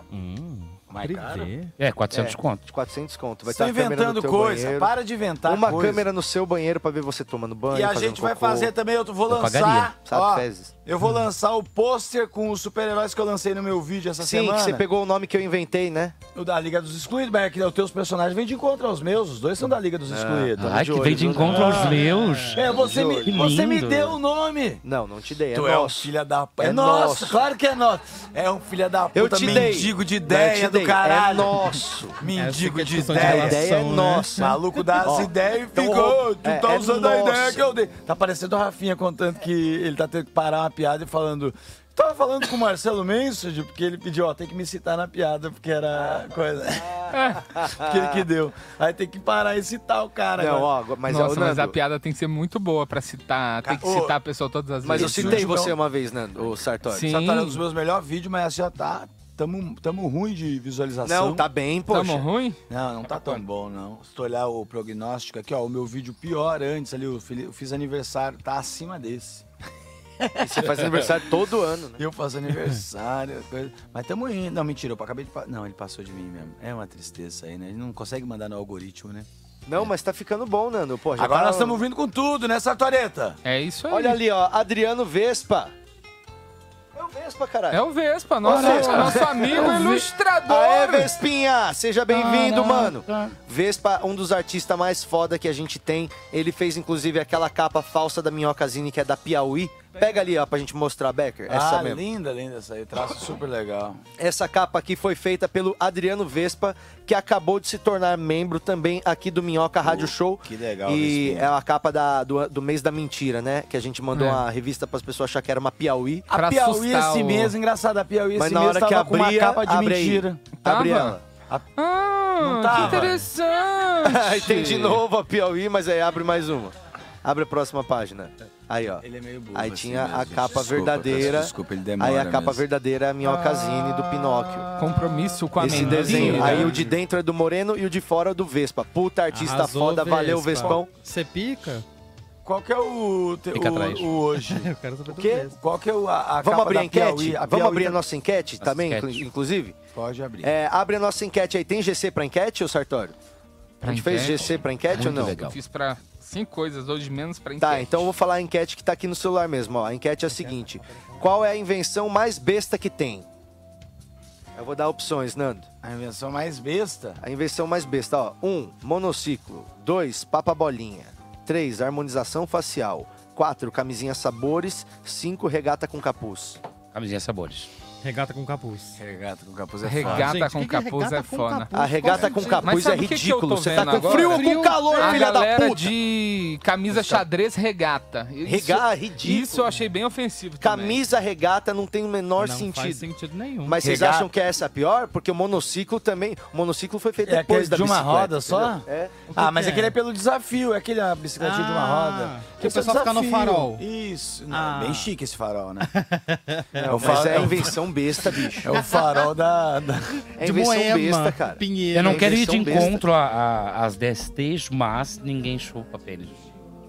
Mais caro? É, um 400 conto. 400 conto. Vai Você estar tá inventando coisa, para de inventar Uma coisa. câmera no seu banheiro pra ver você tomando banho, E a fazendo gente vai um cocô. fazer também, eu vou Eu lançar. pagaria. Sabe, ó, fezes. eu vou lançar o pôster com os super-heróis que eu lancei no meu vídeo essa Sim, semana. que você pegou o nome que eu inventei, né? O da Liga dos Excluídos, Beck, né, os teus personagens vêm de encontro aos meus, os dois são da Liga Ah, dos Excluídos. Ai, que vem de encontro aos meus. É, você me, Que você me lindo. deu o nome. Não, não te dei, é tu é um nosso. filho da... É, É nosso, nosso. claro que é nosso. É um filho da puta, Eu te dei. mendigo de Não, eu ideia te do dei. caralho. É nosso. Mendigo Essa de que é a discussão de ideia. relação, A ideia é né? nossa. Maluco dá as Ó, ideias e então, ficou. ó, Tu é- tá é usando a ideia nossa. que eu dei. Tá parecendo o Rafinha contando que ele tá tendo que parar uma piada e falando... Tava falando com o Marcelo Mensud, porque ele pediu, ó, tem que me citar na piada, porque era coisa... É. que ele que deu. Aí tem que parar e citar o cara. né? Não, ó, agora. agora- mas, Nossa, ô, mas a Nando. piada tem que ser muito boa pra citar. Tem que Ô, citar a pessoa todas as Mas eu vezes. citei você uma vez, Nando, o Sartori. é né? Sim. Só tá nos meus melhores vídeos, mas já tá. Tamo, tamo ruim de visualização. Não, tá bem, poxa. Tamo ruim? Não, não tá tão bom, não. Se tu olhar o prognóstico aqui, ó, o meu vídeo pior antes ali, eu fili- eu fiz aniversário, tá acima desse. E você faz aniversário todo ano, né? Eu faço aniversário, coisa. Mas tamo indo. Não, mentira, eu acabei de. pa- Não, ele passou de mim mesmo. É uma tristeza isso aí, né? Ele não consegue mandar no algoritmo, né? Não, mas tá ficando bom, Nando. Pô, já Agora tá- nós estamos vindo com tudo, né, Sartoreta? É isso aí. Olha ali, ó, Adriano Vespa. É o Vespa, caralho. É o Vespa, nosso, nosso amigo ilustrador. Aê, Vespinha! Seja bem-vindo, Caraca. mano. Vespa, um dos artistas mais foda que a gente tem. Ele fez, inclusive, aquela capa falsa da Minhocazine, que é da Piauí. Pega ali, ó, pra gente mostrar, Becker. Essa ah, mesmo. linda, linda essa aí. Traço super legal. Essa capa aqui foi feita pelo Adriano Vespa, que acabou de se tornar membro também aqui do Minhoca Rádio Show. que legal, E Vespinha. é a capa da- do, do mês da mentira, né? Que a gente mandou É. uma revista para as pessoas achar que era uma Piauí. A Piauí é esse mês, engraçado, a Piauí Mas esse na mês hora tava que com uma abria, capa de abre aí. mentira. Abre ela. Ah, tava. que interessante. Aí tem de novo a Piauí, mas aí abre mais uma. Abre a próxima página. Aí, ó. Ele é meio burro Aí assim tinha mesmo, a gente. capa Desculpa, verdadeira. peço desculpa, ele aí demora a capa mesmo. verdadeira é a minhocazine do Pinóquio. Compromisso com a né? Esse mentira. desenho. Aí o de dentro é do Moreno e o de fora é do Vespa. Puta artista Arrasou, foda, valeu, Vespa. Vespão. Você pica? Qual que é o, te, Fica o, atrás. o hoje? Eu quero saber do que? Qual que é o, a, a Vamos capa abrir da a enquete? Piauí? A Vamos Piauí abrir a tá- nossa enquete também, enquete. inclu- inclusive? Pode abrir. É, abre a nossa enquete aí. Tem GC pra enquete, ô Sartório? Pra a gente enquete? fez GC pra enquete ou não? Eu fiz pra cinco coisas, hoje menos pra enquete. Tá, então eu vou falar a enquete que tá aqui no celular mesmo. Ó. A enquete é a seguinte: Qual é a invenção mais besta que tem? Eu vou dar opções, Nando. A invenção mais besta? A invenção mais besta, ó. 1. Um, monociclo. 2. Papa-bolinha. 3. Harmonização facial. 4. Camisinha sabores. 5. Regata com capuz. É. Camisinha Sabores. Regata com capuz. Regata com capuz é Regata foda. com Gente, que que é capuz é regata com foda. capuz? A regata Qual com sentido? capuz Mas sabe é o que que ridículo. eu tô Você tá vendo com frio ou com calor, a filha da galera puta? de camisa xadrez regata. Isso- Regá, é ridículo. Isso eu achei bem ofensivo Camisa regata não tem o menor Não sentido. faz sentido nenhum. Mas vocês Regata. acham que essa é a pior? Porque o monociclo também. O monociclo foi feito É depois aquele da de uma bicicleta, roda só? entendeu? É. Ah, mas aquele é pelo desafio, é aquele a bicicletinha de uma Ah, roda. que o Esse é pessoal fica no desafio. farol. Isso, não, Ah. é bem chique esse farol, né? Não, mas é um a invenção besta, bicho. É o farol da... da... É invenção besta, cara. Eu não É quero ir de invenção besta. encontro a- a- às DSTs, mas ninguém chupa pênis.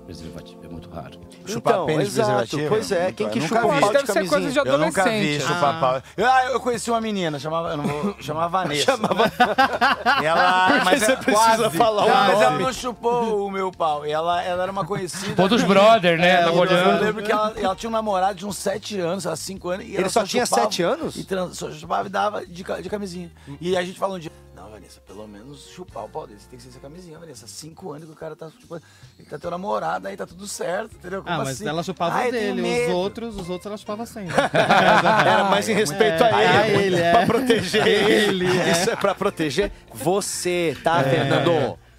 Preservativo é muito raro. Então, exato. Pois é, quem que Tipo, chupa vi. o pau de Deve ser coisa de camisinha? Eu nunca vi né? adolescente. chupar Ah. pau. Eu, ah, eu conheci uma menina, chamava, eu não vou, chamava Vanessa. chamava... E Por ela, que mas você ela- precisa quase. falar o Não, Mas nome? ela não chupou o meu pau. E ela, ela era uma conhecida. Pô, dos brother, né? É, Tava eu olhando. lembro que ela, ela tinha um namorado de uns 7 anos, há 5 anos. E Ele ela só tinha chupava- sete anos? E trans, só chupava e dava de, ca- de camisinha. E a gente falou um dia... Não, Vanessa, pelo menos chupar o pau desse tem que ser essa camisinha, Vanessa. Cinco anos que o cara tá chupando. Ele tá teu namorado, aí tá tudo certo, entendeu? Ah, Como mas assim? ela chupava Ai, o eu tenho dele. Os medo. outros, os outros ela chupava sem. Era mais em respeito É, a Ah, ele. a ele, é. Pra proteger ele. Ele, é. Isso é pra proteger você, tá, É. Fernando?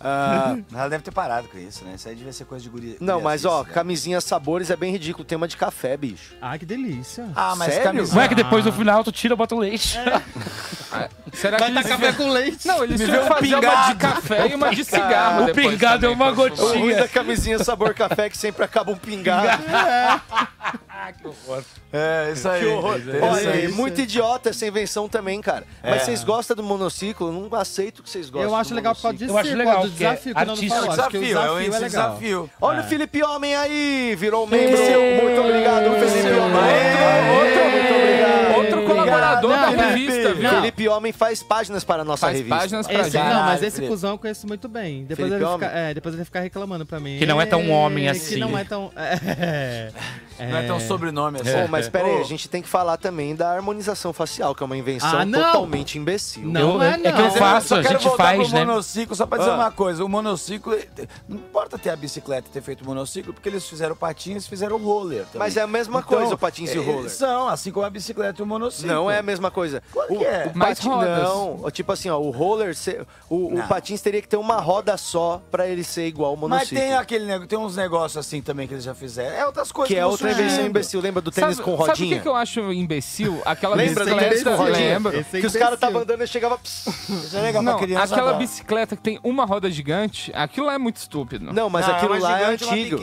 Ah, Ela deve ter parado com isso, né? Isso aí devia ser coisa de guri. não, guriazice, mas ó, né? camisinha sabores é bem ridículo. Tema de café, bicho. Ah, que delícia. Ah, mas Sério? camisinha- Não é que depois no final tu tira e bota o leite. É, Será Vai que tá eles- café com leite. Não, eles Me tinham vê que um fazer uma pingado. de café e uma de cigarro. O depois pingado também, é uma pra chupar. O ruim da camisinha sabor café que sempre acaba um pingado. É, isso aí. Que horror. Isso aí. Olha, Isso aí. muito idiota essa invenção também, cara. É. Mas vocês gostam do monociclo? Eu não aceito que vocês gostem. Eu acho do legal por causa disso, monociclo. por causa do é desafio que o Nando falou. Acho que um o desafio é legal. Olha É. o Felipe Homem aí, virou um membro seu. Muito obrigado, Felipe Homem. Outro, outro, muito obrigado. Outro colaborador Obrigado, da Felipe. revista, viu? Felipe Homem faz páginas para a nossa Faz revista. páginas Esse- não, mas esse cuzão eu conheço muito bem. Depois Felipe ele, Homem? fica, é, depois ele fica reclamando pra mim. Que não é tão homem Que assim. não é tão. É, Não é tão sobrenome assim. Pô, mas pera aí, Ô. a gente tem que falar também da harmonização facial, que é uma invenção Ah, não. totalmente imbecil. Não Eu- é, é que eu não. faço, a gente faz, pro né? monociclo, só pra dizer Ah. uma coisa. O monociclo... eh, Não importa ter a bicicleta e ter feito monociclo, porque eles fizeram patins e fizeram o roller também. Mas é a mesma Então, coisa, o patins e o eh, roller. São, assim como a bicicleta e o monociclo. Não é a mesma coisa. Claro o, que é. o Mais pati- rodas. Não, ó, tipo assim, ó, o roller, se- o, o Não. patins teria que ter uma roda só pra ele ser igual ao Mas monociclo. tem aquele nego- tem uns negócios assim também que eles já fizeram. É outras coisas Que é vão outra invenção surgindo. imbecil. Lembra do tênis com Sabe o que rodinha? que, eu acho um imbecil? Aquela Lembra do tênis bicicleta, com rodinha? lembro. é Que os tá caras estavam andando e chegava... Isso é legal pra Não, criança aquela agora. bicicleta que tem uma roda gigante, aquilo lá é muito estúpido. Não, mas aquilo lá é antigo.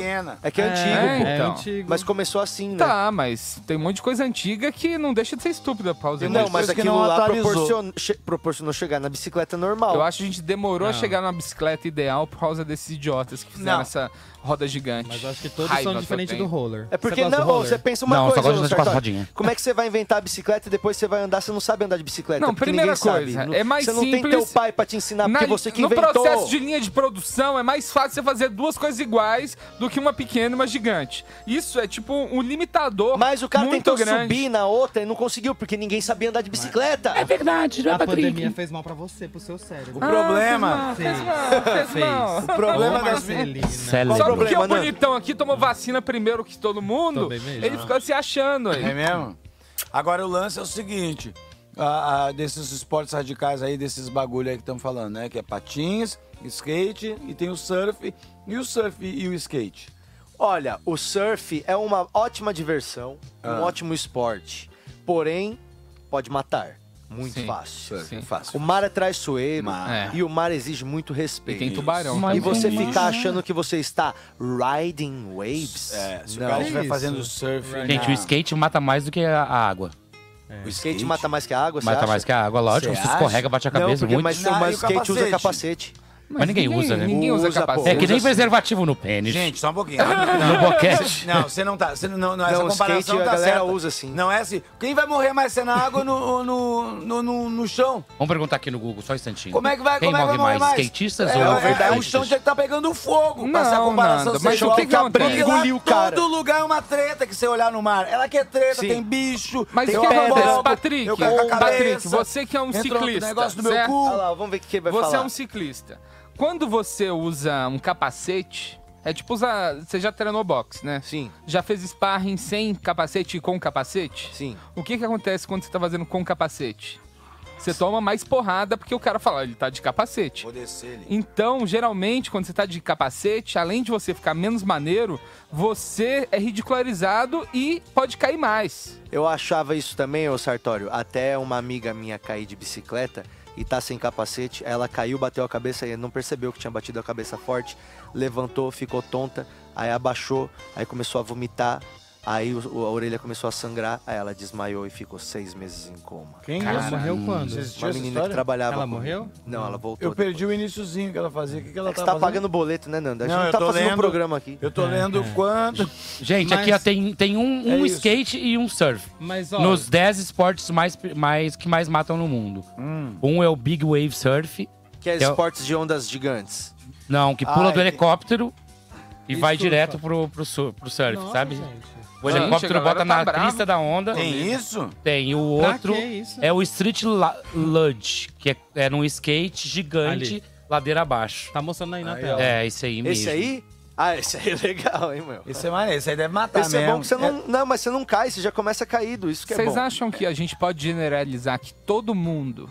É que é, antigo, pô. então. Mas começou assim, né? Tá, mas tem um monte de coisa antiga que não deixa de ser estúpida, pausa. Não, mas aquilo lá proporcionou, che- proporcionou chegar na bicicleta normal. Eu acho que a gente demorou a Não. chegar numa bicicleta ideal por causa desses idiotas que fizeram Não. essa roda gigante. Mas acho que todos são diferentes do roller. É porque não, você pensa uma Não, só coisa, gosto das Sartori. quatro rodinhas. Como é que você vai inventar a bicicleta e depois você vai andar, você não sabe andar de bicicleta? Não, porque primeira ninguém sabe. coisa, Não- é mais Você não tem simples- teu pai pra te ensinar, porque você que no inventou. processo de linha de produção é mais fácil você fazer duas coisas iguais do que uma pequena e uma gigante. Isso é tipo um limitador. Mas O cara muito tentou grande. subir na outra e não conseguiu, porque ninguém sabia andar de bicicleta. É verdade, A pandemia fez mal pra você, pro seu cérebro. O Ah, problema- Fez. fez mal, fez mal, fez mal. Fez. O problema Ô, das- Marcelina. Celina. Só porque o Problema, né? bonitão aqui tomou vacina primeiro que todo mundo, Também mesmo. ele ficou se achando aí. É mesmo? Agora o lance é o seguinte: a- a- desses esportes radicais aí, desses bagulho aí que estamos falando, né? Que é patins, skate e tem o surf. E o surf e o skate? Olha, o surf é uma ótima diversão, um Ah. ótimo esporte. Porém, pode matar. Muito Sim, fácil. sim. fácil. O mar é traiçoeiro Mar. É. e o mar exige muito respeito. E tem tubarão E também. você Mas tem ficar mar. achando que você está riding waves. É, se o cara estiver fazendo surf Gente, o skate mata mais do que a a água. O skate mata mais que a água, você Mata acha? mais que a água, lógico. Você Você escorrega, acha? bate a Não, cabeça porque- é muito. Mas, mas o skate usa capacete. Mas, ninguém, usa, né? ninguém usa capacete. É que nem Usa sim. preservativo no pênis. Gente, só um pouquinho. No boquete. Não, você não tá. Você não, não, não, essa Não, o comparação skate a tá galera certa. usa sim. Não é assim. Quem vai morrer mais se é na água ou no, ou no, no, no, no chão? Vamos perguntar aqui no Google, só um instantinho. Como é que vai, Quem como é que morre vai morrer mais? Skatistas é, ou é, é, O atletas? chão tinha que tá pegando fogo. pra Não, ser a comparação Nanda, mas sexual. o que que Porque acontece? lá Engoliu o cara. Todo lugar é uma treta que você olhar no mar. Ela que é treta, Sim. tem bicho, Mas tem o que pedra, acontece, Patrick? eu cago a Ô, cabeça, Patrick, você que é um entra outro ciclista. é- negócio no meu certo? cu. vamos ver o que vai você falar. é um ciclista. Quando você usa um capacete, é tipo usar. Você já treinou boxe, né? Sim. Já fez sparring sem capacete e com capacete? Sim. O que, que acontece quando você tá fazendo com capacete? Você toma mais porrada porque o cara fala, ele tá de capacete. Vou descer ele. Então, geralmente, quando você tá de capacete, além de você ficar menos maneiro, você é ridicularizado e pode cair mais. Eu achava isso também, ô Sartório. Até uma amiga minha cair de bicicleta e tá sem capacete. Ela caiu, bateu a cabeça e não percebeu que tinha batido a cabeça forte. Levantou, ficou tonta. Aí abaixou, aí começou a vomitar. Aí o- o- a orelha começou a sangrar, aí ela desmaiou e ficou seis meses em coma. Quem? Ela Caralho. morreu quando? Você assistiu Uma essa menina que história? trabalhava. Ela comigo. morreu? Não, ela voltou. Eu perdi o iníciozinho que ela fazia. O que, que ela É que você tá tá fazendo? pagando boleto, né, Nanda? A gente Não, não, eu tá tô fazendo um lendo- programa aqui. Eu tô lendo quanto. Gente, aqui ó, tem, tem um, É um isso. skate e um surf. Mas, ó- Nos 10 esportes mais, mais, que mais matam no mundo. Hum. Um é o Big Wave Surf. Que é o- esportes de ondas gigantes. Não, que pula Ah, do entendi. helicóptero e Isso vai tudo, direto cara. pro, pro, sur- pro surf, Nossa, sabe? O Gente, helicóptero a galera bota Ah. tá na brava crista da onda. comigo. isso? Tem. E o Pra outro que isso? é o Street la- Luge, que é, é num skate gigante, Ali. ladeira abaixo. Tá mostrando aí na Aí, ó. tela. É, isso aí mesmo. Esse aí? Ah, esse aí é legal, hein, meu? Esse é maneiro, esse aí deve matar Esse é bom que você não... Não, mas você não cai, você já começa caído, isso que é bom. Vocês acham que a gente pode generalizar que todo mundo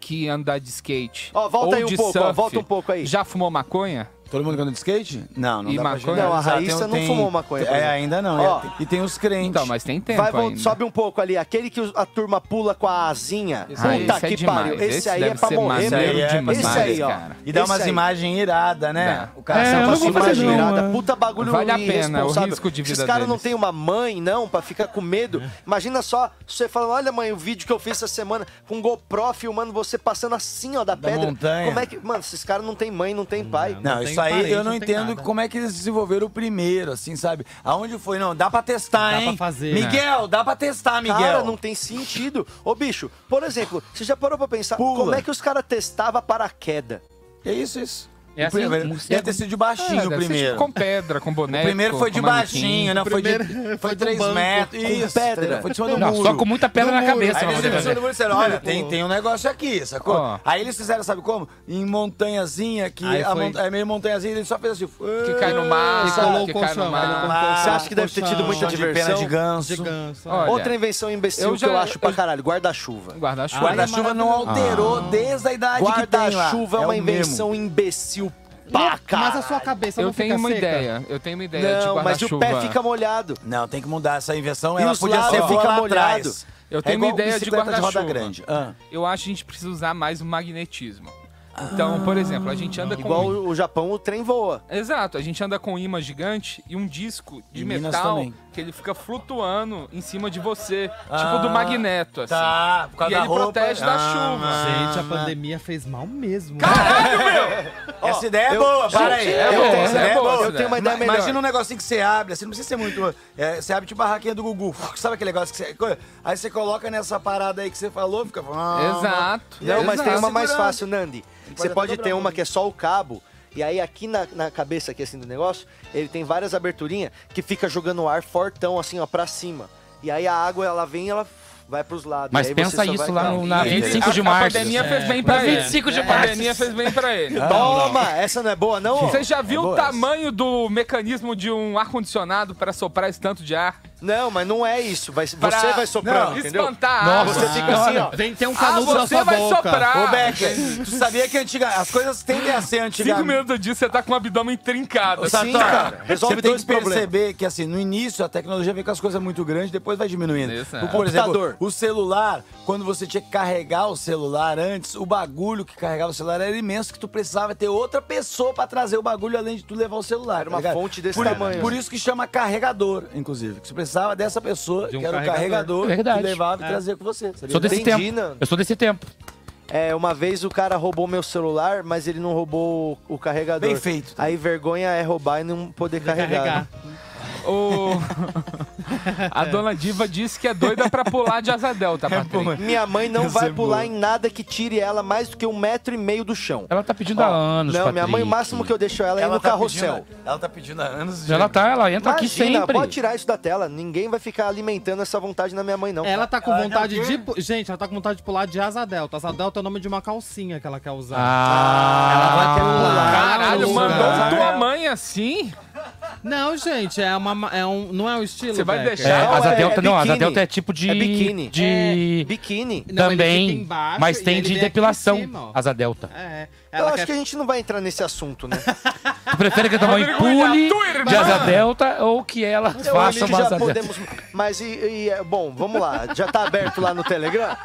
que andar de skate Ó, volta ou aí um de pouco, ó, surf volta um pouco aí. já fumou maconha? Todo mundo que anda de skate? Não, não E dá pra maconha? generalizar. Não, a Raíssa Tem- não tem- fumou maconha, por É, exemplo. ainda não. Ó. é- e tem os crentes. Então, mas tem tempo Vai, vol- ainda. sobe um pouco ali. Aquele que a turma pula com a asinha. Esse aí- Puta esse é que demais. pariu. Esse, Esse aí é deve pra ser morrer maneiro mesmo. demais, esse aí, ó. cara. E dá Esse umas aí. imagens iradas, né? Dá. O cara É, só eu não passa vou uma fazer não, é. irada. mano. Puta bagulho Vale a pena, é o irresponsável. risco de vida Esses caras não deles. têm uma mãe, não, pra ficar com medo. Imagina só, você fala, olha mãe, o vídeo que eu fiz essa semana com GoPro filmando você passando assim, ó, da, pedra. montanha. Como é que... Mano, esses caras não têm mãe, não têm pai. Não, isso aí eu não entendo como é que eles desenvolveram o primeiro, assim, sabe? Aonde foi? Não, dá pra testar, Dá hein? pra fazer, né? Miguel, dá pra testar, Miguel. Cara, não tem sentido. Ô, bicho, por exemplo, você já parou pra pensar Pula. como é que os caras testavam paraquedas? É isso, isso. É O assim, primeiro- morcego. Deve ter sido de baixinho É, o deve ser é, primeiro. tipo com pedra, com boneco. o primeiro foi com de manequim. baixinho, né? Foi, de, Primeiro- foi do 3 banco. metros. Com isso, pedra. Foi de cima do Não, né? muro. só com muita pedra Do na muro. cabeça, Aí pra eles poder iam em cima fazer. do muro e disseram, olha, Primeiro tem, pulou. tem um negócio aqui, sacou? Ó. Aí eles fizeram, sabe como? Em montanhazinha, que Aí a foi- monta- é meio montanhazinha, ele só fez assim... Que cai no mar, que cai no mar. Você acha que deve ter tido muita de diversão? pena de ganso. é. Olha, Outra invenção imbecil eu já- que eu acho pra caralho, guarda-chuva. Ah, Guarda-chuva. Guarda-chuva não alterou Ah. desde a idade que tem lá. Guarda-chuva É é o uma mesmo. invenção imbecil pra caralho. Mas a sua cabeça Ah, Eu não tenho fica uma seca? ideia. Eu tenho uma ideia é de Não, mas o guarda-chuva. pé fica molhado. Não, tem que mudar essa invenção. E Ela os podia lados ser fica bola molhado. atrás. Eu É tenho uma igual ideia de bicicleta de roda guarda-chuva. grande. Ah. Eu acho que a gente precisa usar mais o magnetismo. Então, Ah. por exemplo, a gente anda com... Igual o Japão, o trem voa. Exato, a gente anda com um imã gigante e um disco de Em Minas metal também. que ele fica flutuando em cima de você, Ah, tipo do magneto, assim. tá, por causa e da ele roupa. protege da Ah, chuva. Gente, a pandemia fez mal mesmo. né? Essa ideia é eu- boa, Gente, para aí. é Eu boa, tenho- é essa ideia boa, boa. eu tenho uma Ma- ideia melhor. Imagina um negocinho que você abre, assim, não precisa ser muito. é, você abre tipo a barraquinha do Gugu. Sabe aquele negócio que você. co- Aí você coloca nessa parada aí que você falou, fica. "Ah, Exato. Não, mas tem uma mais fácil, Nandi. Pode Você até pode dobrar ter um uma que é só o cabo. E aí aqui na, na cabeça aqui assim do negócio, ele tem várias aberturinhas que fica jogando ar fortão assim, ó, pra cima. E aí a água ela vem, e ela vai pros lados. Mas E aí pensa você só isso vai- lá Não. no- na E- 25 de a- a março. pandemia pandemia fez- fez bem É, pra mas ele. 25 de A março. pandemia fez bem pra ele. Toma, essa não é Ah, boa não? Você já É viu o boa essa. tamanho do mecanismo de um ar-condicionado para soprar esse tanto de ar? Não, mas não é isso. Vai- Você Pra- vai soprando, Não, entendeu? espantar a água. Você fica é assim, ó. Tem que Ah, ter um canudo na sua boca. Ô, Becker. Tu sabia que antiga, as coisas tendem a ser antigamente. Cinco minutos disso, você tá com o abdômen trincado. Ô, assim, Sartori, você tem que perceber problemas. que, assim, no início a tecnologia vem com as coisas muito grandes, depois vai diminuindo. Isso, é. Então, Por exemplo, Computador. o celular, quando você tinha que carregar o celular antes, o bagulho que carregava o celular era imenso, que tu precisava ter outra pessoa pra trazer o bagulho, além de tu levar o celular. Era uma fonte desse por, tamanho. Por isso que chama carregador, inclusive. Que você precisava dessa pessoa, De um que era carregador. o carregador, É verdade. que levava É. e trazia com você. sabia? Sou desse Entendi, tempo. Nando. Eu sou desse tempo. É, uma vez o cara roubou meu celular, mas ele não roubou o carregador. Bem feito. Aí vergonha é roubar e não poder carregar. O- A dona Diva disse que é doida pra pular de asa É delta, Patrick. Minha mãe não vai pular em nada que tire ela mais do que um metro e meio do chão. Ela tá pedindo há anos, Não, minha mãe, o Patrick. máximo que eu deixo ela é ir no tá carrossel. Pedindo, ela tá pedindo há anos. Ela tá, ela entra aqui Imagina, sempre. pode tirar isso da tela. Ninguém vai ficar alimentando essa vontade na minha mãe, não. Ela tá com vontade de. pu- Gente, ela tá com vontade de pular de asa delta. Asa delta é o nome de uma calcinha que ela quer usar. Ah, um Ela vai Caralho, pular. mandou tua mãe assim? Não, gente, é uma. É um, não é um estilo. Você vai Becker. deixar? É, asa delta não, tá- asa delta é tipo de. De. biquíni. É, Não, ele Também. fica embaixo mas e tem ele de vem aqui em depilação. cima, ó. asa delta. É. Eu acho que a gente não vai entrar nesse assunto, né? Tu prefere É que a tua mãe pule de asa delta ou que ela Eu faça acho que uma já asa delta? podemos. Mas e, e, é, bom, vamos lá. Já tá aberto lá no Telegram?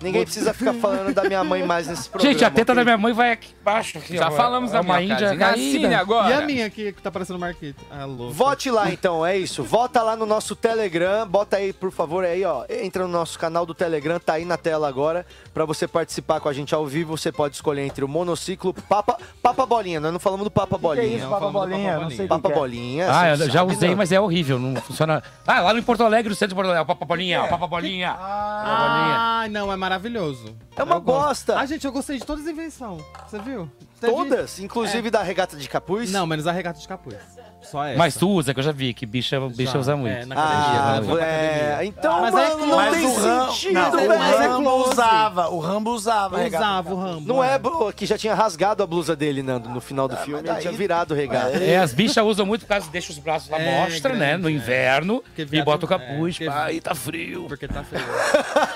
Ninguém precisa ficar falando da minha mãe mais nesse programa. Gente, a teta ok? da minha mãe vai aqui embaixo. Aqui, Já ó. falamos É da uma minha índia casinha. Assine caída. agora. E a minha aqui, que tá parecendo o Marquito. Ah, louco. Vote lá então, é isso. Vota lá no nosso Telegram, bota aí, por favor, aí, ó. Entra no nosso canal do Telegram, tá aí na tela agora. Pra você participar com a gente ao vivo, você pode escolher entre o monociclo, Papa, Papa Bolinha. Nós não falamos do Papa Bolinha. isso, Papa Não, falamos do Bolinha? Papa Não sei o que Papa que é. Bolinha. Ah, você eu já sabe, usei, não. mas é horrível, não funciona. Ah, lá em Porto Alegre, no centro de Porto Alegre, ó, Papa Bolinha, ó, Papa Bolinha. Ah, não, é maravilhoso. É uma bosta. Ah, gente, eu gostei de todas as invenções. Você viu? tá Todas? É. Inclusive da regata de capuz? Não, menos a regata de capuz. Só essa. Mas tu usa, que eu já vi, que bicha, bicha Já, usa é, muito. na academia, Ah, quando eu vou pra é, academia. então, Mas é close. Mas o Ram- não, o Rambo usava, o Rambo usava a regata. Usava o Rambo. né? Não é, bro, que já tinha rasgado a blusa dele, Nando, no final Ah, do filme. Ele tinha virado regata. É, as bichas usam muito por causa deixa os braços à É, mostra, grande, né? No é. inverno. E viado- bota o capuz. porque- pá, e tá frio. Porque tá frio.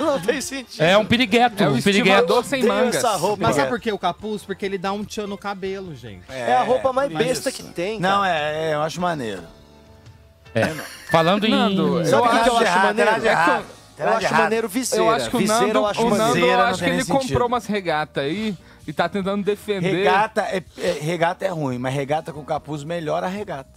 Não tem sentido. é É um pirigueto. um pirigueto. é Mas sabe por que o capuz? Porque ele dá um tchan no cabelo, gente. É a roupa mais besta que tem. Não, é, é, eu acho maneiro. Falando em... Nando, Sabe o que que eu acho maneiro? É que eu- Eu acho maneiro viseira. Eu acho que o viseira, Nando, eu acho o Nando, maneiro. eu Viseira não acho que tem ele nem sentido. comprou umas regatas aí e tá tentando defender. Regata é, é- regata é ruim, mas regata com capuz melhora a regata.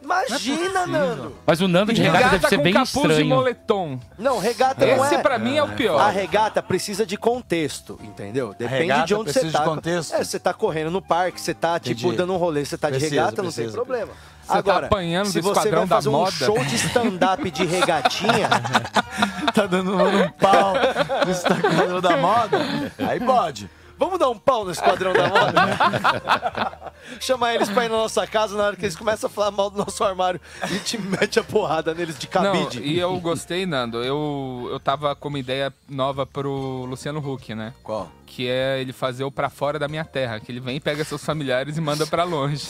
é Imagina, Nando. Mas o Nando de regata deve ser bem estranho. moletom. Não, regata não é. Esse pra mim é Ah, o pior. A regata precisa de contexto, entendeu? Depende regata de onde precisa você de tá. contexto? É, você tá correndo no parque, você tá, tipo, Entendi. dando um rolê, você tá de Precisa, regata, não precisa. tem problema. Você tá Agora, apanhando se do você Esquadrão vai da fazer um Moda. show de stand-up de regatinha, tá dando um pau no Instagram da moda? Aí pode. Vamos dar um pau no Esquadrão da Moda? Chamar eles pra ir na nossa casa na hora que eles começam a falar mal do nosso armário e te mete a porrada neles de cabide. Não, e eu gostei, Nando. Eu, eu tava com uma ideia nova pro Luciano Huck, né? Qual? Que é ele fazer o Pra Fora da Minha Terra, que ele vem, pega seus familiares e manda pra longe.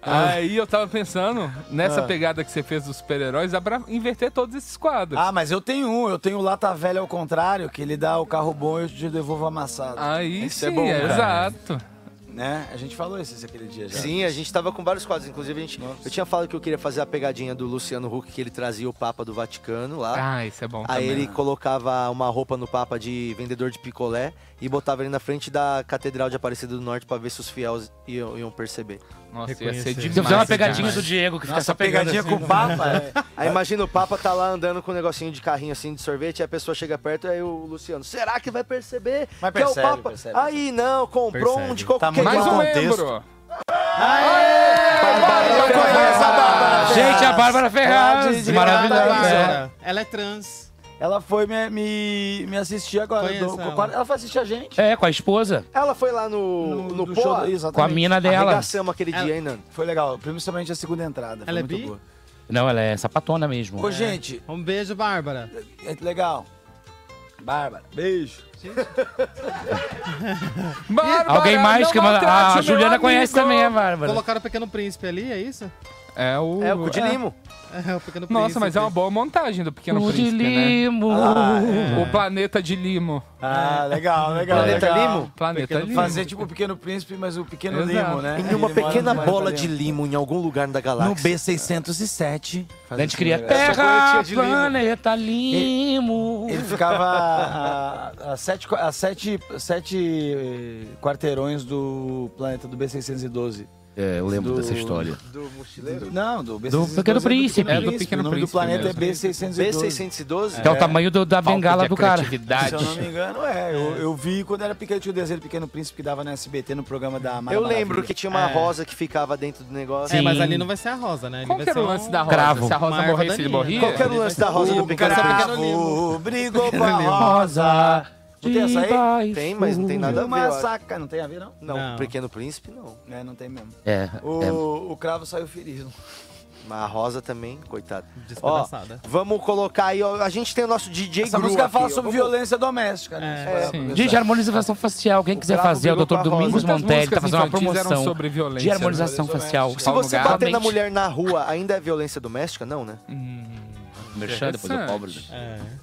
Aí eu tava pensando, nessa Ah. pegada que você fez dos super-heróis, dá pra inverter todos esses quadros. Ah, mas eu tenho um, eu tenho o Lata Velha ao contrário, que ele dá o carro bom e eu te devolvo amassado. Aí Esse sim, é cara. exato. Né? A gente falou isso esse aquele dia já. Sim, a gente tava com vários quadros. Inclusive, a gente, eu tinha falado que eu queria fazer a pegadinha do Luciano Huck, que ele trazia o Papa do Vaticano lá. Ah, isso é bom Aí também, ele né? colocava uma roupa no Papa de vendedor de picolé e botava ele na frente da Catedral de Aparecida do Norte pra ver se os fiéis iam, iam perceber. Nossa, ia ser Se demais. eu fizer uma demais. pegadinha do Diego, que fica Nossa, só pegando pegadinha assim. com o Papa, é. Aí imagina o Papa tá lá andando com um negocinho de carrinho assim de sorvete, aí a pessoa chega perto, aí o Luciano, será que vai perceber Mas que percebe, é o Papa? percebe. aí não, comprou um de qualquer Tá mais igual. um membro. Gente, a Bárbara Ferraz, maravilhosa. Ela é trans. Ela foi me, me, me assistir agora. Conheço do- ela. ela foi assistir a gente. É, com a esposa. Ela foi lá no, no, do Poa? show, exatamente. Com a mina dela. Arregaçamos aquele dia, hein, Nando? Foi legal, principalmente a segunda entrada. Ela é foi bi? muito boa. Não, ela é sapatona mesmo. Ô, gente. Um beijo, Bárbara. É legal. Bárbara, beijo. Alguém mais que manda. Ah, A Juliana conhece também a Bárbara. Colocaram o Pequeno Príncipe ali, é isso? É o. É o cu Ah. de limo. É, o pequeno Nossa, mas é uma boa montagem do Pequeno O de Príncipe, né? é, limo. Ah, O planeta de limo. Ah, legal, legal. Planeta legal. Limo? Planeta Pequeno- Limo. Fazer tipo o Pequeno Príncipe, mas o Pequeno Exato. Limo, né? Em uma Ele mora pequena no planeta bola de limo em algum lugar da galáxia. No B607. A gente cria Terra, planeta limo. Ele ficava a, a sete, qua- a sete, sete eh, quarteirões do planeta do B612. É, eu lembro Do- dessa história. Do mochileiro? Não, do B612. Do Pequeno Príncipe. É É, do Pequeno o nome do Príncipe planeta mesmo. é B612. B612? Então Que é o tá tamanho do- da Falta bengala de do cara. criatividade. Se eu não me engano, é. Eu, eu vi quando era pequeno, tinha o desenho do Pequeno Príncipe que dava na SBT no programa da Mara É. Eu Maravilha. lembro que tinha uma É. rosa que ficava dentro do negócio. É, mas ali não vai ser a rosa, né? Ali Qual vai que era ser o lance um- da rosa? Cravo. Se a rosa uma erva morresse, ele daninha, morria? né? Qual que um. era o lance da rosa do Pequeno Príncipe? O brigou com a rosa. Não tem essa aí? Tem, mas não tem nada a ver. eu Uma acho. saca, não tem a ver, não? Não, o Pequeno Príncipe não. É, não tem mesmo. É, O, é. o cravo saiu ferido. Mas a Rosa também, coitada. Ó, Despedaçada. vamos colocar aí, ó, a gente tem o nosso DJ Essa Gru música aqui, fala ó, sobre vamos- É. violência doméstica, né? Se parar pra pensar. Gente, harmonização facial. Quem quiser cravo fazer, é o virou Dr. pra rosa. Domingos Muitas Montelli tá músicas fazendo uma infantis eram promoção sobre violência, de né? harmonização Violência facial. doméstica. Se você bater na Somente. mulher na rua, ainda é violência doméstica? Não, né? Merchan, depois eu cobro. gente.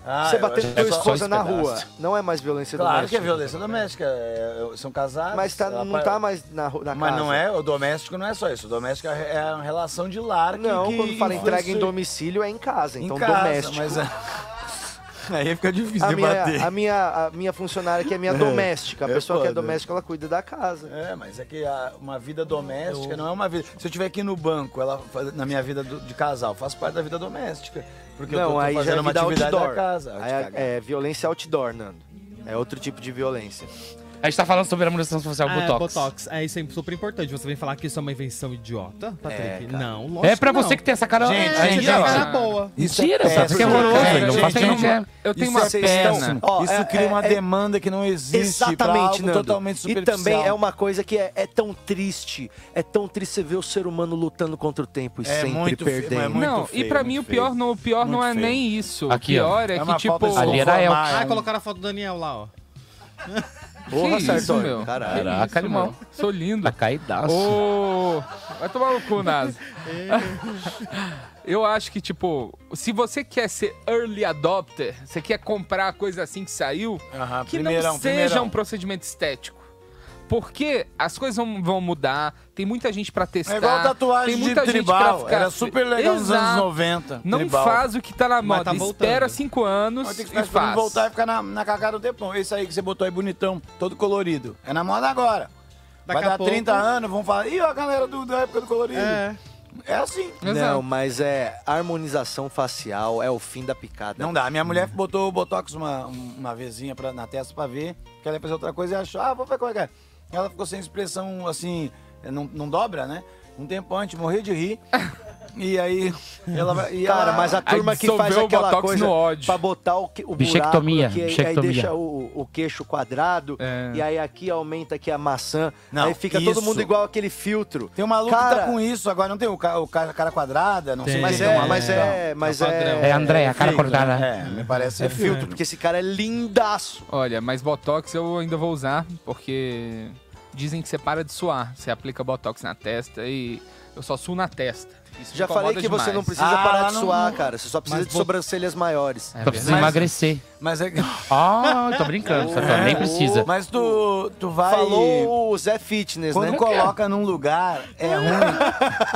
Ah, você eu bater acho na que é tua só esposa esse na pedaço. rua, não é mais violência Claro que doméstica. é violência doméstica. é, é, são casados. Mas tá- ela não pa- tá mais na, ru- na Mas casa. não é, o doméstico não é só isso. O doméstico é é uma relação de lar que Não, que quando fala entrega em influencia. domicílio é em casa, Em então casa, doméstico. mas é- Aí fica difícil a de bater. minha, a, minha, a minha funcionária que é minha É, doméstica. A é pessoa que é foda. doméstica, ela cuida da casa. É, mas é que a- uma vida doméstica não é uma vida. Se eu tiver aqui no banco, ela faz- na minha vida do- de casal, faço parte da vida doméstica. Porque eu tô, tô fazendo é uma vida atividade outdoor. da casa. Aí é, é violência outdoor, Nando. É outro tipo de violência. A gente tá falando sobre harmonização facial, Ah, Botox. Botox. É isso é super importante. Você vem falar que isso é uma invenção idiota, Patrick? cara. não, lógico É pra não. você que tem essa cara- Gente, é, gente, essa ó, tá- cara boa. Isso Mentira, é Patrick, é horroroso, péssimo. não faça Gente, isso, né? eu tenho é uma pena. Isso cria uma demanda que não existe pra Exatamente, algo Nando. é, totalmente E superficial. também é uma coisa que é, é tão triste. É tão triste você ver o ser humano lutando contra o tempo e É sempre muito feio, perdendo. é muito Não, e pra mim o pior, não, o pior não é nem isso. Aqui, o pior ó. é, É que, uma tipo. falta de Ali era eu. Ah, Então- colocaram a foto do Daniel lá, ó. que Porra, isso, Sartori. meu? Caralho. Que isso, meu? Sou lindo. Tá caidaço. Ô, Vai tomar no cu, Nazi. Eu acho que, tipo, se você quer ser early adopter, você quer comprar a coisa assim que saiu, que Ah, primeirão, não seja primeirão. um procedimento estético. Porque as coisas vão, vão mudar, tem muita gente pra testar. É igual tatuagem tem de muita gente pra tribal, ficar- era super legal nos anos Exato. 90, Não tribal. faz o que tá na Mas moda, tá voltando. espera cinco anos Mas tem que e ficar esperando faz. voltar e ficar na, na cagada o tempão. Esse aí que você botou aí bonitão, todo colorido. É na moda agora. Daqui Vai a dar pouco- 30 anos, vão falar, ih, ó, a galera do, da época do colorido. É. É, assim. Não, mas é harmonização facial, é o fim da picada. Não dá. Minha mulher botou o Botox uma, um, uma vezinha pra, na testa pra ver, que ela ia fazer outra coisa e achou, ah, vou ver como é que é. Ela ficou sem expressão, assim, não, não dobra, né? Um tempo antes, morri de rir. E aí, ela vai. e Cara, ela- mas a turma que faz aquela coisa pra botar o, que, o Bichectomia, buraco, que aí- bichectomia. aí deixa o, o queixo quadrado, e aí aqui aumenta aqui a maçã, Não, aí fica isso. todo mundo igual aquele filtro. Tem um maluco que Cara, tá com isso, agora não tem o, ca- o ca- cara quadrada, não sei Mas quem é, um maluco mas que é- tá- mas tá padrão. É, André, a cara filtro, cortada. né? É, me parece é filtro, porque esse cara é lindaço. Olha, mas Botox eu ainda vou usar, porque dizem que você para de suar. Você aplica Botox na testa e eu só suo na testa. Isso me Já falei incomoda que você demais. não precisa parar de suar, cara. Você só precisa Mas de vou- sobrancelhas maiores. Só precisa emagrecer. Mas é Ah, tô brincando, Sartori, nem precisa. Mas tu, tu vai. Falou o Zé Fitness, Quando né? coloca num lugar, é ruim.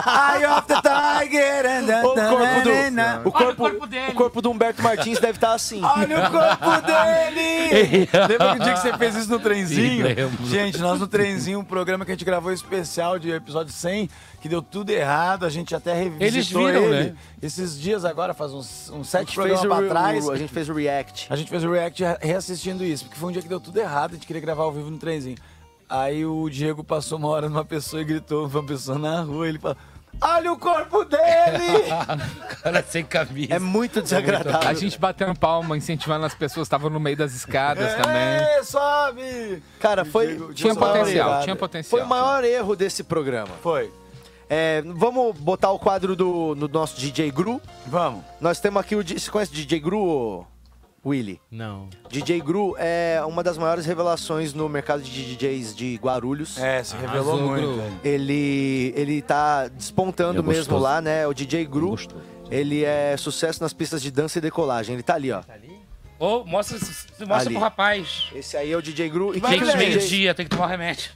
Eye of the Tiger! and the- O corpo do- na- o corpo- O corpo do Humberto Martins deve estar assim. Olha o corpo dele! Lembra que o dia que você fez isso no trenzinho? Lembro. Gente, nós no trenzinho, um programa que a gente gravou especial de episódio 100, que deu tudo errado, a gente até revisitou Eles viram, ele. né? Esses dias agora, faz uns, uns A sete gente fez programas pra o- trás. o- a gente fez o react. A gente fez o react re- reassistindo isso, porque foi um dia que deu tudo errado, a gente queria gravar ao vivo no trenzinho. Aí o Diego passou uma hora numa pessoa e gritou pra uma pessoa na rua, ele falou... Olha o corpo dele! cara sem camisa. É muito desagradável. A gente batendo palma, incentivando as pessoas que estavam no meio das escadas também. É, sobe! Cara, foi. foi Tinha o maior potencial, erro. tinha potencial. Foi o maior erro desse programa. Foi. É, vamos botar o quadro do, no nosso DJ Gru? Vamos. Nós temos aqui o. Di- Você conhece o DJ Gru? ô? Willy. Não. DJ Gru é uma das maiores revelações no mercado de DJs de Guarulhos. É, se revelou Arrasou, muito, Gru. velho. Ele, ele tá despontando Ele é mesmo gostoso. lá, né? O DJ Gru, ele é sucesso nas pistas de dança e decolagem. Ele tá ali, ó. Ou mostra, mostra Ali. pro rapaz. Esse aí é o DJ Gru. E Tem quem que é DJ? meio-dia, tem que tomar remédio.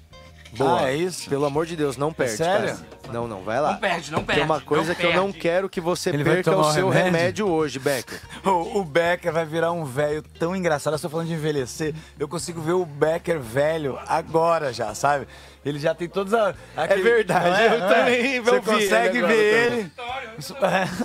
Boa. Ah, é isso? Pelo amor de Deus, não perde, sério? cara. Não, não, vai lá. Não perde, não Tem perde, uma coisa não que eu não perde. quero que você Ele vai perca é tomar o o seu remédio? remédio? hoje, Becker. O, o Becker vai virar um velho tão engraçado. Eu estou falando de envelhecer. Eu consigo ver o Becker velho agora já, sabe? Ele já tem todas as. aquele- É verdade, Não é? eu Não também Você ouvi consegue ele agora ver também. ele. Isso-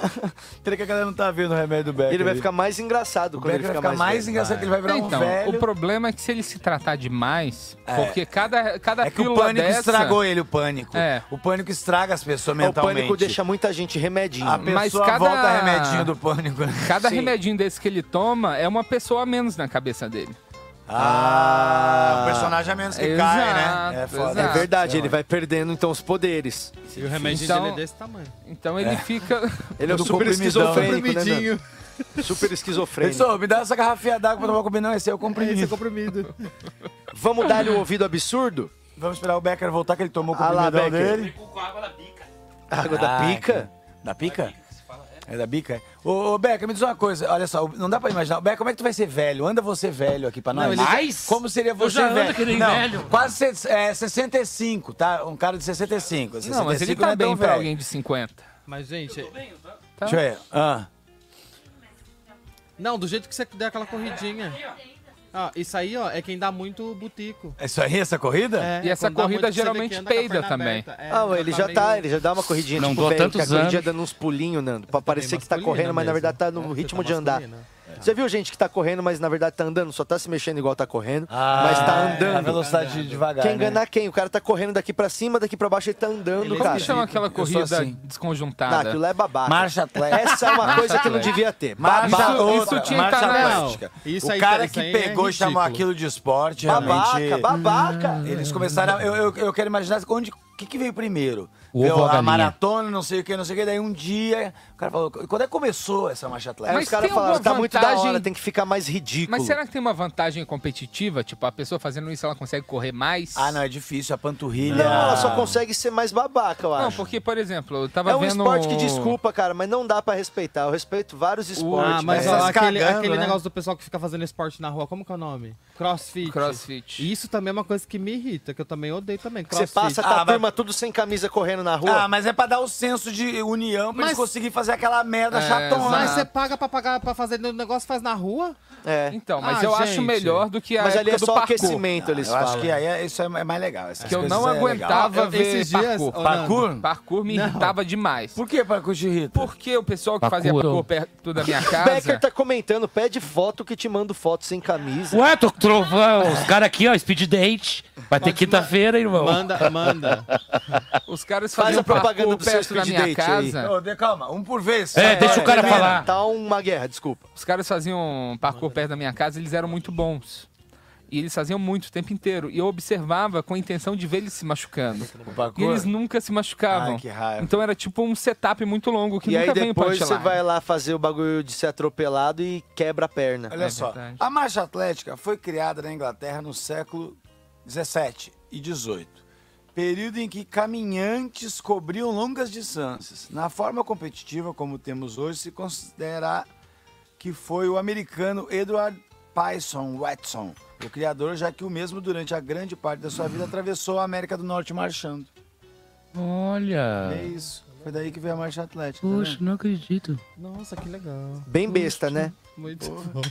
Pena que a galera não tá vendo o remédio do Becker. Ele vai ficar mais engraçado O quando ele Becker vai ficar ficar mais, mais velho. engraçado, que ele vai virar um então, velho. o problema é que se ele se tratar demais, É. porque cada, cada É que o pílula pânico dessa- estragou ele, o pânico. É. O pânico estraga as pessoas É, O mentalmente. Ah, pânico deixa muita gente remedinho. A pessoa volta remedinho do pânico. né? Cada Sim. remedinho desse que ele toma é uma pessoa a menos na cabeça dele. Ah, o personagem a menos que cai, Exato, né? É verdade, ele vai perdendo então os poderes. E o remédio Então- dele é desse tamanho. Então ele É. fica. Ele é o Todo super comprimidão. esquizofrênico, né, Comprimidinho. Nando? Super esquizofrênico. Pessoal, me dá essa garrafinha d'água pra tomar comigo. Não, esse é o comprimido. Esse é o comprimido. Vamos dar-lhe o ouvido absurdo? Vamos esperar o Becker voltar, que ele tomou o Ah lá, comprimidão Becker. dele. Água da Ah, pica? Da pica? É da bica? é? Ô, ô, Becker, me diz uma coisa. Olha só, não dá pra imaginar. Becker, como é que tu vai ser velho? Anda você velho aqui pra Não, nós. ele já- Mas- Como seria você já ando velho? que nem não, velho. Quase se- é, 65, tá? Um cara de 65. Não, mas ele 65 tá é tão bem pra velho. alguém de 50. Mas, gente. Tá. Deixa eu ver. Ah. Não, do jeito que você der aquela corridinha. Ah, isso aí, ó, é quem dá muito butico. É isso aí, essa corrida? É, E essa quando dá corrida muito, você vê geralmente que anda com a peida perna também. aberta. ah, É, já ele tá já meio- tá, ele já dá uma corridinha Não tipo, dou velho, tantos que a corridinha anos. dando uns pulinhos, Nando, pra parecer que tá correndo, mas na verdade tá É, no ritmo de andar. Você já viu gente que tá correndo, mas na verdade tá andando, só tá se mexendo igual tá correndo, Ah, mas tá é, andando. a velocidade devagar, Quer né? enganar quem? O cara tá correndo daqui pra cima, daqui pra baixo, ele tá andando, Como cara. que chama aquela Eu sou corrida assim. desconjuntada? Não, aquilo é babaca. Marcha atlética. Essa é uma Marcha coisa que não atlética. devia ter. Marcha, Babaca. outra, marcha na- atlética. o cara que pegou e chamou aquilo de esporte, Babaca, realmente... Hum. babaca. Eles começaram... a- Eu, eu, eu quero imaginar onde... O que, que veio primeiro? O ovo Veio ou a a galinha? maratona, não sei o que, não sei o que. Daí um dia, o cara falou... Quando é que começou essa marcha atlética? Aí os caras falaram, tá muito da hora, tem que ficar mais ridículo. Mas será que tem uma vantagem competitiva? Tipo, a pessoa fazendo isso, ela consegue correr mais? Ah, não, é difícil, a panturrilha... é Não, ela Ah. só consegue ser mais babaca, eu acho. Não, porque, por exemplo, eu tava é um vendo... esporte que desculpa, cara, mas não dá pra respeitar. Eu respeito vários esportes. Ah, mas né? ó, aquele, aquele negócio do pessoal que fica fazendo esporte na rua, como que é o nome? Crossfit. Crossfit. Isso também é uma coisa que me irrita, que eu também odeio também. Você Crossfit. passa tá, a turma tudo sem camisa correndo na rua. Ah, mas é pra dar o senso de união, pra Mas- eles conseguirem fazer aquela merda É, chatona. Mas Ah. você paga pra, pagar, pra fazer o negócio faz na rua? É. Então, mas Ah, eu acho gente. melhor do que a Mas ali época é do só parkour. aquecimento, eles Eu falam. acho que aí é- isso é é mais legal. essas Que eu coisas não é legal. aguentava Eu- ver esses dias- parkour. Ô, Nando. Parkour? Parkour me irritava demais. Por que parkour te irrita? Porque o pessoal que fazia parkour Parkour. perto da minha O Becker casa... tá comentando, pede foto que te mando foto sem camisa. Ué, tô trovão. Os caras aqui, ó, speed date. Vai ter quinta-feira, Oh. irmão. Manda, manda. Os caras Faz faziam a propaganda parkour do seu perto da speed minha date aí. casa... Ô, de- calma, um por vez. É, deixa o cara Termina. falar. Tá uma guerra, desculpa. Os caras faziam parkour perto da minha casa, eles eram muito bons. E eles faziam muito o tempo inteiro. E eu observava com a intenção de ver eles se machucando. O E parkour? eles nunca se machucavam. Ai, que raiva. Então era tipo um setup muito longo que e aí nunca veio depois você punchline. vai lá fazer o bagulho de ser atropelado e quebra a perna. É Olha só, a marcha atlética foi criada na Inglaterra no século 17 e 18, período em que caminhantes cobriam longas distâncias. Na forma competitiva como temos hoje, se considera que foi o americano Edward Payson Watson, o criador, já que o mesmo durante a grande parte da sua vida atravessou a América do Norte marchando. Olha. É isso. Foi daí que veio a marcha atlética. tá Poxa, vendo? não acredito. Nossa, que legal. Bem besta, né? Muito Porra. bom.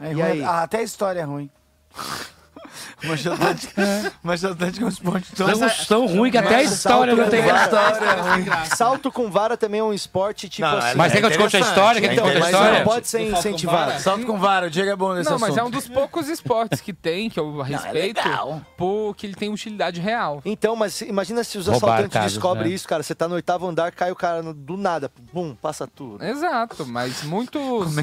É E ruim. aí? Ah, até a história é ruim. Marcha Atlântica, Marcha Atlântica é um esporte tão... Tão- Então, tão ruim que até a é Marcha É história Atlântica, não tem a graça. história é ruim. Salto com vara também é um esporte tipo Não, assim. Mas é que eu te conte a história, que eu te Então, conte a mas história. não pode ser incentivado. Salto com vara, o Diego é bom nesse Não, assunto. mas é um dos poucos esportes que tem, que é eu respeito, porque ele tem utilidade real. Então, mas imagina se os Roubar assaltantes casas, descobrem né? isso, cara. Você tá no oitavo andar, cai o cara no- do nada. Bum, passa tudo. Exato, mas muitos...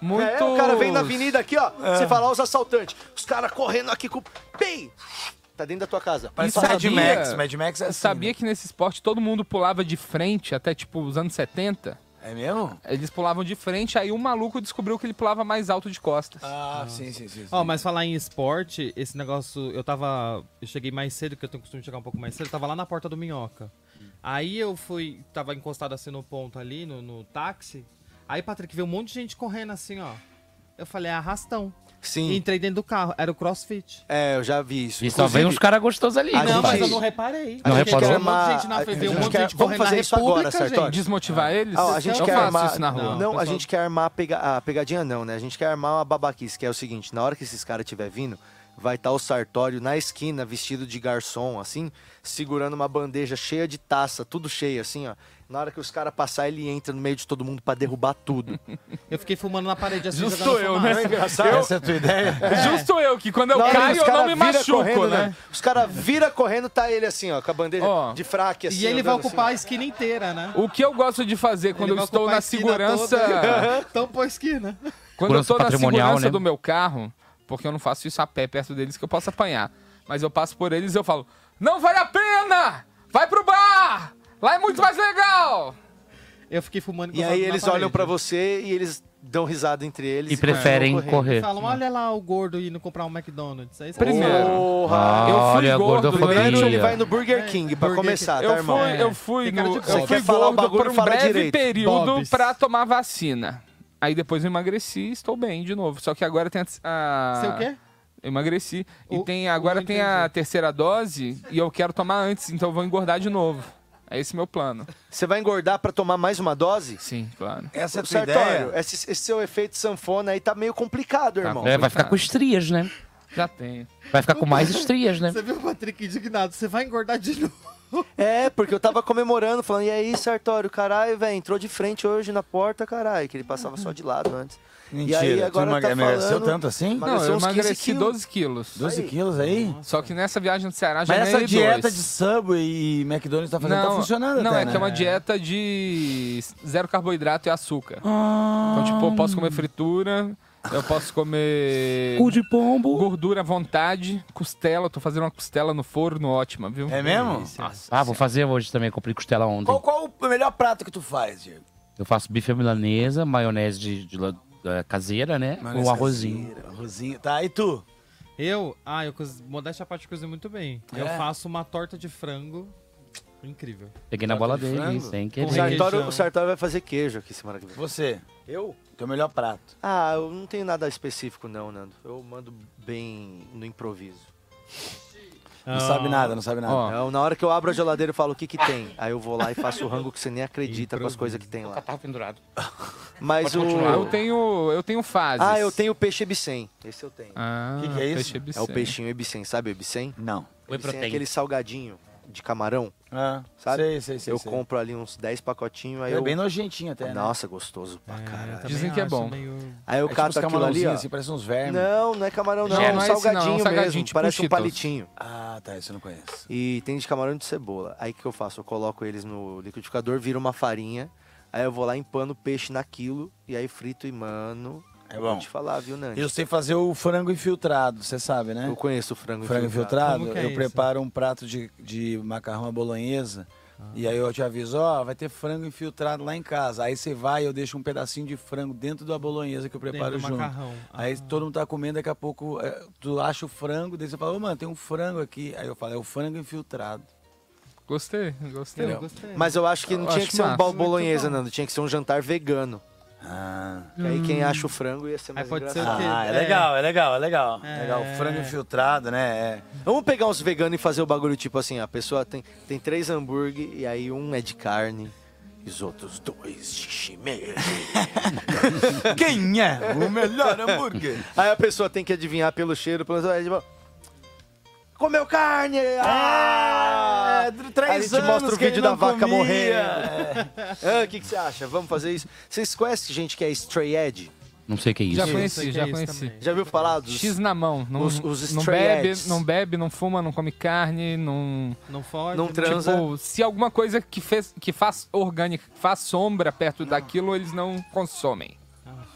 Muitos... É, o cara vem na avenida aqui, ó. Você fala, ó, os assaltantes. Os caras correndo aqui com. Pei! Tá dentro da tua casa. Parece E Mad sabia- Max, Mad Max é assim, Sabia né? que nesse esporte todo mundo pulava de frente até tipo os anos 70? É mesmo? Eles pulavam de frente, aí um maluco descobriu que ele pulava mais alto de É costas. Ah, sim, sim, sim. Ó, mas falar em esporte, esse negócio, eu tava. Eu cheguei mais cedo, que eu tenho o costume de chegar um pouco mais cedo, eu tava lá na porta do minhoca. Aí eu fui. Tava encostado assim no ponto ali, no, no táxi. Aí, Patrick, veio um monte de gente correndo assim, ó. Eu falei, é arrastão. Sim. E entrei dentro do carro, era o crossfit. É, eu já vi isso. E só vem uns caras gostosos ali. Ah, não, compadre. tá mas eu não reparei. Não Achei que reparou? era um monte de gente na A frente, veio um gente monte de quer- gente vamos correndo na fazer isso agora, República, gente. Sartori. Desmotivar eles? Ah, a gente eu quer faço armar... isso na rua. Não, a gente quer armar a, pega- a pegadinha não, né? A gente quer armar uma babaquice, que é o seguinte, na hora que esses caras estiver vindo, vai estar o Sartório na esquina, vestido de garçom, assim, segurando uma bandeja cheia de taça, tudo cheio, assim, ó. Na hora que os caras passar, ele entra no meio de todo mundo pra derrubar tudo. Eu fiquei fumando na parede assim, Justo jogando eu, fumaça. né? Engraçado. Eu- Essa é a tua ideia? É. Justo eu, que quando Na hora que os cara vira correndo, né? né? Os caras vira correndo, tá ele assim, ó, com a bandeja de fraque, assim. E ele vai andando ocupar a assim, esquina inteira, né? O que eu gosto de fazer quando Ele eu vai estou ocupar a na esquina segurança. né? toda. Então pô a esquina. Quando eu Segurança tô na patrimonial, segurança né? do meu carro, porque eu não faço isso a pé perto deles que eu posso apanhar. Mas eu passo por eles e eu falo: Não vale a pena! Vai pro bar! Lá é muito mais legal! Eu fiquei fumando E aí eles olham pra você e eles dão risada entre eles. E preferem continuam correndo. Falam, olha lá o gordo indo comprar um McDonald's. É isso Primeiro. Porra. Ah, olha a gordofobia. Primeiro ele vai no Burger King, pra Burger começar, King. tá, Eu irmão? fui- Eu fui, no, eu Você fui quer gordo falar o bagulho, por um fala breve direito. período Bob's. pra tomar vacina. Aí depois eu emagreci e estou bem de novo. Só que agora tem a... a- Você o quê? Eu emagreci. e tem, agora tem a terceira dose e eu quero tomar antes, então eu vou engordar de novo. É esse meu plano. Você vai engordar pra tomar mais uma dose? Tá Sim, claro. Essa é a tua ideia? Esse, esse seu efeito sanfona aí tá meio complicado, irmão. É, vai ficar com estrias, né? Já tenho. Vai ficar com mais estrias, Ah, né? Você viu o Patrick indignado? Você vai engordar de novo. É, porque eu tava comemorando, falando, e aí, Sartório, caralho, velho, entrou de frente hoje na porta, caralho, que ele passava só de lado antes. Mentira, e aí tu agora emagre- tá emagreceu falando- tanto assim? Emagreceu Não, eu uns 15 emagreci quilos. 12 quilos. 12 quilos aí? Só que nessa viagem do Ceará Uhum. já Mas essa ganhei dieta dois. de Subway e McDonald's tá fazendo, tá funcionando não até, é né? que é uma dieta de zero carboidrato e açúcar. Ah. Então, tipo, eu posso comer fritura, eu posso comer. Cu de pombo. Gordura à vontade, costela. Eu tô fazendo uma costela no forno ótima, viu? É mesmo? Nossa. Ah, vou fazer hoje também, comprei costela ontem. Qual, qual o melhor prato que tu faz, Diego? Eu faço bife à milanesa, maionese de, de la- eh, caseira, né? Maionese Com arrozinho. caseira, Arrozinho. Tá, e tu? Eu? Ah, eu coz... modéstia à parte cozinho muito bem. Eu É? faço uma torta de frango incrível. Peguei na bola dele, sem querer. O Sartório, o Sartório vai fazer queijo aqui semana que vem. Você? Eu? Teu melhor prato. Ah, eu não tenho nada específico não, Nando. Eu mando bem no improviso. Não Ah. sabe nada, não sabe nada. Não, na hora que eu abro a geladeira, eu falo o que que tem. Aí eu vou lá e faço o rango que você nem acredita com as coisas que tem lá. Tava pendurado. Mas o... Ah, Eu tenho, eu tenho fases. Ah, eu tenho peixe ebicem. Esse eu tenho. Ah, Que que é isso? peixe É Ebicen. o peixinho ebicem, sabe o ebicem? Não. Whey Ebicem é protein. aquele salgadinho de camarão, Ah, sabe? Sei, sei, sei. eu sei. compro ali uns 10 pacotinhos, aí É eu... bem nojentinho até, né? Nossa, gostoso pra caralho. Dizem que é bom. Aí eu É tipo cato uns aquilo ali, ó. camarãozinhos, assim, parece uns vermes. Não, não é camarão não, Já é um não é esse não, é um salgadinho salgadinho mesmo, tipo parece um Cheetos. palitinho. Ah, tá, isso eu não conheço. E tem de camarão e de cebola. Aí o que eu faço? Eu coloco eles no liquidificador, vira uma farinha. Aí eu vou lá, empano o peixe naquilo. E aí frito e, mano. É eu bom. Vou te falar, viu, Nani? Eu sei fazer o frango infiltrado, você sabe, né? Eu conheço o frango, frango infiltrado. infiltrado, Como que é eu isso? preparo um prato de, de macarrão à bolonhesa. Ah. E aí eu te aviso, ó, vai ter frango infiltrado lá em casa. Aí você vai, eu deixo um pedacinho de frango dentro da bolonhesa que eu preparo do junto. macarrão. Ah, Aí todo mundo tá comendo, daqui a pouco é, tu acha o frango, daí você fala, ô mano, tem um frango aqui. Aí eu falo, é o frango infiltrado. Gostei, gostei. Entendeu? Gostei. Mas eu acho que não Eu tinha acho que ser um massa. bal bolonhesa, Nando. Tinha que ser um jantar vegano. Ah, Que aí quem acha o frango ia ser mais pode ser o engraçado. quê? Ah, é É. legal, é legal, é legal. Legal, frango infiltrado, né? É. Vamos pegar uns veganos e fazer o bagulho tipo assim: a pessoa tem, tem três hambúrguer e aí um é de carne. E os outros dois de shimeji. Quem é o melhor hambúrguer? Aí a pessoa tem que adivinhar pelo cheiro, pelo aí, tipo, Comeu carne! Ah! É, três Aí a gente anos mostra o que ele vídeo da não vaca comia. morrendo. É. Ah, O que, que você acha? Vamos fazer isso? Vocês conhecem gente que é stray edge? Não sei o que é isso. Já Isso, conheci, que já é isso conheci. Já viu falar dos... X na mão. Não, Os- os não stray bebe, eggs. não bebe, não fuma, não come carne, não. Não foge. Não né? transa. Tipo, se alguma coisa que, fez, que faz orgânica, que faz sombra perto daquilo, eles não consomem.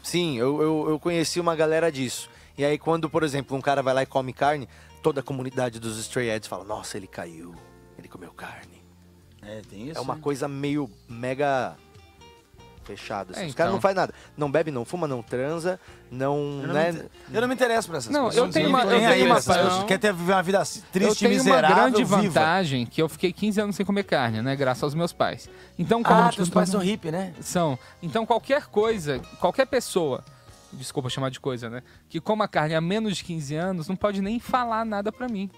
Sim, eu, eu, eu conheci uma galera disso. E aí quando, por exemplo, um cara vai lá e come carne, toda a comunidade dos stray edge fala, nossa, ele caiu, ele comeu carne. É, tem isso. É uma né? coisa meio mega Fechado. Assim. É, Os caras não então. fazem nada. Não bebe, não fuma, não transa, não. Eu não, né? me, inter- eu não me interesso por essas Não, coisas. eu tenho uma- nem eu aí tenho pra uma- essas coisas. não. Quer ter uma vida assim, triste, eu tenho miserável, uma grande viva. Ah, vantagem que eu fiquei 15 anos sem comer carne, né? Graças aos meus pais. Então, Ah, teus pais são hippie, né? São. Então, qualquer coisa, qualquer pessoa, desculpa chamar de coisa, né? Que coma carne há menos de 15 anos, não pode nem falar nada pra mim.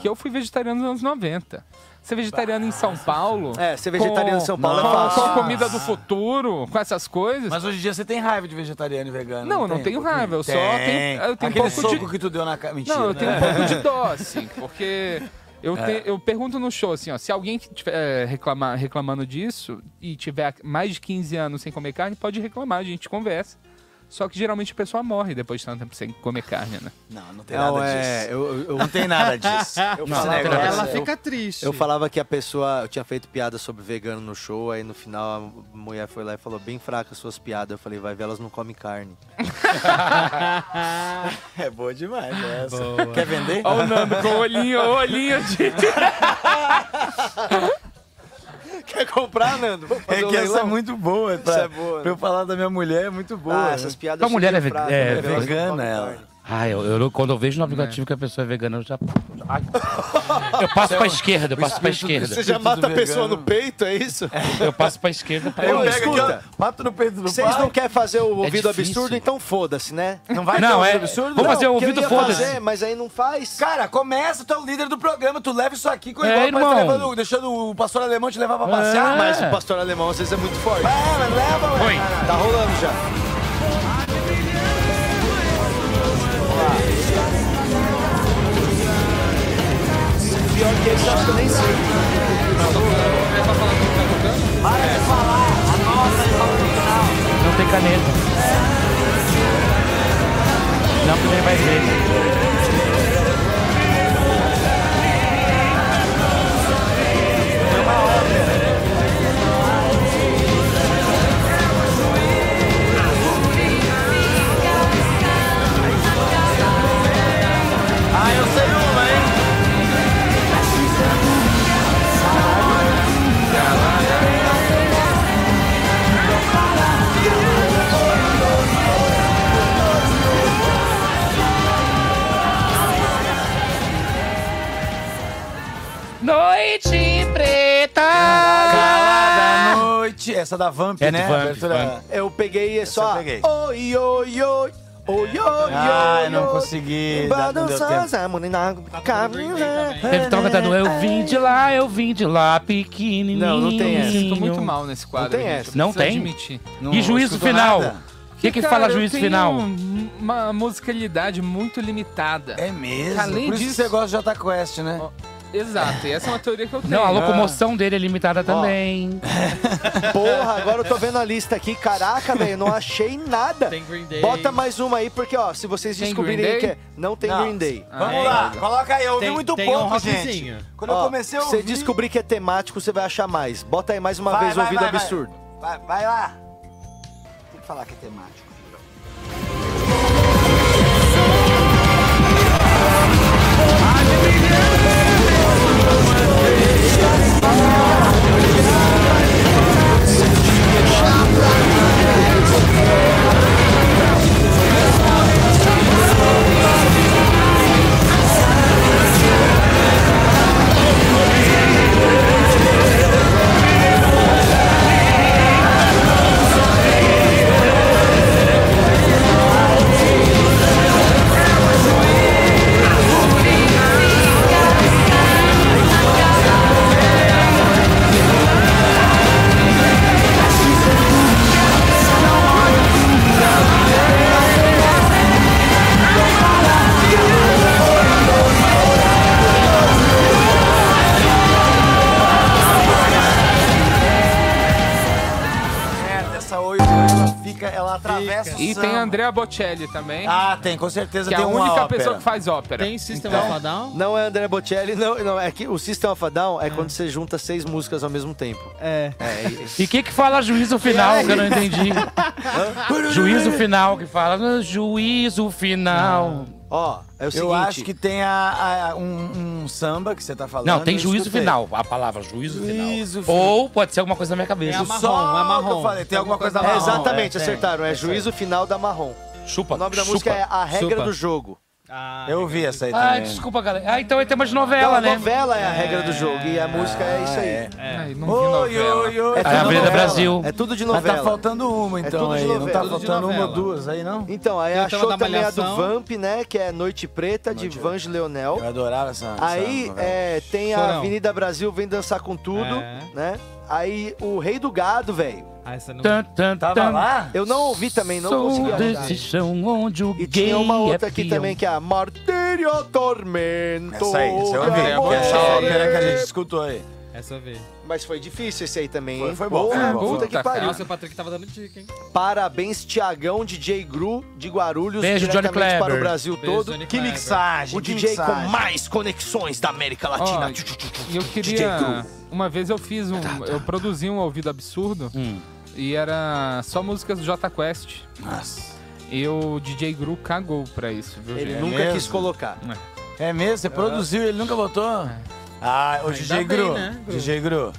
Que eu fui vegetariano nos anos 90. Ser vegetariano em São Paulo. É, ser vegetariano com- em São Paulo é com, fácil. Com a comida do futuro, com essas coisas. Mas hoje em dia você tem raiva de vegetariano e vegano. Não, eu não tem? tenho Um pouquinho? raiva, eu só Tem. tenho- eu tenho um Aquele pouco soco de- que tu deu na cara. Mentira. Não, eu tenho um né? pouco de dó, assim, porque eu, É. te- eu pergunto no show, assim, ó, se alguém que tiver é, reclamar, reclamando disso e tiver mais de 15 anos sem comer carne, pode reclamar, a gente conversa. Só que geralmente a pessoa morre depois de tanto tempo sem comer carne, né? Não, não tem Não, nada é, disso. eu- eu- Não tem nada disso. Eu Não, falava- não tem nada eu- disso. fica triste. Eu falava que a pessoa. Eu tinha feito piada sobre vegano no show, aí no final a mulher foi lá e falou bem fraca as suas piadas. Eu falei, vai ver, elas não comem carne. É boa demais essa. Boa. Quer vender? Ó o Nando com o olhinho, o olhinho de- Quer comprar, Nando? Vamos É fazer um que essa é leilão? muito boa. Pra, Isso é boa, pra eu né? falar da minha mulher, é muito boa. Ah, essas piadas Tua eu mulher é, achei ve- fraca, é né? vegana, ela. Ah, eu, eu não- quando eu vejo no aplicativo que a pessoa é vegana, eu já. Ai. Eu passo pra esquerda, eu passo pra esquerda. Você já mata a pessoa no peito, é isso? Eu passo pra esquerda pra Eu Ô, pego aqui, ó, mato no peito do Vocês pai. não querem fazer o É ouvido difícil. absurdo, então foda-se, né? Não vai ter Não, um é- absurdo? vamos fazer o que eu ouvido, ia foda-se. fazer, Mas aí não faz. Cara, começa, tu é o líder do programa, tu leva isso aqui com É, igual o pai tá irmão. levando- deixando o pastor alemão te levar pra passear. Ah, Mas o pastor alemão às vezes é muito forte. É, mas leva, ué. Tá rolando já. Pior que esse, eu acho que eu nem sei. Não tem caneta. Não, porque ele vai ver. Ah, eu sei uma, hein? Noite preta. Calada noite. Essa da Vamp, Ah, É do né? Vamp, Abertura- Vamp. Eu peguei é só. eu peguei. Oi, oi, oi. Oi, oi, oi. Ah, eu não consegui. dá- Não deu tempo. Tá Teve toca cantando Eu vim de lá, eu vim de lá, pequenininho. Não, não tem essa. É, Eu tô muito mal nesse quadro, Não tem gente, eu essa. Não preciso tem? admitir. E Não juízo escutou final? nada. O que que fala juízo final? Uma musicalidade muito limitada. É mesmo? Além Por isso disso, que você gosta de Jota Quest, né? Exato, e essa é uma teoria que eu tenho. Não, a locomoção dele é limitada também. Porra, agora eu tô vendo a lista aqui. Caraca, velho, eu não achei nada. Tem Green Day. Bota mais uma aí, porque, ó, se vocês Tem descobrirem Green que Day? é. Não tem Não. Green Day. Vamos Ah, lá, é. coloca aí, eu ouvi Tem- muito tem pouco, rockzinho. gente. Quando eu Ó, comecei a Se você ouvir- descobrir que é temático, você vai achar mais. Bota aí mais uma Vai, vez o vai, ouvido vai, vai. absurdo. Vai, vai lá. Tem que falar que é temático. Merda, essa oito ela fica, ela atravessa o E samba. tem Andrea Bocelli também. Ah, tem, com certeza que tem é a uma única ópera. pessoa que faz ópera. Tem System um." Não é André Bocelli, não, não. É que o System of a Down é, quando você junta seis músicas ao mesmo tempo. É. é E o que que fala juízo final, que eu não entendi? juízo final, que fala "Ah, juízo final. Ó, é o Eu seguinte- acho que tem a, a- um, um samba que você tá falando. Não, tem eu juízo escutei. final. A palavra juízo, Juízo final. final. Ou pode ser alguma coisa na minha É cabeça. a marrom, Só é a marrom. que eu falei, tem Tem alguma alguma coisa coisa É, marrom, exatamente, é, tem, acertaram. é É isso aí. juízo final da marrom. Chupa. O nome da chupa. música é A Regra Chupa. do Jogo. eu vi essa aí Ah, também. desculpa, galera. Ah, então é tema de novela, Não, né? novela é a regra do jogo e a música é isso aí. É. Ai, não Oi, oi, oi. É tudo Avenida novela. Brasil. É tudo de Mas novela. tá faltando uma, É então, tudo de aí. Não novela. tá Tudo de faltando uma ou novela. duas aí, não? Então, aí Tem o achou tema da também a do Malhação. Vamp, né? Que é Noite Preta, de Vange Leonel. Eu adorava essa. Aí essa É, novela. é, tem a Chorão. Avenida Brasil Vem Dançar com Tudo, É. né? Aí o Rei do Gado, velho. Ah, essa não... Tan, tan, tan. Eu não ouvi também, não Sou consegui achar. desse chão onde o E gay tinha uma outra é aqui peão. também que é a Martírio Tormento. Essa aí, essa eu ouvi. né? de amor. Essa ópera que a gente escutou aí. Essa eu vi. Mas foi difícil esse aí também, Foi- hein? foi bom, Porra, foi bom, foi Puta bom. que pariu. Nossa, o Patrick tava dando dica, hein? Parabéns, Tiagão, DJ Gru de Guarulhos, Beijo, Johnny diretamente Kleber. para o Brasil Beijo, todo. Johnny Que Kleber. mixagem, O que DJ mixagem. com mais conexões da América Latina. Ó, E eu queria. Uma vez eu fiz um. Eu produzi um ouvido absurdo e era só músicas do Jota Quest. Nossa. E o DJ Gru cagou pra isso, viu, Ele gente? nunca mesmo? quis colocar. É mesmo? Você produziu e ele nunca botou? Ah, o Ainda DJ bem, Gru. né, Gru? DJ Gru.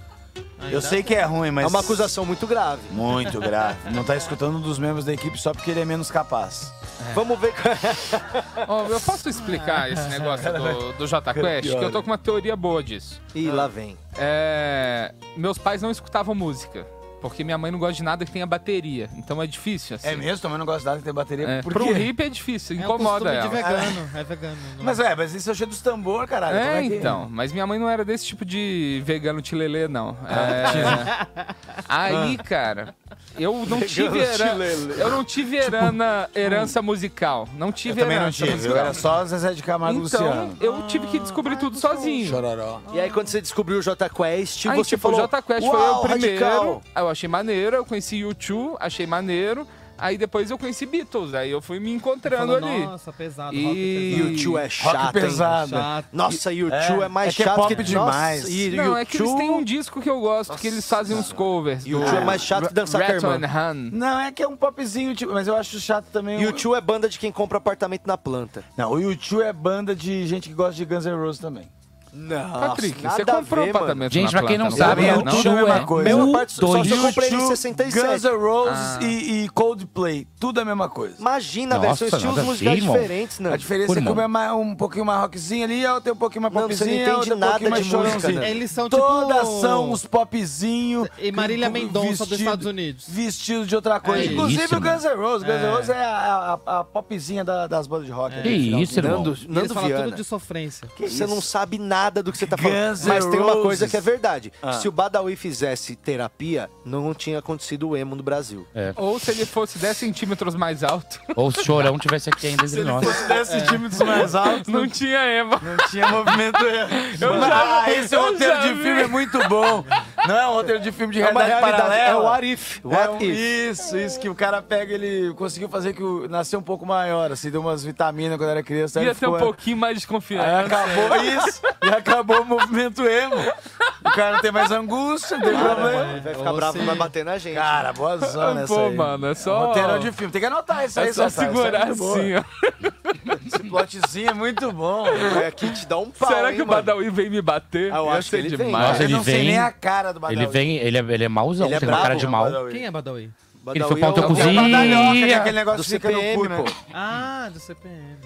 Ainda Eu sei que é ruim, mas. É uma acusação muito grave. Muito grave. Não tá escutando um dos membros da equipe só porque ele é menos capaz. Vamos ver. Ó, eu posso explicar esse negócio do, do Jota Cara, Quest? pior. Que eu tô com uma teoria boa disso. Ih, lá vem. É, meus pais não escutavam música. Porque minha mãe não gosta de nada que tenha bateria. Então é difícil, assim. É mesmo? Também não gosto de nada que tem bateria. É, Por pra um quê? hippie é difícil, É um incomoda costume de ela. vegano, né? é vegano. não Mas é, mas isso é cheio dos tambor, caralho. Como é, que- então. Mas minha mãe não era desse tipo de vegano tilelê, não. É... Aí, cara, eu não Ah, Vegano tive herança. tilelê. Tipo, hum. Eu não tive herana- herança musical. Não tive Eu também não herança tive. musical. Eu era só Zezé de Camargo e então, Luciano. eu tive que Ah, descobrir tudo então, sozinho. Chororó. E aí, quando você descobriu o Jota Quest, Aí, você tipo, falou. o Jota Quest foi "Uau, o primeiro. radical." Aí eu achei maneiro, eu conheci U2, achei maneiro. Aí depois eu conheci Beatles, aí eu fui me encontrando Falou, ali. Nossa, pesado, E- rock pesado. E o U2 é Rock chato, hein? pesado. Chato. Nossa, e o U2 É, é, mais é que é chato pop que demais. Nossa, e Não, o é que eles U2 têm um disco que eu gosto, que eles fazem uns covers. E o U2 é mais chato que dançar com a irmã. Han. Não, é que é um popzinho, tipo, mas eu acho chato também. um E o Tio é banda de quem compra apartamento na planta. Não, o YouTube é banda de gente que gosta de Guns N' Roses também. Não. Patrick, Nossa, você nada a comprou ver, um apartamento Gente, na pra quem não planta, sabe, né? o Não, tudo Tio é é uma coisa. Meu apart- só dois. se eu comprei ele em U2, 67. Guns N' Roses Ah. e, e Coldplay, tudo é a mesma coisa. Imagina, velho, Nossa, são nada estilos a musicais ver, irmão. diferentes, não. A diferença Pô, é que uma irmão. é mais- um pouquinho mais rockzinho ali, a outra é um pouquinho mais Não, você não popzinho, a entende outra é um nada pouquinho mais de música, chorãozinho. né? Eles são tipo... Todas são os popzinho. E Marília com- com- Mendonça dos vestido- Estados Unidos. Vestido de outra coisa. isso, Inclusive o mano. Guns N' Roses. Guns N' É. Roses é a, a- a popzinha da- das bandas de rock. Que ali, finalzinho. isso, irmão. Nando, E eles Nando falam tudo Viana. de sofrência. Você não sabe nada do que você tá Guns falando. N' Mas tem uma coisa Roses. que é verdade. Ah. Se o Badawi fizesse terapia, não tinha acontecido o emo no Brasil. Ou se ele fosse 10 centímetros mais alto, Ou se o Chorão tivesse aqui ainda entre nós. Se desse centímetros mais alto, não tinha Eva. não tinha movimento. é- Eu já- ah, esse eu roteiro já de vi. filme é muito bom. Não é um roteiro de filme de É uma realidade, realidade, paralela. é o what if, what É um- if. Isso, isso que o cara pega, ele conseguiu fazer que o- nasceu um pouco maior, assim, deu umas vitaminas quando era criança. aí Ia ele ter um ficou- pouquinho né? mais de Aí confiança. acabou isso, e acabou o movimento emo. O cara não tem mais angústia, não tem problema. Vai ficar Ou bravo, se- vai bater na gente. Cara, boa Ah, zona essa Pô, aí. mano, é só- Roteiro de filme, tem que anotar isso aí, É só Sassá, isso é segurar muito boa. assim, ó. Esse plotzinho é muito bom. É aqui te dá um pau, Será hein, que o mano? Badawi vem me bater? Ah, eu Ia acho que ser ele vem. né? demais. Nossa, eu ele não sei vem- nem a cara do Badawi. Ele vem, ele é, ele é mauzão, Ele é tem uma cara brabo, de é um mal. Badawi. Quem é Badawi? Ele Badawi foi pra é É o badalhoca, o- que é autocozinha aquele negócio do que fica no CPM, cu, né? pô. Ah, do CPM.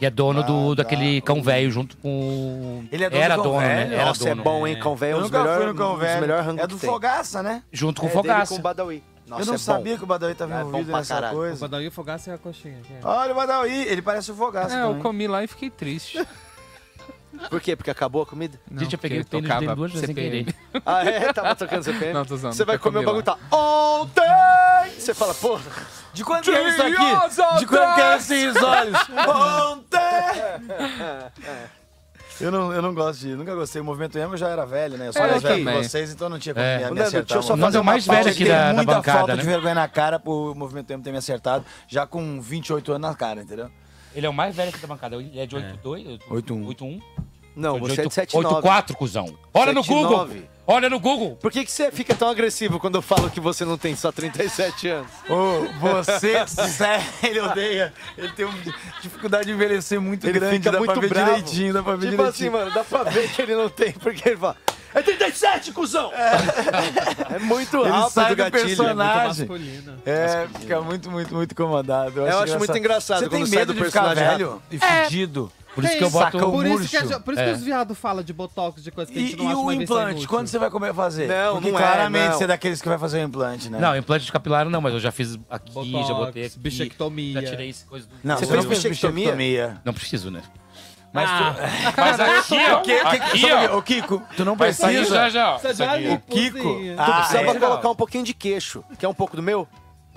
e é dono do, daquele cão velho junto com. Ele é dono Era do cão dono, velho? né? Era Nossa, é dono. bom, hein? Convé é Eu um dos nunca fui no melhores cão velho. melhor É do Fogaça, né? Junto com o é dele Fogaça. com o Badawi. Nossa, eu não é bom. sabia que o Badawi tava É bom envolvido pra nessa caralho. O coisa. Badawi, o Fogaça e a coxinha. quem é? Olha o Badawi, ele parece o Fogaça. É, eu também. comi lá e fiquei triste. Por quê? Porque acabou a comida? Não, Gente, eu peguei o porque tênis dele tocava duas vezes sem CPM. querer. Ah, é? Tava tocando CPM? Não, tô zoando, Você vai nunca comer o comi bagulho e tá... Ontem! Você fala, porra... De quando que é isso Curioso aqui? De quando que é atrás! esses olhos? Ontem! Eu não, eu não gosto de. Nunca gostei. O movimento emo eu já era velho, né? Eu sou É, mais eu velho também. que vocês, então não tinha como me, É. me Nando, acertar. deixa eu só mano. fazer Nós é o uma mais pausa velho Eu aqui tenho da, da muita bancada, falta né? de vergonha na cara por o movimento emo ter me acertado já com 28 anos na cara, entendeu? Ele é o mais velho aqui da bancada. Ele é de 82? 81. 81? Não, você é de 7,9. 84, cuzão. Olha no Google. 7,9. Olha no Google. Por que, que você fica tão agressivo quando eu falo que você não tem só 37 anos? Ô, você, sério, ele odeia. Ele tem uma dificuldade de envelhecer muito Ele grande. fica dá pra muito ver bravo. direitinho, dá pra ver Tipo assim, direitinho. mano, dá pra ver que ele não tem, porque ele fala. É 37, cuzão! É, muito Ele rápido sai do o gatilho. né? personagem. É muito masculino. É, fica muito, muito, muito incomodado. Eu acho muito engraçado Você tem quando medo sai do de ficar personagem velho rápido. e É. fudido. Por isso que eu boto Sacão um Por isso que, murcho. a- por isso É. que os viados falam de botox, de coisa que a E, gente não e acha o uma invenção implante? inútil. Quando você vai comer fazer? Não, Porque não é, claramente não. você é daqueles que vai fazer o implante, né? Não, implante de capilar não, mas eu já fiz aqui, Botox, já botei aqui. bichectomia. é. Já tirei essa coisa do... Não, Você você fez não fez bichectomia? bichectomia? Não preciso, né? Mas, Ah. tu... mas aqui, ó. Aqui, ó. Aqui, só um pouquinho. Ô, Kiko, tu não Vai sair precisa. já, já, ó. Isso aqui, Sai da O Kiko. Ah, Tu precisava colocar um pouquinho de queixo, que é um pouco do meu.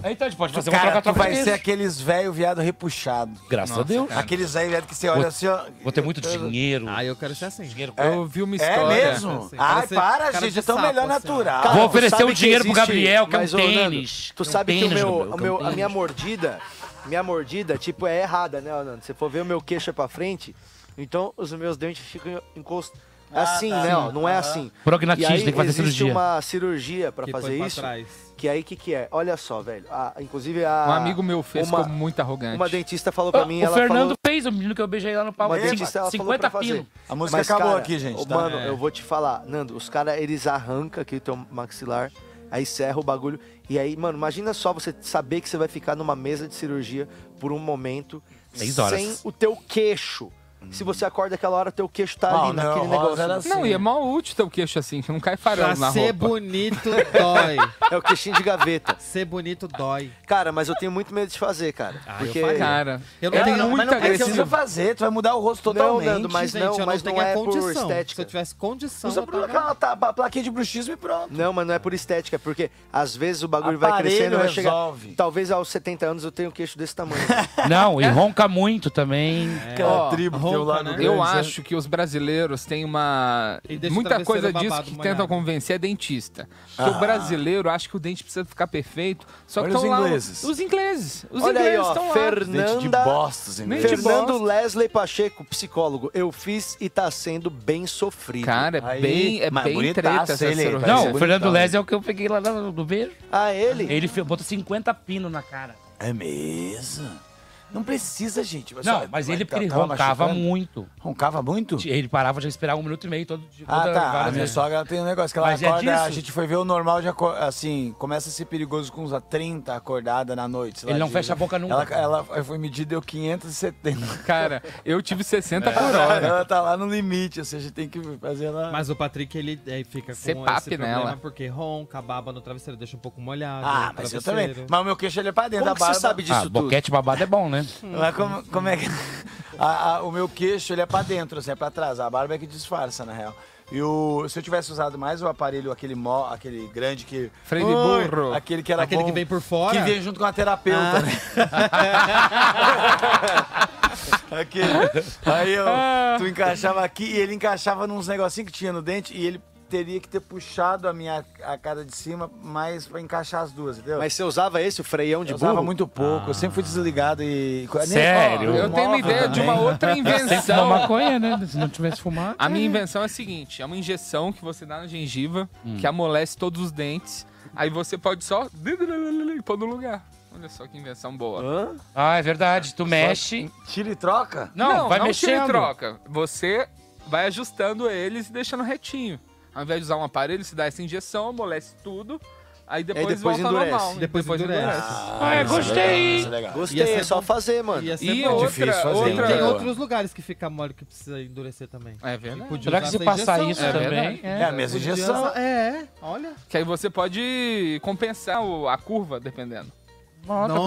É, então, a gente pode Cara, tu vai ser aqueles velho viado repuxado. Graças a Deus. cara. Aqueles velho viado que você olha Vou- assim, ó. Vou ter muito dinheiro. Ah, eu quero ser assim. Dinheiro. É. É mesmo? Ai, para, gente. Então melhor natural. Ah, Vou oferecer sabe o dinheiro pro existe- Gabriel, que é um mas, ô, Nando, tênis. Tu É um sabe que o tênis, meu, Gabriel, o que é um meu- a tênis. minha mordida, minha mordida, tipo, é errada, né, Nando? Se for ver o meu queixo é pra frente, então os meus dentes ficam encostados. Assim, tá. né? ó, Sim. não é Aham. assim. Prognatismo, E aí tem que fazer existe cirurgia. uma cirurgia pra Que fazer põe pra isso. trás. Que aí, o que que é? Olha só, velho. a- inclusive, a... Um amigo meu fez, uma, ficou muito arrogante. Uma dentista falou pra Ah, mim, o ela Fernando falou... fez, o menino que eu beijei lá no palco. Uma dentista, ela falou 50 pra pino. fazer. Mas, cara, ô, Mano, É. eu vou te falar, Nando, os caras, eles arrancam aqui o teu maxilar, aí serra o bagulho. E aí, mano, imagina só você saber que você vai ficar numa mesa de cirurgia por um momento Seis horas. sem o teu queixo. Se você acorda aquela hora, teu queixo tá Ah, ali naquele negócio. Não, e é mó útil ter o queixo assim, que não cai farelo Pra na roupa. ser bonito dói. É o queixinho de gaveta. Ser bonito dói. Cara, mas eu tenho muito medo de fazer, cara. Ah, eu porque... faria. Cara, eu é não tenho muita Não precisa fazer, tu vai mudar o rosto Não, totalmente. Nando, mas Gente, não- eu não mas não tenho a é por condição. estética. Se eu tivesse condição, Usa eu pra tava- aquela ta- pra plaquinha de bruxismo e pronto. Não, mas não é por estética, é porque às vezes o bagulho vai Aparelho crescendo, vai resolve. chegar. Talvez aos 70 anos eu tenha um queixo desse tamanho. Não, e ronca muito também. É. Ó, Eu acho que os brasileiros têm uma. E deixa o Muita travesseiro coisa disso babado que molhado. tentam convencer é dentista. Que Ah. o brasileiro acha que o dente precisa ficar perfeito. Só que Olha os estão lá. ingleses. Os ingleses. Os Olha aí, ingleses ó, estão lá. Fernanda, Dente de bosta, assim, Fernando dente de bosta. Lesley Pacheco, psicólogo. Eu fiz e tá sendo bem sofrido. Cara, é Aí, bem- é mas bem bonitaço treta essa ele, cirurgia. Não, Bonitão. o Fernando Lese é o que eu peguei lá no no beijo. Ah, ele? Ele fe- botou 50 pino na cara. É mesmo? Não precisa, gente. não, só- mas vai- ele porque tá- ele tava roncava machucando. muito. Roncava muito? Ele parava de respirar um minuto e meio todo dia. Ah, toda- tá. A várias minha vezes. sogra ela tem um negócio que ela Mas é acorda. disso? a gente foi ver o normal, já, aco- assim, começa a ser perigoso com uns 30 acordada na noite. sei lá, Ele não de- fecha a boca nunca. Ela, ela foi medir, deu 570. Cara, eu tive 60 por hora. Ela tá lá no limite, ou seja, tem que fazer ela. Mas o Patrick, ele é, fica com Cepap esse problema nela. porque ronca, baba no travesseiro, deixa um pouco molhado. Ah, o mas eu travesseiro. também. Mas o meu queixo ele é pra dentro Como da que você barba. sabe ah, boquete babado é bom, né? Mas como, como é que. A- a- o meu queixo ele é pra dentro, assim, é pra trás. A barba é que disfarça, na real. E o, se eu tivesse usado mais o aparelho, aquele mó, aquele grande que. Freio de Ui, burro. Aquele que era Aquele tá bom, que vem por fora? Que vem junto com a terapeuta. Ah. né? aquele. Aí eu, Ah. tu encaixava aqui e ele encaixava nos negocinhos que tinha no dente e ele teria que ter puxado a minha a cara de cima mais pra encaixar as duas, entendeu? Mas você usava esse, o freião de eu burro? usava muito pouco, eu sempre fui desligado e. nem- Ah. Sério? ó, Eu tenho uma móvel ideia de também. uma outra Sempre invenção. Uma maconha, né? Se não tivesse fumado. A minha invenção é a seguinte: é uma injeção que você dá na gengiva, Hum. que amolece todos os dentes. Aí você pode só pôr no lugar. Olha só que invenção boa. Ah, é verdade. Tu mexe. Tira e troca? Não, vai não mexendo. tira e troca. Você vai ajustando eles e deixando retinho. Ao invés de usar um aparelho, você dá essa injeção, amolece tudo. Aí depois, depois volta ao endurece. normal. Depois endurece. Ah, é gostei. Gostei, é só fazer, mano. Ia ser E bom. outra- Difícil fazer, outra- Tem né? outros lugares que fica mole que precisa endurecer também. É Né? verdade. E podia Será que usar se essa passar injeção, isso né? também, é. É a mesma Podia injeção. usar- É, é. olha. Que aí você pode compensar o- a curva, dependendo. Tu bota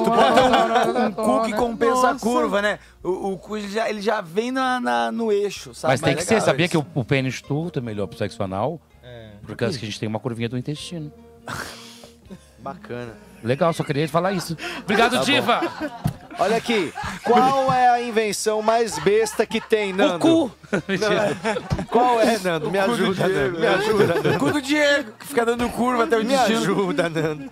um, um cu que compensa a curva, né? O, o cu ele já, ele já vem na, na- no eixo, sabe? Mas tem que ser, legal sabia isso. que o, o pênis torto é melhor pro sexo anal? É. Por causa que a gente tem uma curvinha do intestino. Bacana. Legal, só queria falar isso. Obrigado, Tá bom. Diva! Olha aqui. Qual é a invenção mais besta que tem, Nando? cu. Não, é. Qual é, Nando? Me O cu do ajuda, Diego. Nando. Me ajuda, Nando. O cu do Diego, que fica dando curva até o Me destino. ajuda, Nando.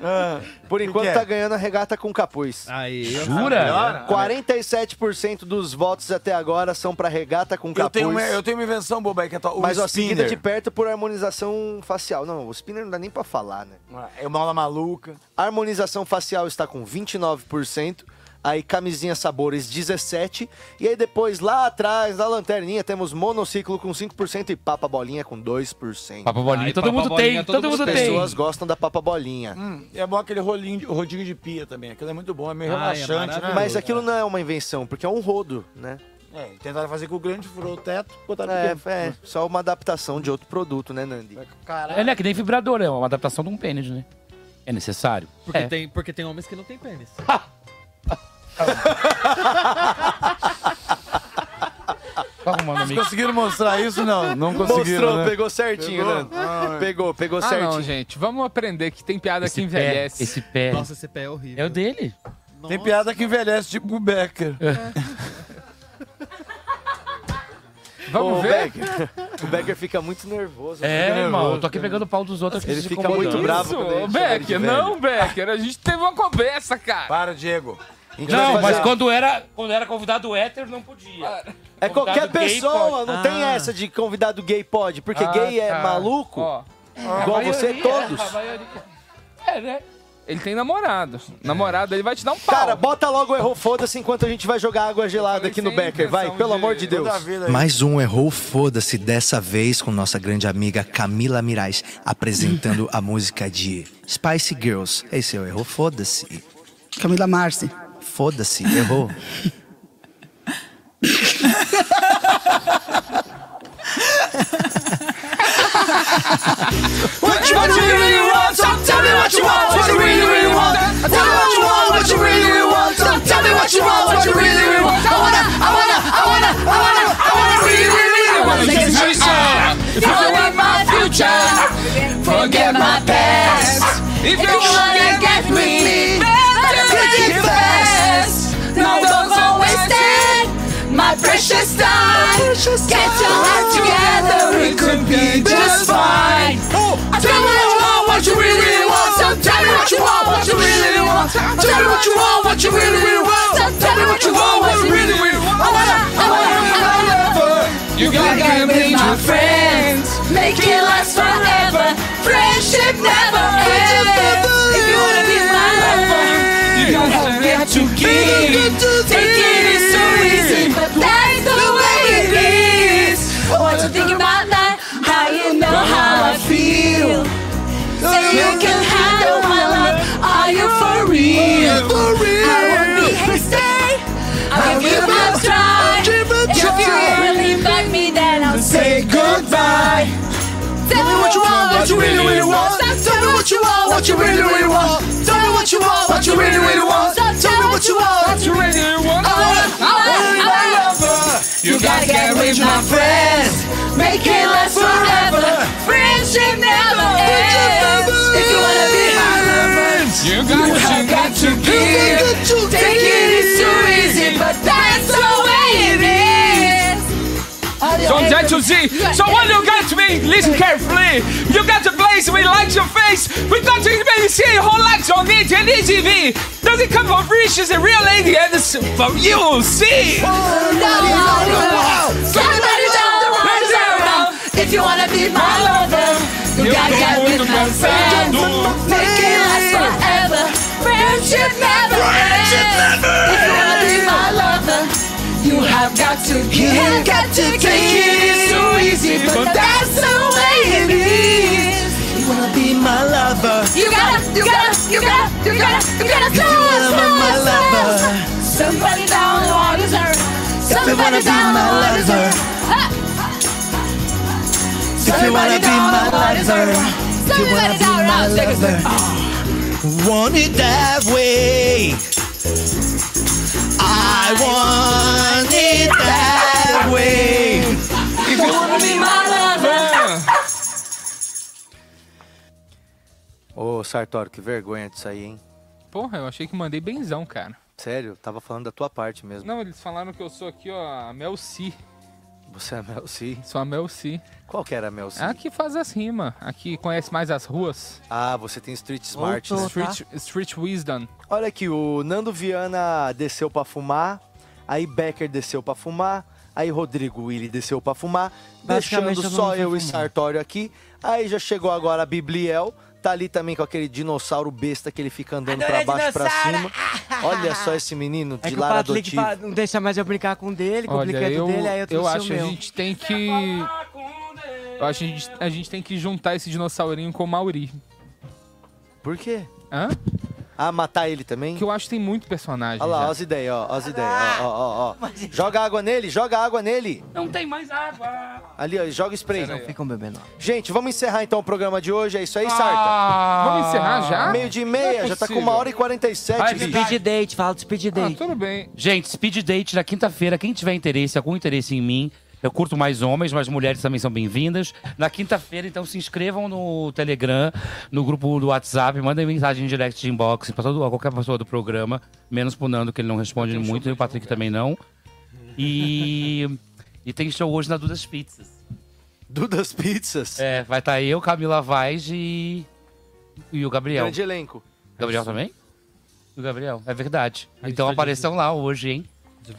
Por enquanto que é? tá ganhando a regata com capuz. Ah, Aí, Ah, Jura? 47% dos votos até agora são pra regata com Eu capuz. tenho, uma, eu tenho uma invenção boba aí, que é tal- o Mas ó, seguida spinner. de perto por harmonização facial. Não, o spinner não dá nem pra falar, né? É uma aula maluca. Harmonização facial está com 29%. Aí camisinha sabores 17%. E aí depois, lá atrás, na lanterninha, temos monociclo com 5% e papa bolinha com 2%. Papa bolinha, Ai, todo papa mundo bolinha, tem, todo todo mundo mundo tem. As pessoas gostam da papa bolinha. Hum, é bom aquele rolinho, de- rodinho de pia também. Aquilo é muito bom, é meio relaxante, né? Mas aquilo não é uma invenção, porque é um rodo, né? É, tentaram fazer com o grande, furou o teto, botaram É, pequeno. é, só uma adaptação de outro produto, né, Nandi? É, né, que nem vibrador, é uma adaptação de um pênis, né? É necessário. Porque, É. tem, porque tem homens que não tem pênis. Tá arrumando, Vocês amigo. conseguiram mostrar isso? Não, não conseguiram. Mostrou, né? pegou certinho, Pegou? Nando. Pegou, pegou Ah, certinho. não, gente. Vamos aprender que tem piada que pé, envelhece. esse pé. Nossa, esse pé é horrível. É o dele. Tem piada que envelhece, tipo o Becker. É. Ô, Becker, o Becker fica muito nervoso. É, fica irmão, nervoso, eu tô aqui cara. pegando o pau dos outros aqui. Ele se fica incomodando. muito bravo quando a Ô, gente chama ele de Becker, velho. não, Becker. A gente teve uma conversa, cara. Para, Diego. A gente vai Não, fazer- mas quando era, quando era convidado hétero, não podia. É qualquer Convidado gay, pessoa, pode. não tem Ah. essa de convidado gay pode, porque Ah, gay é tá. maluco, Ó. igual A você, é maioria, todos. a maioria. É, né? Ele tem namorado. Namorado, ele vai te dar um pau. Cara, bota logo o errou foda-se enquanto a gente vai jogar água gelada aqui no Becker, vai, pelo amor de Deus. Mais um errou, foda-se, dessa vez com nossa grande amiga Camila Mirais, apresentando a música de Spice Girls. Esse é o errou, foda-se. Camila Marce. Foda-se, errou. What you, what you really want? So tell me what you want. What you really, really want? Tell me what you want. What you really, really want? So tell me what you want. What you really, really want? I wanna, I wanna, I wanna, I wanna, I wanna really, really, really wanna get you out. If you want my future, forget my past. If you wanna get me, better get it fast. No, don't go wasted. My precious time. Get your head together. It could be just fine. Oh. I Tell me what you want, what you really, really want. So tell me what you want, what you really, really want. Tell me what you want, what you really, really want. So tell me what you want, what you really, really want. I wanna, I wanna, I wanna. You gotta be my friends. Make it last forever. Friendship never ends. If you wanna be my lover, you gotta have get to give. Taking it so easy, but that's the way it is. What you think about that? How you know how I feel? So you can handle my love. Are you for real? I won't be hasty. I'll give it a try. If you really like me, then I'll say goodbye. Tell me what you want, what you really, really want. Tell me what you want, what you really, really want. Tell me what you want, what you really, really want. Tell me what you want, what you Oh, really, really want. I wanna, I wanna, I wanna. oh, You gotta get with my friends. Make it last forever. Friendship never ends. If you wanna be my lover, you have got to give. Take it is too easy, but that's the way it is. So that you see. So when you get to me, listen carefully. You got to place we light your face. We got to maybe see whole lights on it and ETV. Does it come from riches and real lady and it's from you? See. Somebody down the road is around. If you wanna be my lover, you gotta get with my friends. Make it last forever. Friendship never ends. If you wanna be my lover, you have got to give. Got to take it. It's so easy, but that's the way it is. You wanna be my lover. You gotta, you gotta, you gotta, you gotta, you gotta close my lover. Somebody down the road is around. Somebody down the road is around. If you wanna be my lover, if you wanna be my lover, want it that way. I want it that way. If you wanna be my lover. Ô, Sartório, que vergonha disso aí, hein? Porra, eu achei que mandei benzão, cara. Sério, eu tava falando da tua parte mesmo. Não, eles falaram que eu sou aqui, ó, a Mel C. Você é a Mel C? Sou a Mel C. É Qual que era a Mel C? A que faz as rimas, a que conhece mais as ruas. Ah, você tem Street Smart, né? Street, Street Wisdom. Olha aqui, o Nando Viana desceu pra fumar, aí Becker desceu pra fumar, aí Rodrigo Willi desceu pra fumar, Basicamente, deixando todo só mundo foi eu e fumar. Sartório aqui. Aí já chegou agora a Bibliel, tá ali também com aquele dinossauro besta que ele fica andando pra Adorei baixo e pra dinossauro! cima. Olha só esse menino É de que o lar Patrick adotivo. tipo. fala, não deixa mais eu brincar com o dele, complica Olha, eu, o dele, aí eu eu, trouxe acho o que a meu. gente tem que. Eu acho que a gente, a gente tem que juntar esse dinossaurinho com o Mauri. Por quê? Hã? Ah, matar ele também? Que eu acho que tem muito personagem. Olha lá, já. ó as ideias, ó, ó as ideias, ó, ó, ó, ó. Joga água nele, joga água nele. Não tem mais água. Ali, ó, joga spray. Não ficam bebendo. Gente, vamos encerrar então o programa de hoje. É isso aí, Sarta. Ah, vamos encerrar já? Meio de Não meia, é já tá com possível. uma hora e 47. Vai, bicho. speed date, fala do speed date. Ah, tudo bem. Ah, Gente, speed date na quinta-feira. Quem tiver interesse, algum interesse em mim, eu curto mais homens, mas mulheres também são bem-vindas. Na quinta-feira, então, se inscrevam no Telegram, no grupo do WhatsApp, mandem mensagem em direct de inbox pra todo, qualquer pessoa do programa, menos pro Nando, que ele não responde muito, e o Patrick também não. E, e tem show hoje na Dudas Pizzas. Dudas Pizzas? É, vai estar eu, Camila Vaz e, e é o Gabriel. Grande elenco. Gabriel também? O Gabriel, é verdade. Então apareçam lá hoje, hein?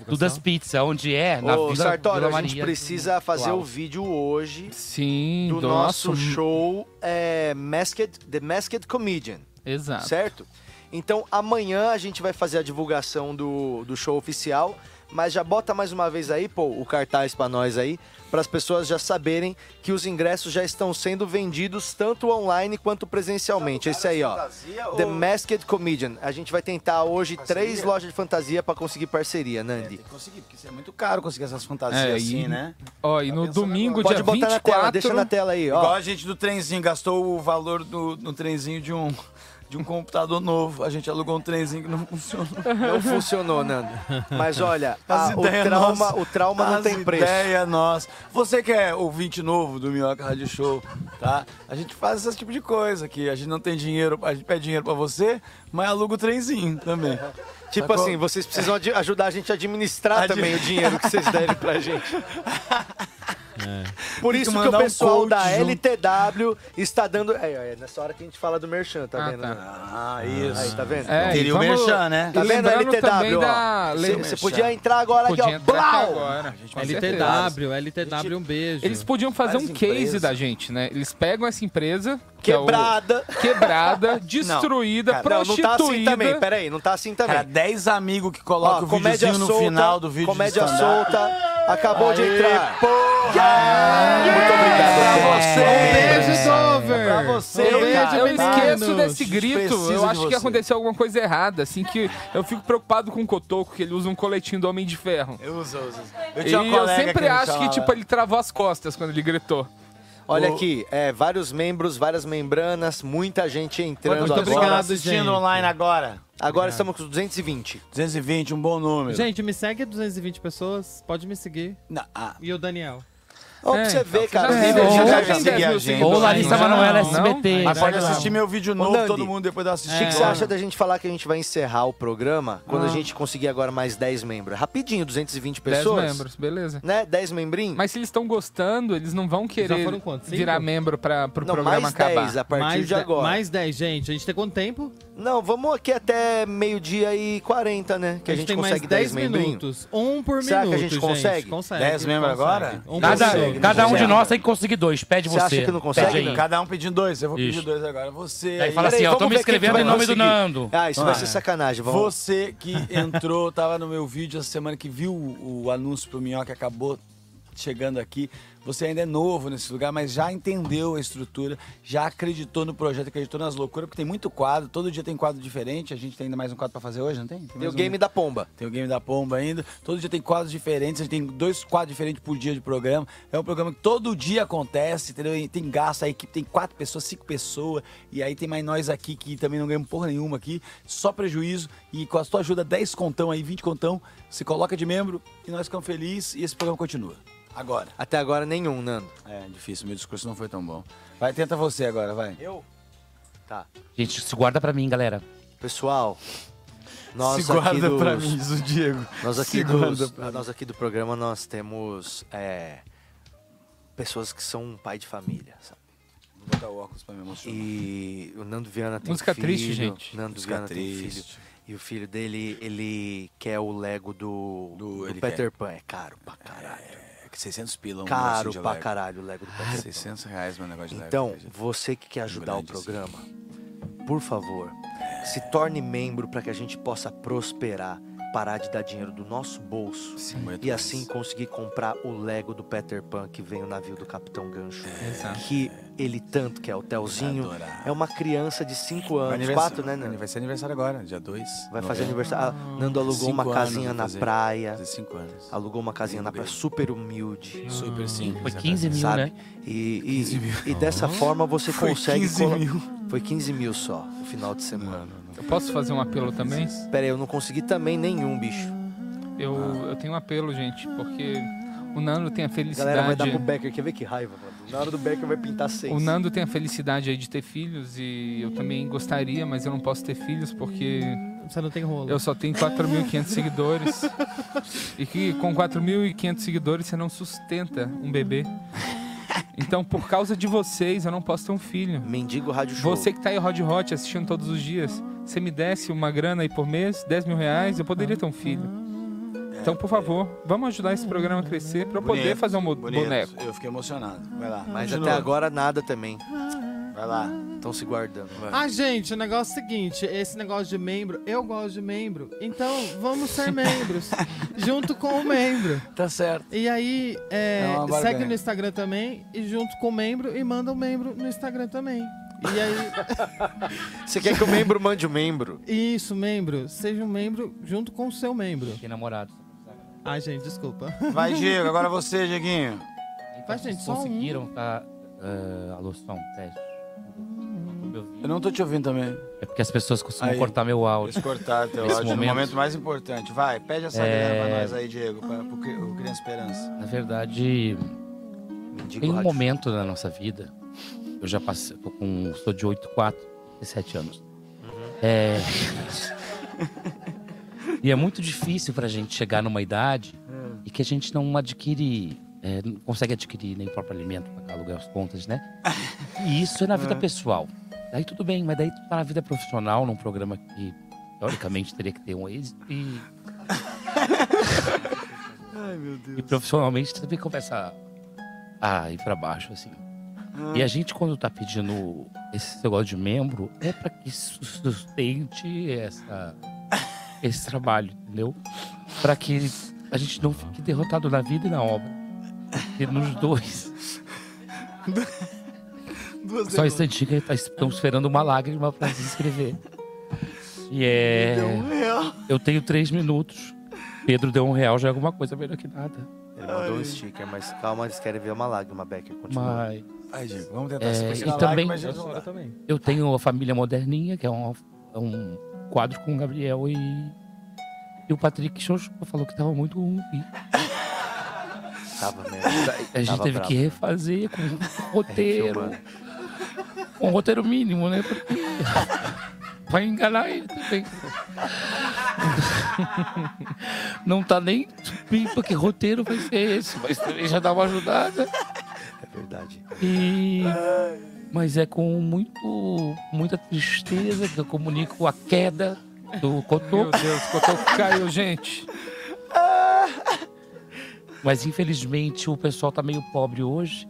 Dudas Pizza, onde é? Na Ô, Vila, Sartório, Vila a gente Maria. né? precisa fazer Uau. o vídeo hoje Sim, do, do nosso, nosso- show é, Masked, The Masked Comedian. Ah, Exato. Certo? Então, amanhã a gente vai fazer a divulgação do, do show oficial, mas já bota mais uma vez aí, pô, o cartaz pra nós aí, para as pessoas já saberem que os ingressos já estão sendo vendidos tanto online quanto presencialmente. Esse aí, ó. fantasia The ou- Masked Comedian. A gente vai tentar hoje três lojas de fantasia para conseguir parceria, Nandi. Consegui, porque isso é muito caro conseguir essas fantasias É, e- assim, né? Ó, e no domingo, Pode dia botar 24... na tela, deixa na tela aí, ó. né? Igual a gente do trenzinho, gastou o valor do, no trenzinho de um, de um computador novo. A gente alugou um trenzinho que não funcionou. Não funcionou, Nando. Mas olha, As a- o ideias trauma- nossas. o trauma não As tem preço. ideia nossa. Você que é ouvinte novo do Minhoca Rádio Show, tá? A gente faz esse tipo de coisa aqui. A gente não tem dinheiro, a gente pede dinheiro pra você, mas aluga o trenzinho também. Tipo assim, vocês precisam adi- ajudar a gente a administrar Admi- também o dinheiro que vocês derem pra gente. Tem Por que isso que, o mandar um pessoal coach da junto. LTW está dando. É, é nessa hora que a gente fala do Merchan, tá Ah, vendo? tá. né? Ah, isso. Aí, tá vendo? É, Teria e o vamos- Merchan, né? Tá e vendo, lembrando também LTW? da- lembra- Você Merchan. podia entrar agora aqui, Podia ó. entrar aqui Blau! agora. com certeza. LTW, LTW, um beijo. Eles podiam fazer um Várias case empresas. da gente, né? Eles pegam essa empresa... que é o- Quebrada. Quebrada, destruída, Não, cara, não, prostituída... não tá assim também, peraí, não tá assim também. Cara, 10 amigos que colocam o comédia videozinho no solta, final do vídeo de Comédia stand-up. solta, acabou de Aê, entrar. Muito obrigado. Dover. Pra você, É, eu, cara. eu esqueço Meninos, desse grito. preciso Eu de acho que você. aconteceu alguma coisa errada, assim que eu fico preocupado com o Cotoco, que ele usa um coletinho do Homem de Ferro. Eu uso, eu uso. e eu sempre acho que, tipo, ele travou as costas quando ele gritou. Olha O- aqui, é, vários membros, várias membranas, muita gente entrando Muito agora. obrigado, Assistindo gente. online agora. Agora estamos com 220. 220, um bom número. Gente, me segue 220 pessoas, pode me seguir. E o Daniel. Ó, pra você ver, cara. é, já Você tem já 10 mil seguia a seguidores. gente. Ou Larissa Manoela SBT. Mas pode Vai lá. assistir meu vídeo Ô, É. novo, Nandi, todo mundo depois da O assistir. que, que você acha da gente falar que a gente vai encerrar o programa quando a Ah. gente conseguir agora mais 10 membros? Rapidinho, 220 10 pessoas. membros, beleza. Né? 10 membrinhos. Mas se eles estão gostando, eles não vão querer foram quantos? Cinco? virar membro pra, pro Não, programa mais acabar. 10 a partir de de- agora. Mais 10, gente. A gente tem quanto tempo? Não, vamos aqui até meio-dia e 40, né? Que a gente, tem mais consegue 10 membrinhos. minutos. Um por Será minuto, que a gente consegue? consegue. Dez membros consegue. agora? Um Nada- por minuto. Consegue, cada não um de consegue. nós tem que conseguir dois. Pede Você acha que não consegue, Pede aí. não? Cada um pedindo dois. Eu vou Isso. pedir dois agora. Você. Aí fala assim, ó, tô me escrevendo em nome do Nando. Ah, isso vai Ah. ser sacanagem. Vamos... Você que entrou, tava no meu vídeo essa semana, que viu o, o anúncio pro Minhoca, acabou chegando aqui. Você ainda é novo nesse lugar, mas já entendeu a estrutura, já acreditou no projeto, acreditou nas loucuras, porque tem muito quadro, todo dia tem quadro diferente. A gente tem ainda mais um quadro pra fazer hoje, não tem? um Tem o game da pomba. Tem o game da pomba ainda. Todo dia tem quadros diferentes, a gente tem dois quadros diferentes por dia de programa. É um programa que todo dia acontece, entendeu? E tem gasto, a equipe tem quatro pessoas, cinco pessoas, e aí tem mais nós aqui que também não ganhamos porra nenhuma aqui, só prejuízo. E com a sua ajuda, 10 contão aí, 20 contão, se coloca de membro e nós ficamos felizes e esse programa continua. Agora. Até agora nenhum, Nando. É, difícil, meu discurso não foi tão bom. Vai, tenta você agora, vai. Eu? Tá. Gente, isso guarda pra mim, galera. Pessoal, Nós Se guarda aqui pra dos- mim, diz o Diego. Nós Se aqui, guarda dos- pra mim. nós aqui do programa, nós temos é, pessoas que são um pai de família, sabe? Vou botar o óculos pra me mostrar. E o Nando Viana tem Música filho. triste, gente. Nando Música Viana tem triste. filho. E o filho dele, ele quer o Lego do, do, ele Peter quer. Pan. É caro pra caralho. É que 600 pila um Caro negocinho de pra Lego. caralho o Lego do Peter Pan. 600 reais meu negócio de Lego. Então, você que quer ajudar o programa, por favor, se torne membro para que a gente possa prosperar, parar de dar dinheiro do nosso bolso e assim conseguir comprar o Lego do Peter Pan que vem o navio do Capitão Gancho, Exato. que ele tanto quer, o Telzinho. Vai adorar. É uma criança de 5 Vai anos, anivers- 4, né, Nando? Vai ser aniversário é. agora, dia 2. Vai fazer aniversário. Ah, Nando alugou uma casinha na praia. anos. Alugou uma casinha na praia, super humilde. Super simples, Foi 15 mil, sabe? né? E, e- e dessa forma você Foi consegue. 15 colo- mil. Foi 15 mil só, no final de semana. Eu posso fazer um apelo também? Pera aí, eu não consegui também nenhum, bicho. Eu, Ah. eu tenho um apelo, gente, porque o Nando tem a felicidade. Galera, vai dar pro Becker, quer ver que raiva, mano? Na hora do Becker vai pintar seis. O Nando tem a felicidade aí de ter filhos e eu também gostaria, mas eu não posso ter filhos porque. Você não tem rolo. Eu só tenho 4.500 seguidores. e que com 4.500 seguidores você não sustenta um bebê. Então, por causa de vocês, eu não posso ter um filho. Mendigo Rádio Show. Você que tá aí, Rod Hot, assistindo todos os dias, você me desse uma grana aí por mês, 10 mil reais, eu poderia ter um filho. Então, por favor, vamos ajudar esse programa a crescer para eu poder Bonito, fazer um mo- bonito. boneco. né? Eu fiquei emocionado. Vai lá. Mas continua. até agora nada também. Vai lá, estão se guardando. vai. Ah, gente, o negócio é o seguinte, esse negócio de membro, eu gosto de membro, então vamos ser membros, junto com o membro. Tá certo. E aí, é, É uma barganha. segue no Instagram também, e junto com o membro, e manda o membro no Instagram também. E aí... Você quer que o membro mande o membro? Isso, membro, seja um membro junto com o seu membro. Que namorado. Ah, gente, desculpa. Vai, Diego, agora você, Dieguinho. Vai, gente, só um. Conseguiram, tá? Ah, alô, som, teste. Eu não tô te ouvindo também. É porque as pessoas costumam Aí, cortar meu áudio. Eles cortaram teu Nesse áudio no momento. momento mais importante. Vai, pede essa É. grana pra nós aí, Diego, pra, pro, Cri- o Criança Esperança. Na verdade, tem um rádio. momento na nossa vida. Eu já passei, eu tô com, sou de 8, 4, 17 anos. Uhum. É. e é muito difícil pra gente chegar numa idade Hum. e que a gente não adquire, é, não consegue adquirir nem o próprio alimento, pagar aluguel, as contas, né? E isso é na vida Hum. pessoal. Daí tudo bem, mas daí tu tá na vida profissional, num programa que teoricamente teria que ter um êxito e Ai, meu Deus. E profissionalmente também começa a, a ir pra baixo, assim. Ah. E a gente, quando tá pedindo esse negócio de membro, é pra que su- sustente essa, esse trabalho, entendeu? Pra que a gente não fique derrotado na vida e na obra. E nos dois. Duas Só esse antigo aí tá- estão esperando uma lágrima pra se inscrever. E é. Me deu um real. Eu tenho três minutos. Pedro deu um real, já é alguma coisa melhor que nada. Ele mandou um sticker, mas calma, eles querem ver uma lágrima, Becker. Continua. Mas. Ai, Diego, É, e também, um também. eu tenho a família moderninha, que é um, é um quadro com o Gabriel e, e o Patrick Xoxo falou que tava muito ruim. Tava mesmo. A gente Tava teve bravo. é que refazer com um roteiro. Refilmando. Com um roteiro mínimo, né? Porque... Pra enganar ele também. Não tá nem pipa que roteiro vai ser esse, mas também já dá uma ajudada. É verdade. E... Mas é com muito, muita tristeza que eu comunico a queda do Cotô. Meu Deus, o Cotô caiu, gente. Mas infelizmente o pessoal tá meio pobre hoje.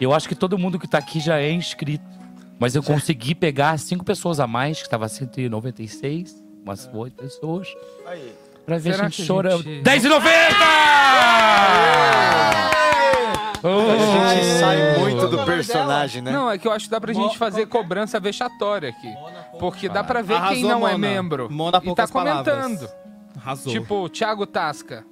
Eu acho que todo mundo que tá aqui já é inscrito. Mas eu consegui pegar cinco pessoas a mais, que tava 196, umas oito pessoas. Aí. Pra Será ver a gente que a chorando. gente- 10,90! Tá A gente sai muito do personagem, né? Não, é que eu acho que dá pra gente fazer cobrança vexatória aqui. Porque dá pra ver quem Arrasou, não é Mona. membro. Mona, e tá poucas palavras. comentando. Arrasou. Tipo, Thiago Tasca.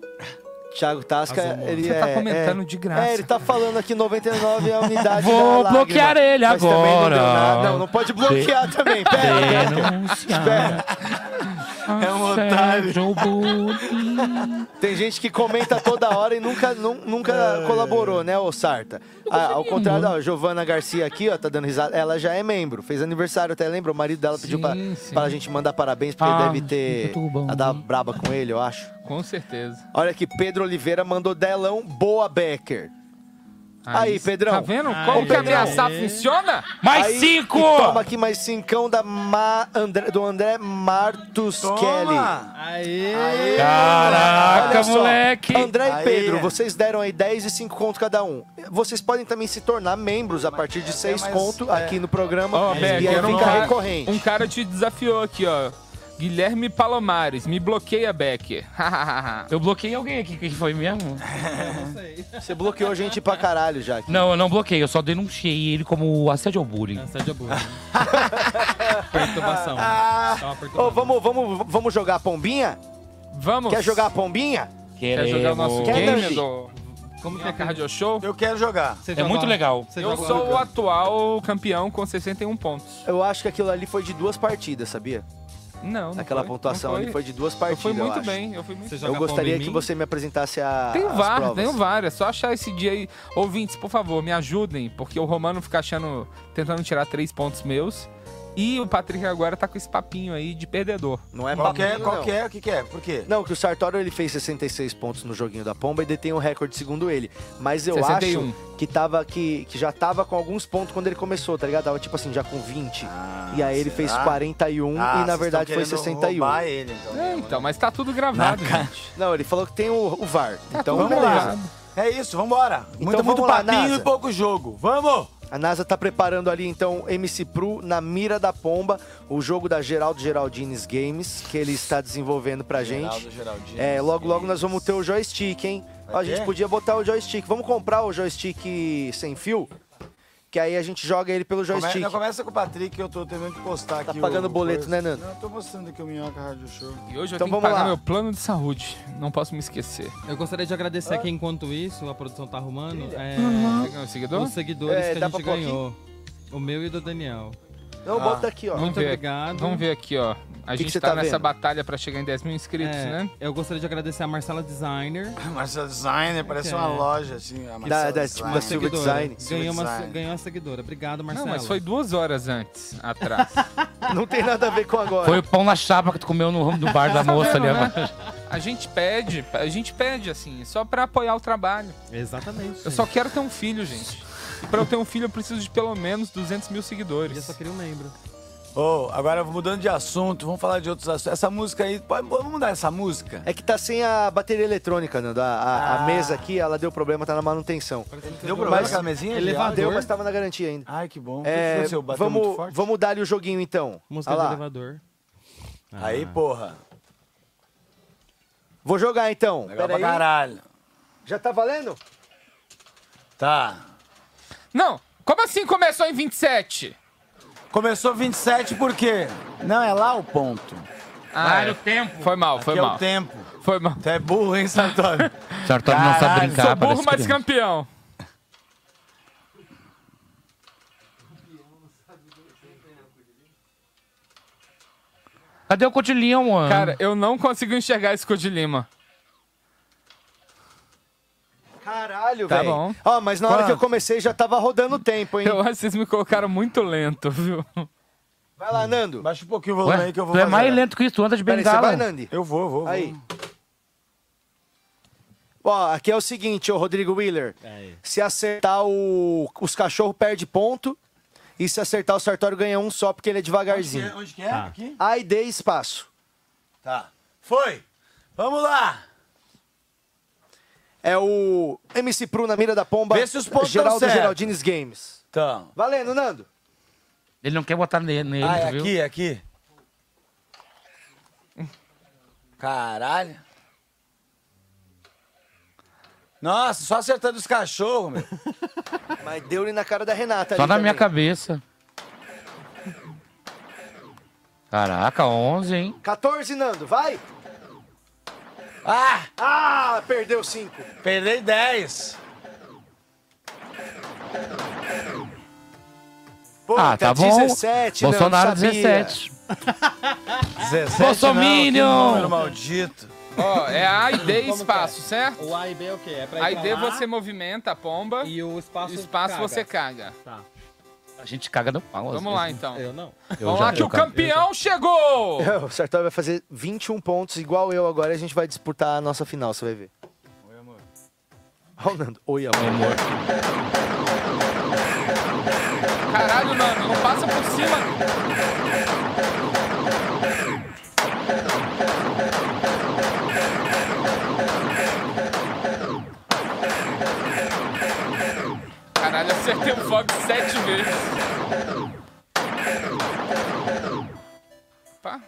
Thiago Tasca, Azul, mano. ele Você é, tá comentando é- de graça. É, ele tá falando aqui 99 é a unidade Vou da lágrima. bloquear ele Mas também não deu agora. nada. Não, não pode bloquear De- também. Pera, Becker. Denunciar. Espera. É um otário. Tem gente que comenta toda hora e nunca, nun- nunca colaborou, né, ô Sarta? Ah, ao contrário, ó, Giovana Garcia aqui, ó, tá dando risada. Ela já é membro, fez aniversário até, lembra? O marido dela pediu pra, pra gente mandar parabéns, porque Ah, deve ter. muito bom. A dar braba com ele, eu acho. Com certeza. Olha aqui, Pedro Oliveira mandou delão boa Becker. Aí, Aí, Pedrão. tá vendo como que ameaçar funciona? Mais cinco! Toma aqui mais cincão da Ma- André- do André Martus Kelly. Aê! Olha Caraca, só, moleque! André e Aí. Pedro, vocês deram aí 10 e 5 conto cada um. Vocês podem também se tornar membros a partir de 6 é conto aqui no programa. Ó, e Becker, aí um, fica cara, recorrente. um cara te desafiou aqui, ó. Guilherme Palomares, me bloqueia, Becker. Eu bloqueei alguém aqui, quem foi mesmo? Você bloqueou gente pra caralho já. aqui. Não, eu não bloqueei, eu só denunciei ele como assédio ao bullying. Assédio ao bullying. Perturbação. Tá Ah, ô, vamos, vamos, vamos jogar a pombinha? Vamos. Quer jogar a pombinha? Quer jogar o nosso Quer, game Dandy? do... Como que é Cardio Show? Eu quero jogar. É joga- muito legal. você Eu joga- sou o atual campeão com 61 pontos. Eu acho que aquilo ali foi de duas partidas, sabia? Não, não Aquela foi, pontuação não ali foi de duas Eu partidas. fui muito acho. bem, eu fui muito Eu gostaria que você me apresentasse a. Tem as VAR, provas. tem VAR. É só achar esse dia aí. Ouvintes, por favor, me ajudem, porque o Romano fica achando, tentando tirar três pontos meus. E o Patrick agora tá com esse papinho aí de perdedor. Não é Qual que é? papinho, Qual não. que é? O que que é? Por quê? Não, que o Sartório ele fez 66 pontos no joguinho da Pomba e detém o recorde segundo ele. Mas eu 61. acho que tava que, que já tava com alguns pontos quando ele começou, tá ligado? Tava tipo assim, já com 20. e aí ele fez Ah, será? 41 Ah, e na vocês verdade tão foi querendo 61. roubar ele, então. É, então, mas tá tudo gravado, gente. Tá Não, ele falou que tem o, o VAR. então tudo vamos lá. gravado. É isso, vambora. Então Muito, muito papinho e pouco jogo. Vamos! A NASA tá preparando ali, então, MC Pro na mira da pomba, o jogo da Geraldo Geraldines Games, que ele está desenvolvendo pra Geraldo gente. Geraldines É, logo, logo nós vamos ter o joystick, hein? Ó, a gente ter? podia botar o joystick. Vamos comprar o joystick sem fio? Que aí a gente joga ele pelo Come- joystick. não, começa tá com o Patrick, que eu tô terminando de postar aqui. pagando boleto, né, Nando? Não, eu tô mostrando aqui o Minhoca Rádio Show. E hoje eu Então tenho que vamos pagar lá. meu plano de saúde. Não posso me esquecer. Eu gostaria de agradecer aqui enquanto isso, a produção tá arrumando. É, Uhum. Você ganhou seguidor? Os seguidores É, que dá a gente pra pôr aqui? ganhou. O meu e do Daniel. Ah. Não, bota aqui, ó. Vamos Muito ver, obrigado. Vamos ver aqui, ó. A Que que gente você tá, tá nessa vendo? batalha pra chegar em 10 mil inscritos, É, né? Eu gostaria de agradecer a Marcela Designer. Marcela Designer, parece uma loja, assim, a Que Marcela é Da- da- tipo, da Silver seguidora. Design. Silver Ganhou, uma, Design. ganhou a seguidora. Obrigado, Marcela. Não, mas foi duas horas antes, atrás. né? Não tem nada a ver com agora. Foi o pão na chapa que tu comeu no, no bar da Tá moça ali. vendo, né? agora. A gente pede, a gente pede, assim, só pra apoiar o trabalho. Exatamente. Eu só quero ter um filho, gente. E pra eu ter um filho, eu preciso de pelo menos 200 mil seguidores. Eu só queria um membro. Ô, agora mudando de assunto, vamos falar de outros assuntos. Essa música aí, pode- vamos mudar essa música? É que tá sem a bateria eletrônica, Nando. A, a- a Ah. mesa aqui, ela deu problema, tá na manutenção. Deu problema com a mesinha? Elevador? Deu, mas tava na garantia ainda. Ai, que bom. É, Seu, bateu muito vamos, forte? vamos dar-lhe o joguinho, então. Música Olha de lá. elevador. Aí, porra. Vou jogar, então. Legal Pera pra aí. caralho. Já tá valendo? Tá. Não, como assim começou em 27? Começou 27 por quê? Não, é lá o ponto. Ah, era o tempo. Foi mal, foi Aqui mal. é o tempo. Foi mal. Tu é burro, hein, Sartori? Sartori não sabe Caralho, brincar, sou burro, mas parece criança. Campeão. Cadê o cotilinho, mano? Cara, eu não consigo enxergar esse cor de lima. Caralho, Tá velho. bom. Ó, mas na hora que eu Quanto? comecei já tava rodando o tempo, hein? Eu acho que vocês me colocaram muito lento, viu? Vai lá, Nando. Baixa um pouquinho o volume Ué, aí que eu vou tu é fazer. mais lento que isso, tu anda de Peraí, bengala. você vai, Nandi? Eu vou, vou. Aí. Ó, aqui é o seguinte, ô Rodrigo Wheeler. Se acertar o... os cachorros, perde ponto. E se acertar o Sartório, ganha um só, porque ele é devagarzinho. Onde que é? Tá. Aqui? Aí dê espaço. Tá. Foi! Vamos lá! É o MC Pru na mira da pomba. Vê se os pontos dão Geraldo certo. Geraldines Games. Então. Valendo, Nando. Ele não quer botar ne- nele, Ah, é tu viu? aqui, é aqui. Caralho. Nossa, só acertando os cachorros, meu. Mas deu-lhe na cara da Renata. Só ali na minha também. cabeça. Caraca, 11, hein? 14, Nando, vai! Ah! Ah, perdeu 5. Perdei 10. Pô, ah, tá bom. 17, Nando, Ah, tá Bolsonaro tá sabia. 17. 17 Bolsominion! não, que número maldito. Ó, é A e D Como que espaço, certo? O A e B é o quê? É pra ir A e pra D lá? você movimenta a pomba. E o espaço caga. você caga. Tá. A gente caga no pau. às Vamos vezes, lá né? então. Eu não. Eu Vamos já- lá que eu o cago. campeão chegou! É, O Sartori vai fazer 21 pontos, igual eu agora, e a gente vai disputar a nossa final, você vai ver. Oi, amor. Olha o Nando. Oi, amor. Caralho, Nando, não passa por cima. Caralho, acertei o Fox sete vezes. Opa.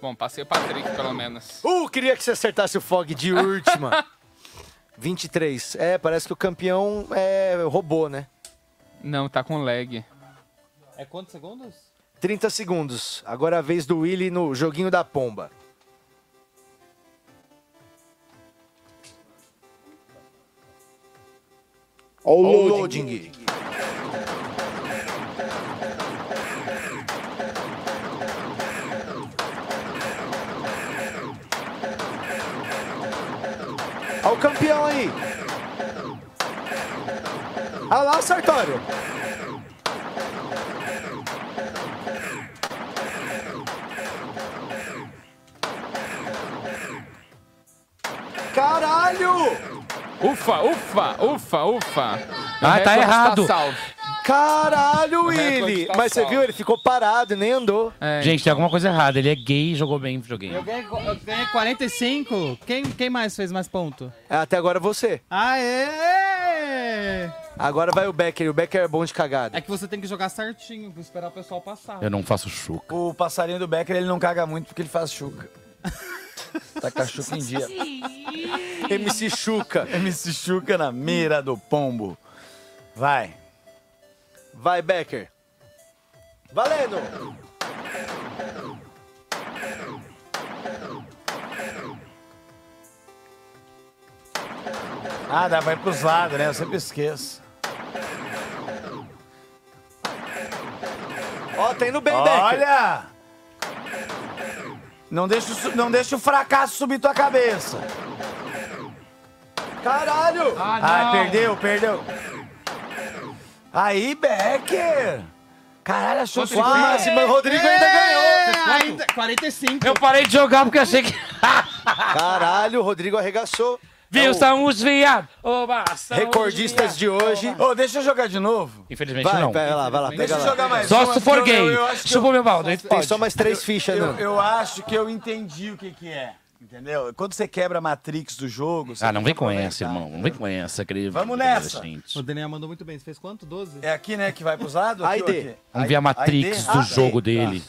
Bom, passei o Patrick, pelo menos. Uh, queria que você acertasse o Fog de última. 23. É, parece que o campeão é robô, né? Não, tá com lag. É quantos segundos? 30 segundos. Agora é a vez do Willy no joguinho da pomba. Ó o Ó o loading. loading. Olha o campeão aí. Olha lá, Sartório. Caralho! Ufa, ufa, ufa, ufa. Meu Ah, tá recorde errado. salvo. Caralho, O recorde Willy! tá Mas você salvo. viu, ele ficou parado e nem andou. Gente, tem alguma coisa errada. Ele é gay e jogou bem videogame. Eu ganhei, eu ganhei 45. Quem, quem mais fez mais ponto? É, Até agora você. Aê! Agora vai o Becker. O Becker é bom de cagada. É que você tem que jogar certinho, esperar o pessoal passar. Eu não faço chuca. O passarinho do Becker, ele não caga muito porque ele faz chuca. tá com a chuca em dia. MC Chuca. MC Chuca na mira do pombo. Vai. Vai, Becker. Valendo! Ah, dá, vai pros lados, né? Eu sempre esqueço. Ó, tá indo bem, Becker. Olha! Não deixa, o su- não deixa o fracasso subir tua cabeça. Caralho! Ah, perdeu, perdeu. Aí, Becker! Caralho, achou Quanto ele fez? Quase, mas o Rodrigo ainda ganhou. Ainda, 45. Eu parei de jogar porque achei que. Caralho, o Rodrigo arregaçou. Viu, É o são os viados! Oba, são Então, os Recordistas de hoje. Ô, deixa eu jogar de novo. Infelizmente então, Vai, não. vai lá, vai lá. Deixa pega eu lá. jogar mais Só uma, se for porque eu- gay. eu acho que Chupa eu- meu pau. daí Tem pode. só mais três fichas, Eu, Nando. eu acho que eu entendi o que que é, entendeu? Quando você quebra a Matrix do jogo... você Ah, não vem fica tá. com essa, irmão. Não vem com essa, querido. Vamos nessa. O Daniel mandou muito bem. Você fez quanto? 12? É aqui, né, que vai pros lados? Aí, Aqui ou Dê. aqui? Vamos ver a Aí- Matrix aí, do Dê? jogo Ah, dele.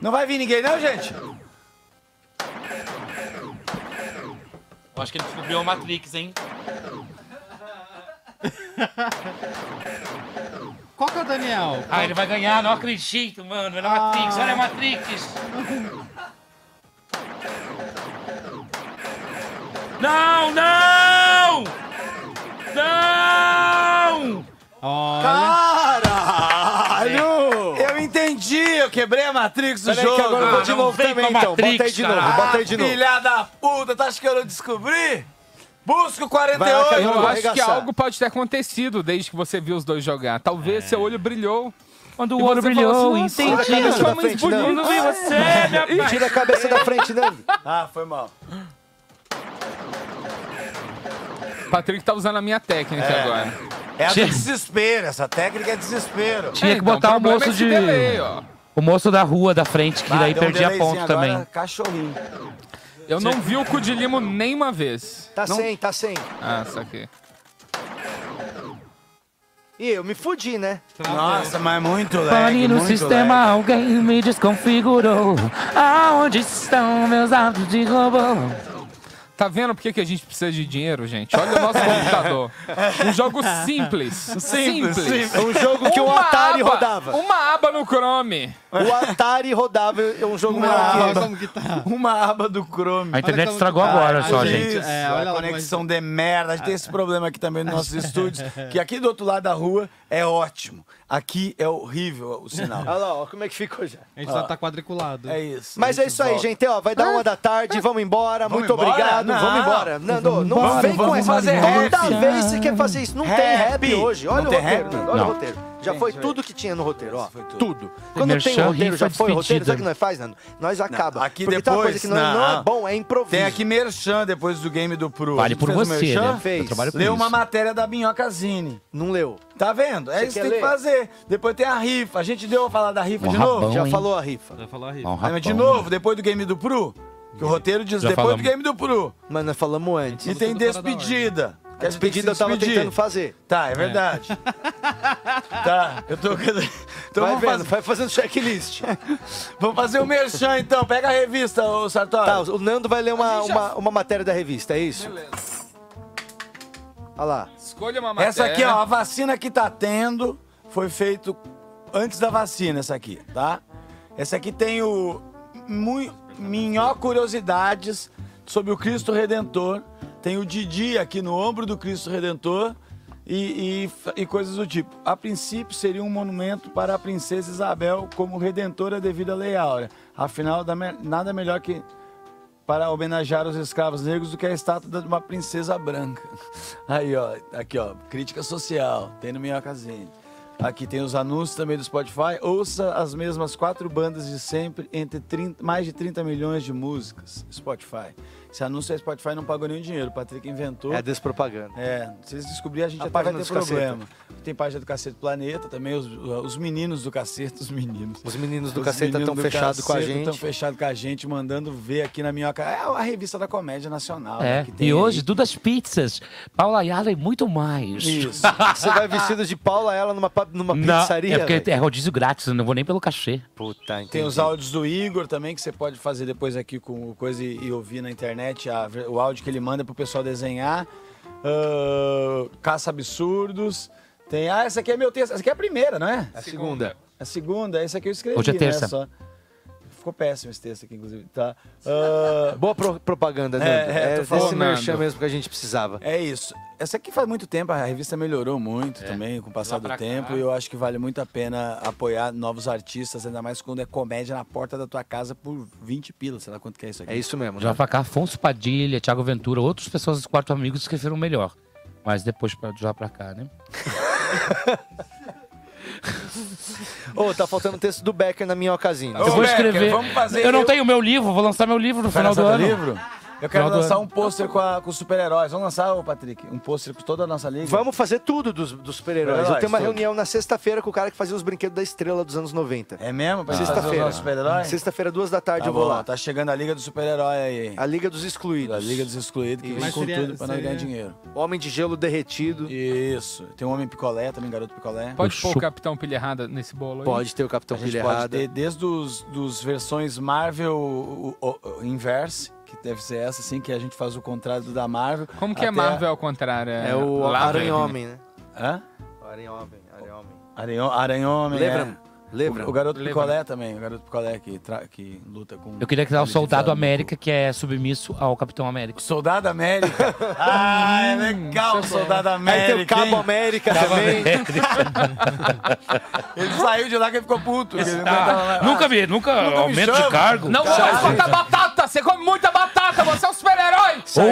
Não vai vir ninguém, não, gente? Eu acho que ele descobriu a Matrix, hein? Qual que é o Daniel? Ah, ele vai ganhar, não acredito, mano. Olha a Matrix, olha a Matrix. Não, não! Não! Caralho! Eu entendi, eu quebrei a Matrix do Peraí jogo. que agora eu vou de novo também, então. Bota aí de novo, bota aí de novo. Filha da puta, tá achando que eu não descobri? Busca o 48! eu acho que algo pode ter acontecido desde que você viu os dois jogar. Talvez seu olho brilhou. Quando É. o olho brilhou, assim, assim, entendi. Tira a cabeça da frente, não. Não vi você, minha pai. Tira a cabeça da frente, Nando. é. Ah, foi mal. Patrick tá usando a minha técnica É. agora. Essa é Tinha- desespero, essa técnica é desespero. Tinha que botar o um problema é moço esse de. delay, ó. O moço da rua da frente, que Ah, daí deu um perdia delayzinho ponto agora, também. Cachorrinho. Eu não vi o cu de limo nenhuma vez. Tá não... sem, tá sem. Ah, saquei. E eu me fudi, né? Nossa, mas muito Pane lag, no muito sistema, lag. alguém me desconfigurou. Aonde estão meus atos de robô? Tá vendo por que que a gente precisa de dinheiro, gente? Olha o nosso computador. Um jogo simples. Simples, Simples. simples. Um jogo que o Uma Atari aba- rodava. Uma aba no Chrome. É. O Atari rodava é um jogo Uma Ah. melhor aba. que esse. tá? Uma aba do Chrome. A internet estragou agora só, gente. Isso, É, a conexão de merda. A Ah. gente tem esse problema aqui também nos nossos estúdios, que aqui do outro lado da rua é ótimo. Aqui é horrível o sinal. Olha lá, ó, como é que ficou já. A gente já tá quadriculado. É isso. Mas é isso aí, gente. Ó, vai dar uma da tarde, vamos embora. Vamos Muito embora? obrigado. Não. Vamos embora. Nando, não Vamos, vem com vamos essa. fazer Toda rap. vez você quer fazer isso. Não tem Rap. rap hoje. Olha Não o tem roteiro. rap? Nando. Olha Não. o roteiro. Já Gente, foi foi- tudo que tinha no roteiro, ó. Tudo. Quando Merchan, tem o roteiro, rifa já foi o despedida. roteiro, sabe o que nós faz, Nando? Nós acaba. Aqui depois. ah, Porque tá uma coisa que não, não é bom, é improviso. Tem aqui merchan depois do game do Pro. Vale A gente por fez o você, merchan, né? Fez. Eu trabalho com Leu isso. uma matéria da Minhocazine. Não leu. Tá vendo? É Você isso que tem quer que ler? fazer. Depois tem a rifa. A gente deu a falar da rifa Um de rabão, novo? Já hein? falou a rifa. Já falou a rifa. Mas rabão, de novo, depois do game do Pro? Que o roteiro diz Já depois falamos. do game do Pro. Mas nós falamos antes. E tem despedida. A despedida eu tava tentando fazer. Tá, é verdade. tá, eu tô. então vai, vamos vendo, fazer- vai fazendo checklist. vamos fazer o merchan então. Pega a revista, ô Sartori. Tá, o Nando vai ler uma, A gente já- uma, uma matéria da revista, é isso? Olha lá. Escolha uma matéria. Essa aqui, ó, a vacina que tá tendo foi feito antes da vacina, essa aqui, tá? Essa aqui tem o mui- Minhó Curiosidades sobre o Cristo Redentor. Tem o Didi aqui no ombro do Cristo Redentor e, e, e coisas do tipo. A princípio seria um monumento para a princesa Isabel como redentora devido à Lei Áurea. Afinal, da me- nada melhor que para homenagear os escravos negros do que a estátua de uma princesa branca. Aí, ó, aqui, ó, crítica social, tem no Minhocazinho. Aqui tem os anúncios também do Spotify. Ouça as mesmas quatro bandas de sempre, entre 30 mais de 30 milhões de músicas. Spotify. Esse anúncio é Spotify não pagou nenhum dinheiro. O Patrick inventou. É a despropaganda. É, se eles descobrirem, a gente A até vai página ter dos Caceta. problema. Tem página do Cacete Planeta também, os, os meninos do Cacete, os meninos. Os meninos do Os Caceta meninos tão do fechado com a Caceta gente. Tão fechado com a gente, mandando ver aqui na minhoca. É a revista da Comédia Nacional. né, É. que tem E aí. hoje, Dudas Pizzas, Paula Ayala e muito mais. Isso. Você vai vestido de Paula ela numa, pa- numa Não, pizzaria? é porque velho? é rodízio grátis, eu não vou nem pelo cachê. Puta, entendi. Tem os áudios do Igor também, que você pode fazer depois aqui com o coisa e, e ouvir na internet a ver- o áudio que ele manda pro pessoal desenhar. Ahn, Caça Absurdos. Tem. Ah, essa aqui é meu texto. Essa aqui é a primeira, não é? A segunda. A segunda, essa aqui eu escrevi. Hoje é né, terça. só. Ficou péssimo esse texto aqui, inclusive. Tá. Ahn, Boa pro- propaganda, Nando. É, é, É, tô esse falando. merchan mesmo que a gente precisava. É isso. Essa aqui faz muito tempo, a revista melhorou muito também com o passar do É. pra tempo. E eu acho que vale muito a pena apoiar novos artistas, ainda mais quando é comédia na porta da tua casa por 20 pilas. Sei lá quanto que é isso aqui. É isso mesmo. Já pra cá, Afonso Padilha, Thiago Ventura, outras pessoas dos quatro amigos escreveram melhor. Mas depois pra, já pra cá, né? Ô, tá faltando o texto do Becker na minha ocasião. eu vou escrever. eu não tenho meu livro, vou lançar meu livro no Vai final do lançar ano. teu livro? Eu quero Final do lançar ano. um pôster com, a- com os super-heróis. Vamos lançar, ô Patrick, um pôster com toda a nossa liga? Vamos fazer tudo dos, dos super-heróis. Eu tenho uma reunião na sexta-feira com o cara que fazia os brinquedos da estrela dos anos 90. É mesmo? Pra gente fazer os Sexta-feira. nossos super-heróis? Sexta-feira, duas da tarde, Tá eu vou bom, lá. Tá chegando a Liga dos Super-Herói aí. A Liga dos Excluídos. A Liga dos Excluídos, que Isso. vem Mas com seria- tudo pra não seria- ganhar dinheiro. Homem de Gelo Derretido. Isso. Tem um Homem Picolé também, Garoto Picolé. Pode pôr o Capitão Pilha Errada nesse bolo aí? Pode ter o Capitão A gente é Pilha pode Errada. ter desde os dos versões Marvel o, o- o- Inverse, que deve ser essa, assim, que a gente faz o contrário da Marvel. Como que é até- Marvel ao contrário? É o Laver, Aranha-Homem, né? Hã? Aranha-Homem, Aranha-Homem. Aranho- Aranhomem, Lembra? é. Lembra? O, o Garoto Lembra. Picolé também, o Garoto Picolé que, tra- que luta com... Eu queria criar o ele Soldado fala- América, que é submisso ao Capitão América. Soldado América? Ah, Hum, é legal, o Soldado América. Aí tem o Cabo hein? América também. ele saiu de lá que ele ficou puto. que ele não aguentava mais. nunca vi, nunca, me aumento de chama. cargo. Não vou mais cortar batata! Você come muita batata! Você é um super-herói! O,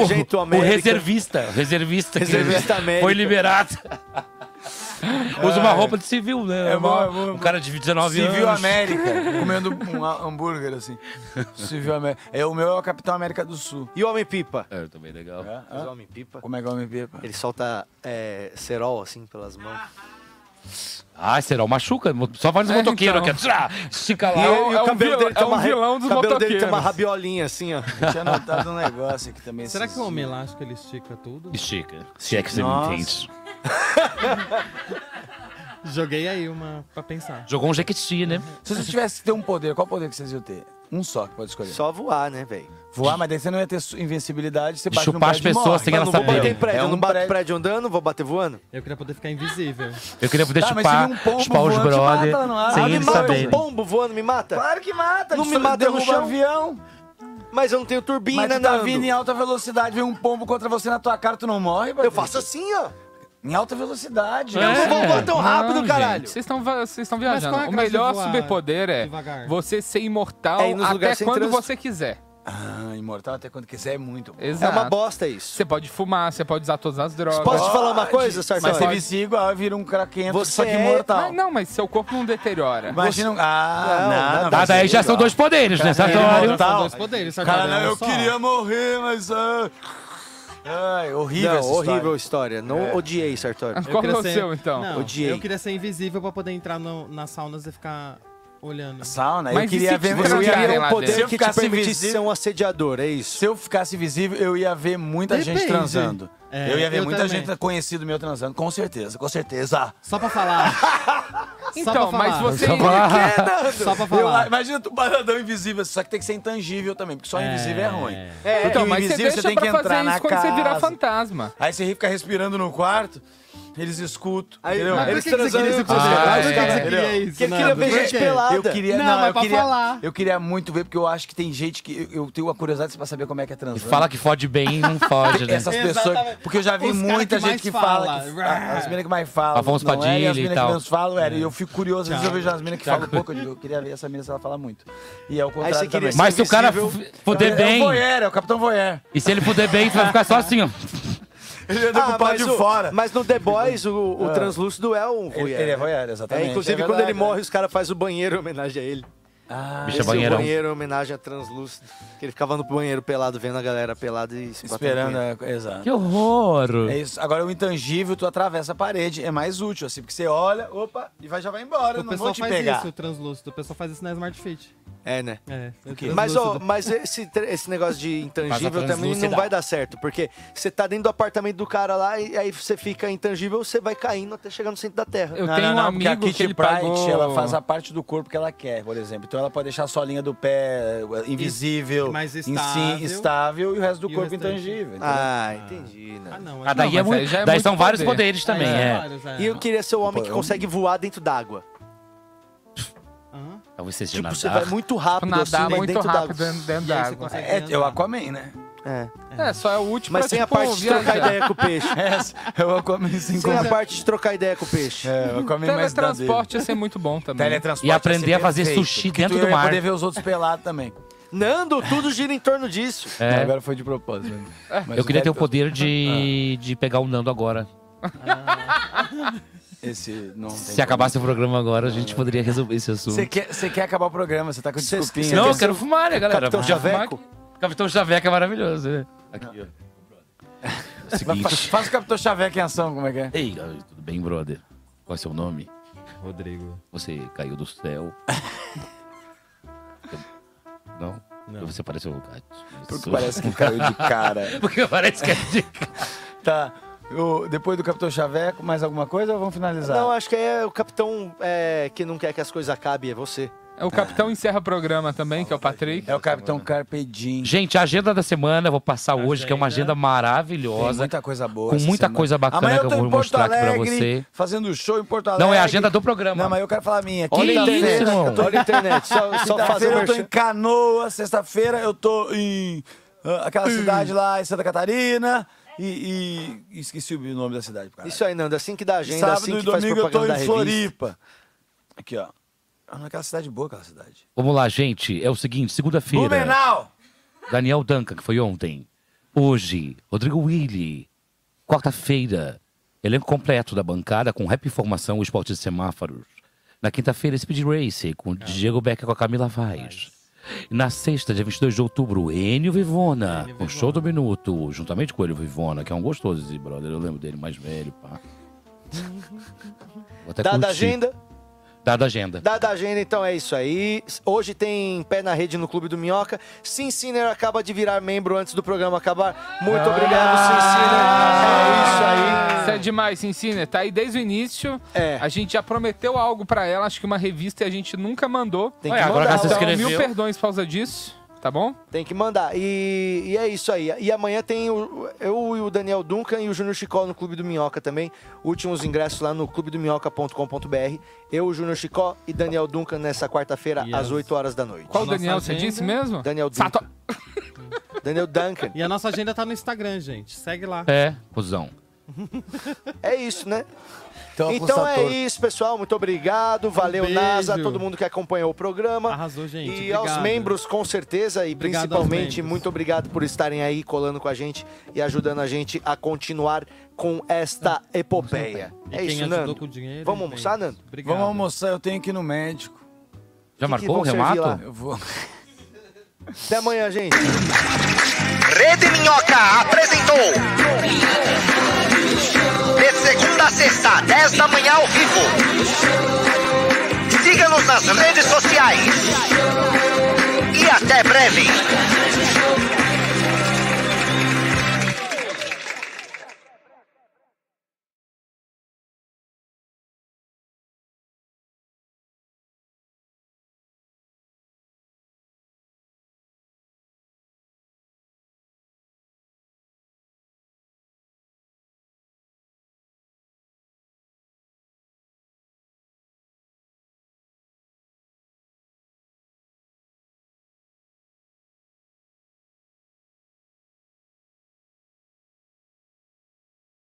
o reservista, o reservista, que Reservista América. foi liberado. Usa uma Ai. roupa de civil, né? É bom, é Uma- bom. Um cara de 19 anos. Civil América, comendo um ha- hambúrguer assim. Civil América. É, o meu é o Capitão América do Sul. E o Homem-Pipa? É, também legal. Mas o Homem-Pipa... Como é que é o Homem-Pipa? Ele solta é, cerol, assim, pelas mãos. Ah, será? Machuca? Só vai nos É, motoqueiros então. aqui. Tsá, Estica lá. E, e o cabelo dele tem é um uma ra- vilão o cabelo dele tem uma rabiolinha assim, ó. Eu tinha anotado um negócio aqui também. Será esses que o homem dias. elástico ele estica tudo? Estica. Se é que você Nossa. me entende. Joguei aí uma pra pensar. Jogou um jequiti, né? Se você tivesse que ter um poder, qual poder que vocês iam ter? Um só que pode escolher. Só voar, né, velho? Voar, mas daí você não ia ter su- invencibilidade, você bate Chupar num as prédio e pessoas morre. sem elas Mas não vou saberem. bater em prédio, É eu um não bato prédio. andando, vou bater voando? Eu queria poder ficar invisível. Eu queria poder Tá, mas se chupar, vir um pombo chupar os voando, te brother mata lá no ar. sem Ah, me eles mata um saberem. é Pombo voando me mata? Claro que mata. Não me destrói- mata no derruba chão. avião. Mas eu não tenho turbina, Mas tu tá Nando. vindo em alta velocidade, vem um pombo contra você na tua cara, tu não morre, Patrick? Eu faço assim, ó. Em alta velocidade. né? É. Não, rápido, gente, caralho. Vocês estão vocês estão Mas viajando. qual é a o graça de melhor voar superpoder é devagar? você ser imortal É ir nos até lugares sem quando trânsito. você quiser. Ah, imortal até quando quiser é muito bom. Exato. bosta isso. Você pode fumar, você pode usar todas as drogas. Posso te falar uma Pode. coisa, Sartori? Mas você Pode. vicia igual, vira um craquento, Você só que é- imortal. Mas não, mas seu corpo não deteriora. Imagina um... Ah, Não, não. nada mas daí é já são igual. dois poderes, né, Então, Cara, Sartori? imortal. São dois poderes, Sartori, Tá Cara, não, olha um eu só. queria morrer, mas... ah, Ai, é horrível Não, essa É. horrível história. Não odiei, Sartori. Eu é queria ser- então? Não, Odiei. Eu queria ser invisível pra poder entrar no, nas saunas e ficar olhando. Sauna, eu Mas e queria se ver... te eu trancarem queria lá um poder dentro? que Se eu te ficasse permitisse invisível- ser um assediador, é isso? Se eu ficasse visível, eu ia ver muita gente Depende. transando. É, eu ia ver eu muita também. gente conhecido meu transando, com certeza, com certeza. Só pra falar. Então, mas você. Só pra falar. Só pra falar. Eu- ah, imagina tu paradão invisível, só que tem que ser intangível também, porque só invisível é ruim. É, Porque então, o mas você invisível deixa pra fazer isso quando você virar fantasma. Aí você fica respirando no quarto, eles escutam. Aí- entendeu? mas por eles que que você transando, queria esse eles poder? escutam, Mas por que cara, que você queria entendeu? isso, Porque eu queria Nando? ver Por gente quê? pelada. Eu queria, Não, não, mas eu pra queria, falar. Eu queria muito ver, porque eu acho que tem gente que. Eu, eu tenho uma curiosidade pra saber como é que é transando. Fala que fode bem e não fode, né? Essas pessoas. Porque eu já vi Os cara muita que gente mais que fala. fala. que- ah, As meninas que mais falam. Afonso não é, e Padilha as e meninas tal. que menos falam, era. E eu fico curioso. Às vezes eu Tchau. vejo as meninas que Tchau. falam pouco. Eu digo, eu queria ver essa menina se ela fala muito. E é o contrário você queria também. ser Mas se o cara invisível- f- fuder é, bem- É o voyeur, é o Capitão Voyeur. E se ele puder bem, tu vai ficar só assim, ó. Ele anda com o pau Ah, mas de o- fora. Mas no The Boys, o, o Ah. translúcido é um voyeur. ele é né? voyeur, exatamente. É, inclusive, É quando ele verdade, morre, os caras fazem o banheiro em homenagem a ele. Ah, Bicho, Esse é banheirão. o banheiro em homenagem a translúcido. Que ele ficava no banheiro pelado, vendo a galera pelada e se Esperando, batendo. é, exato. Que horror! É isso. Agora, o intangível, tu atravessa a parede. É mais útil, assim, porque você olha, opa, e vai, já vai embora. não O vou pessoal te faz pegar. isso, o translúcido. O pessoal faz isso na Smart Fit. É, né? É. o Mas, ó, translúcido. mas esse, tre- esse negócio de intangível Mas a também não translúcida. vai dar certo, porque você tá dentro do apartamento do cara lá e aí você fica intangível, você vai caindo até chegar no centro da terra. não, um não, não, porque tipo, a Kitty Pryde, ela faz a parte do corpo que ela quer, por exemplo. Então ela pode deixar a solinha do pé eh, invisível, mais em si, estável. estável e o resto do E o corpo restante. intangível. Ah, entendi. Né? não, Ah, daí, é muito, daí são vários poderes também, é. E eu queria ser o homem que consegue voar dentro d'água. Pra você se Tipo, nadar. você vai muito rápido Tipo, Nadar assim, mas muito dentro rápido né? d'água. dentro- dentro E aí você d'água. consegue É, eu Aquaman, né? É. É, só é o último Mas pra, sem a tipo, parte de trocar viajar. ideia com o peixe. é o Aquaman sem Sem a parte de trocar ideia com o peixe. É, o Aquaman mais da dele. Teletransporte ia ser muito bom também. Teletransporte Tá. E aprender ia ser a fazer é perfeito, sushi porque dentro tu do ia mar. poder ver os outros pelados também. Nando, tudo gira em torno disso. É. Não, Agora foi de propósito. né? Mas eu queria ter o Beto- poder de, de pegar o Nando agora. Esse não tem Se como. acabasse o programa agora, a gente poderia resolver esse assunto. Você quer, você quer acabar o programa, você tá com desculpinha. Não, eu quero fumar, né, galera? Capitão Podia fumar. Chaveco? Capitão Chaveco é maravilhoso, né? Aqui, ó. Faz, faz o Capitão Chaveco em ação, como é que é? Ei, tudo bem, brother? Qual é seu nome? Rodrigo. Você caiu do céu. Não? Não. Você parece um gato. Porque parece que caiu de cara. Porque parece que é de Tá. O- depois do Capitão Chaveco, mais alguma coisa ou vamos finalizar? Não, acho que é o capitão é, que não quer que as coisas acabem, é você. O capitão encerra o programa também, que é o Patrick. É o capitão Carpedinho. Gente, a agenda da semana eu vou passar hoje, que é uma agenda maravilhosa. Tem muita coisa boa. Com essa muita semana. coisa bacana Amanhã que eu tô em vou Porto mostrar aqui pra Alegre, você. Fazendo show em Porto Alegre. Não, é a agenda do programa. Não, mas eu quero falar a minha. Que Quinta-feira- É, isso, irmão? Olha a internet, só- só Quinta-feira fazer o eu tô merchan. em Canoa, sexta-feira eu tô em ah, aquela cidade lá em Santa Catarina e, e- esqueci o nome da cidade. Cara. Isso aí, Nando, assim que dá agenda, Sábado assim e que faz domingo eu tô propaganda da em revista. Floripa. Aqui, ó. Ah, Naquela cidade boa, aquela cidade. Vamos lá, gente. É o seguinte, segunda-feira. Blumenau! Daniel Duncan, que foi ontem. Hoje, Rodrigo Willi. Quarta-feira, elenco completo da bancada com Rap Informação, o Esporte de Semáforos. Na quinta-feira, Speed Race com Diego Becker com a Camila Vaz. Na sexta, dia 22 de outubro, Enio Vivona, com Show do Minuto, juntamente com o Enio Vivona, que é um gostoso esse brother, eu lembro dele mais velho, pá. Vou até Dada a curtir. agenda. Dada a agenda. Dada a agenda, então é isso aí. Hoje tem pé na rede no Clube do Minhoca. Sim, Sinner acaba de virar membro antes do programa acabar. Muito obrigado, Sim, Sinner. É isso aí. Isso é demais, Cincine. Tá aí desde o início. A gente já prometeu algo pra ela, acho que uma revista e a gente nunca mandou. Tem que Olha, agora mandar. que ela se Então, inscreveu. mil perdões por causa disso. tá bom? Tem que mandar. E, e é isso aí. E amanhã tem o, eu e o Daniel Duncan e o Júnior Chicó no Clube do Minhoca também. Últimos ingressos lá no clubedominhoca.com.br. Eu, o Júnior Chicó e Daniel Duncan nessa quarta-feira, Yes. às 8 horas da noite. Qual Nossa Daniel você agenda? disse mesmo? Daniel Duncan. Daniel Duncan. E a nossa agenda tá no Instagram, gente. Segue lá. É, cuzão. É isso, né? Então, Então é Constator. isso, pessoal. Muito obrigado. Valeu, Um beijo. NASA, todo mundo que acompanhou o programa. Arrasou, gente. E Obrigado. aos membros, com certeza, e Obrigado aos principalmente, membros. muito obrigado por estarem aí colando com a gente e ajudando a gente a continuar com esta epopeia. E É quem isso, ajudou Nando. com o dinheiro, Vamos almoçar, Nando? Vamos almoçar, eu tenho que ir no médico. Já Que que marcou o vão servir remato? lá? Eu vou. Até amanhã, gente. Rede Minhoca apresentou. De segunda a sexta, 10 da manhã ao vivo. Siga-nos nas redes sociais. E até breve.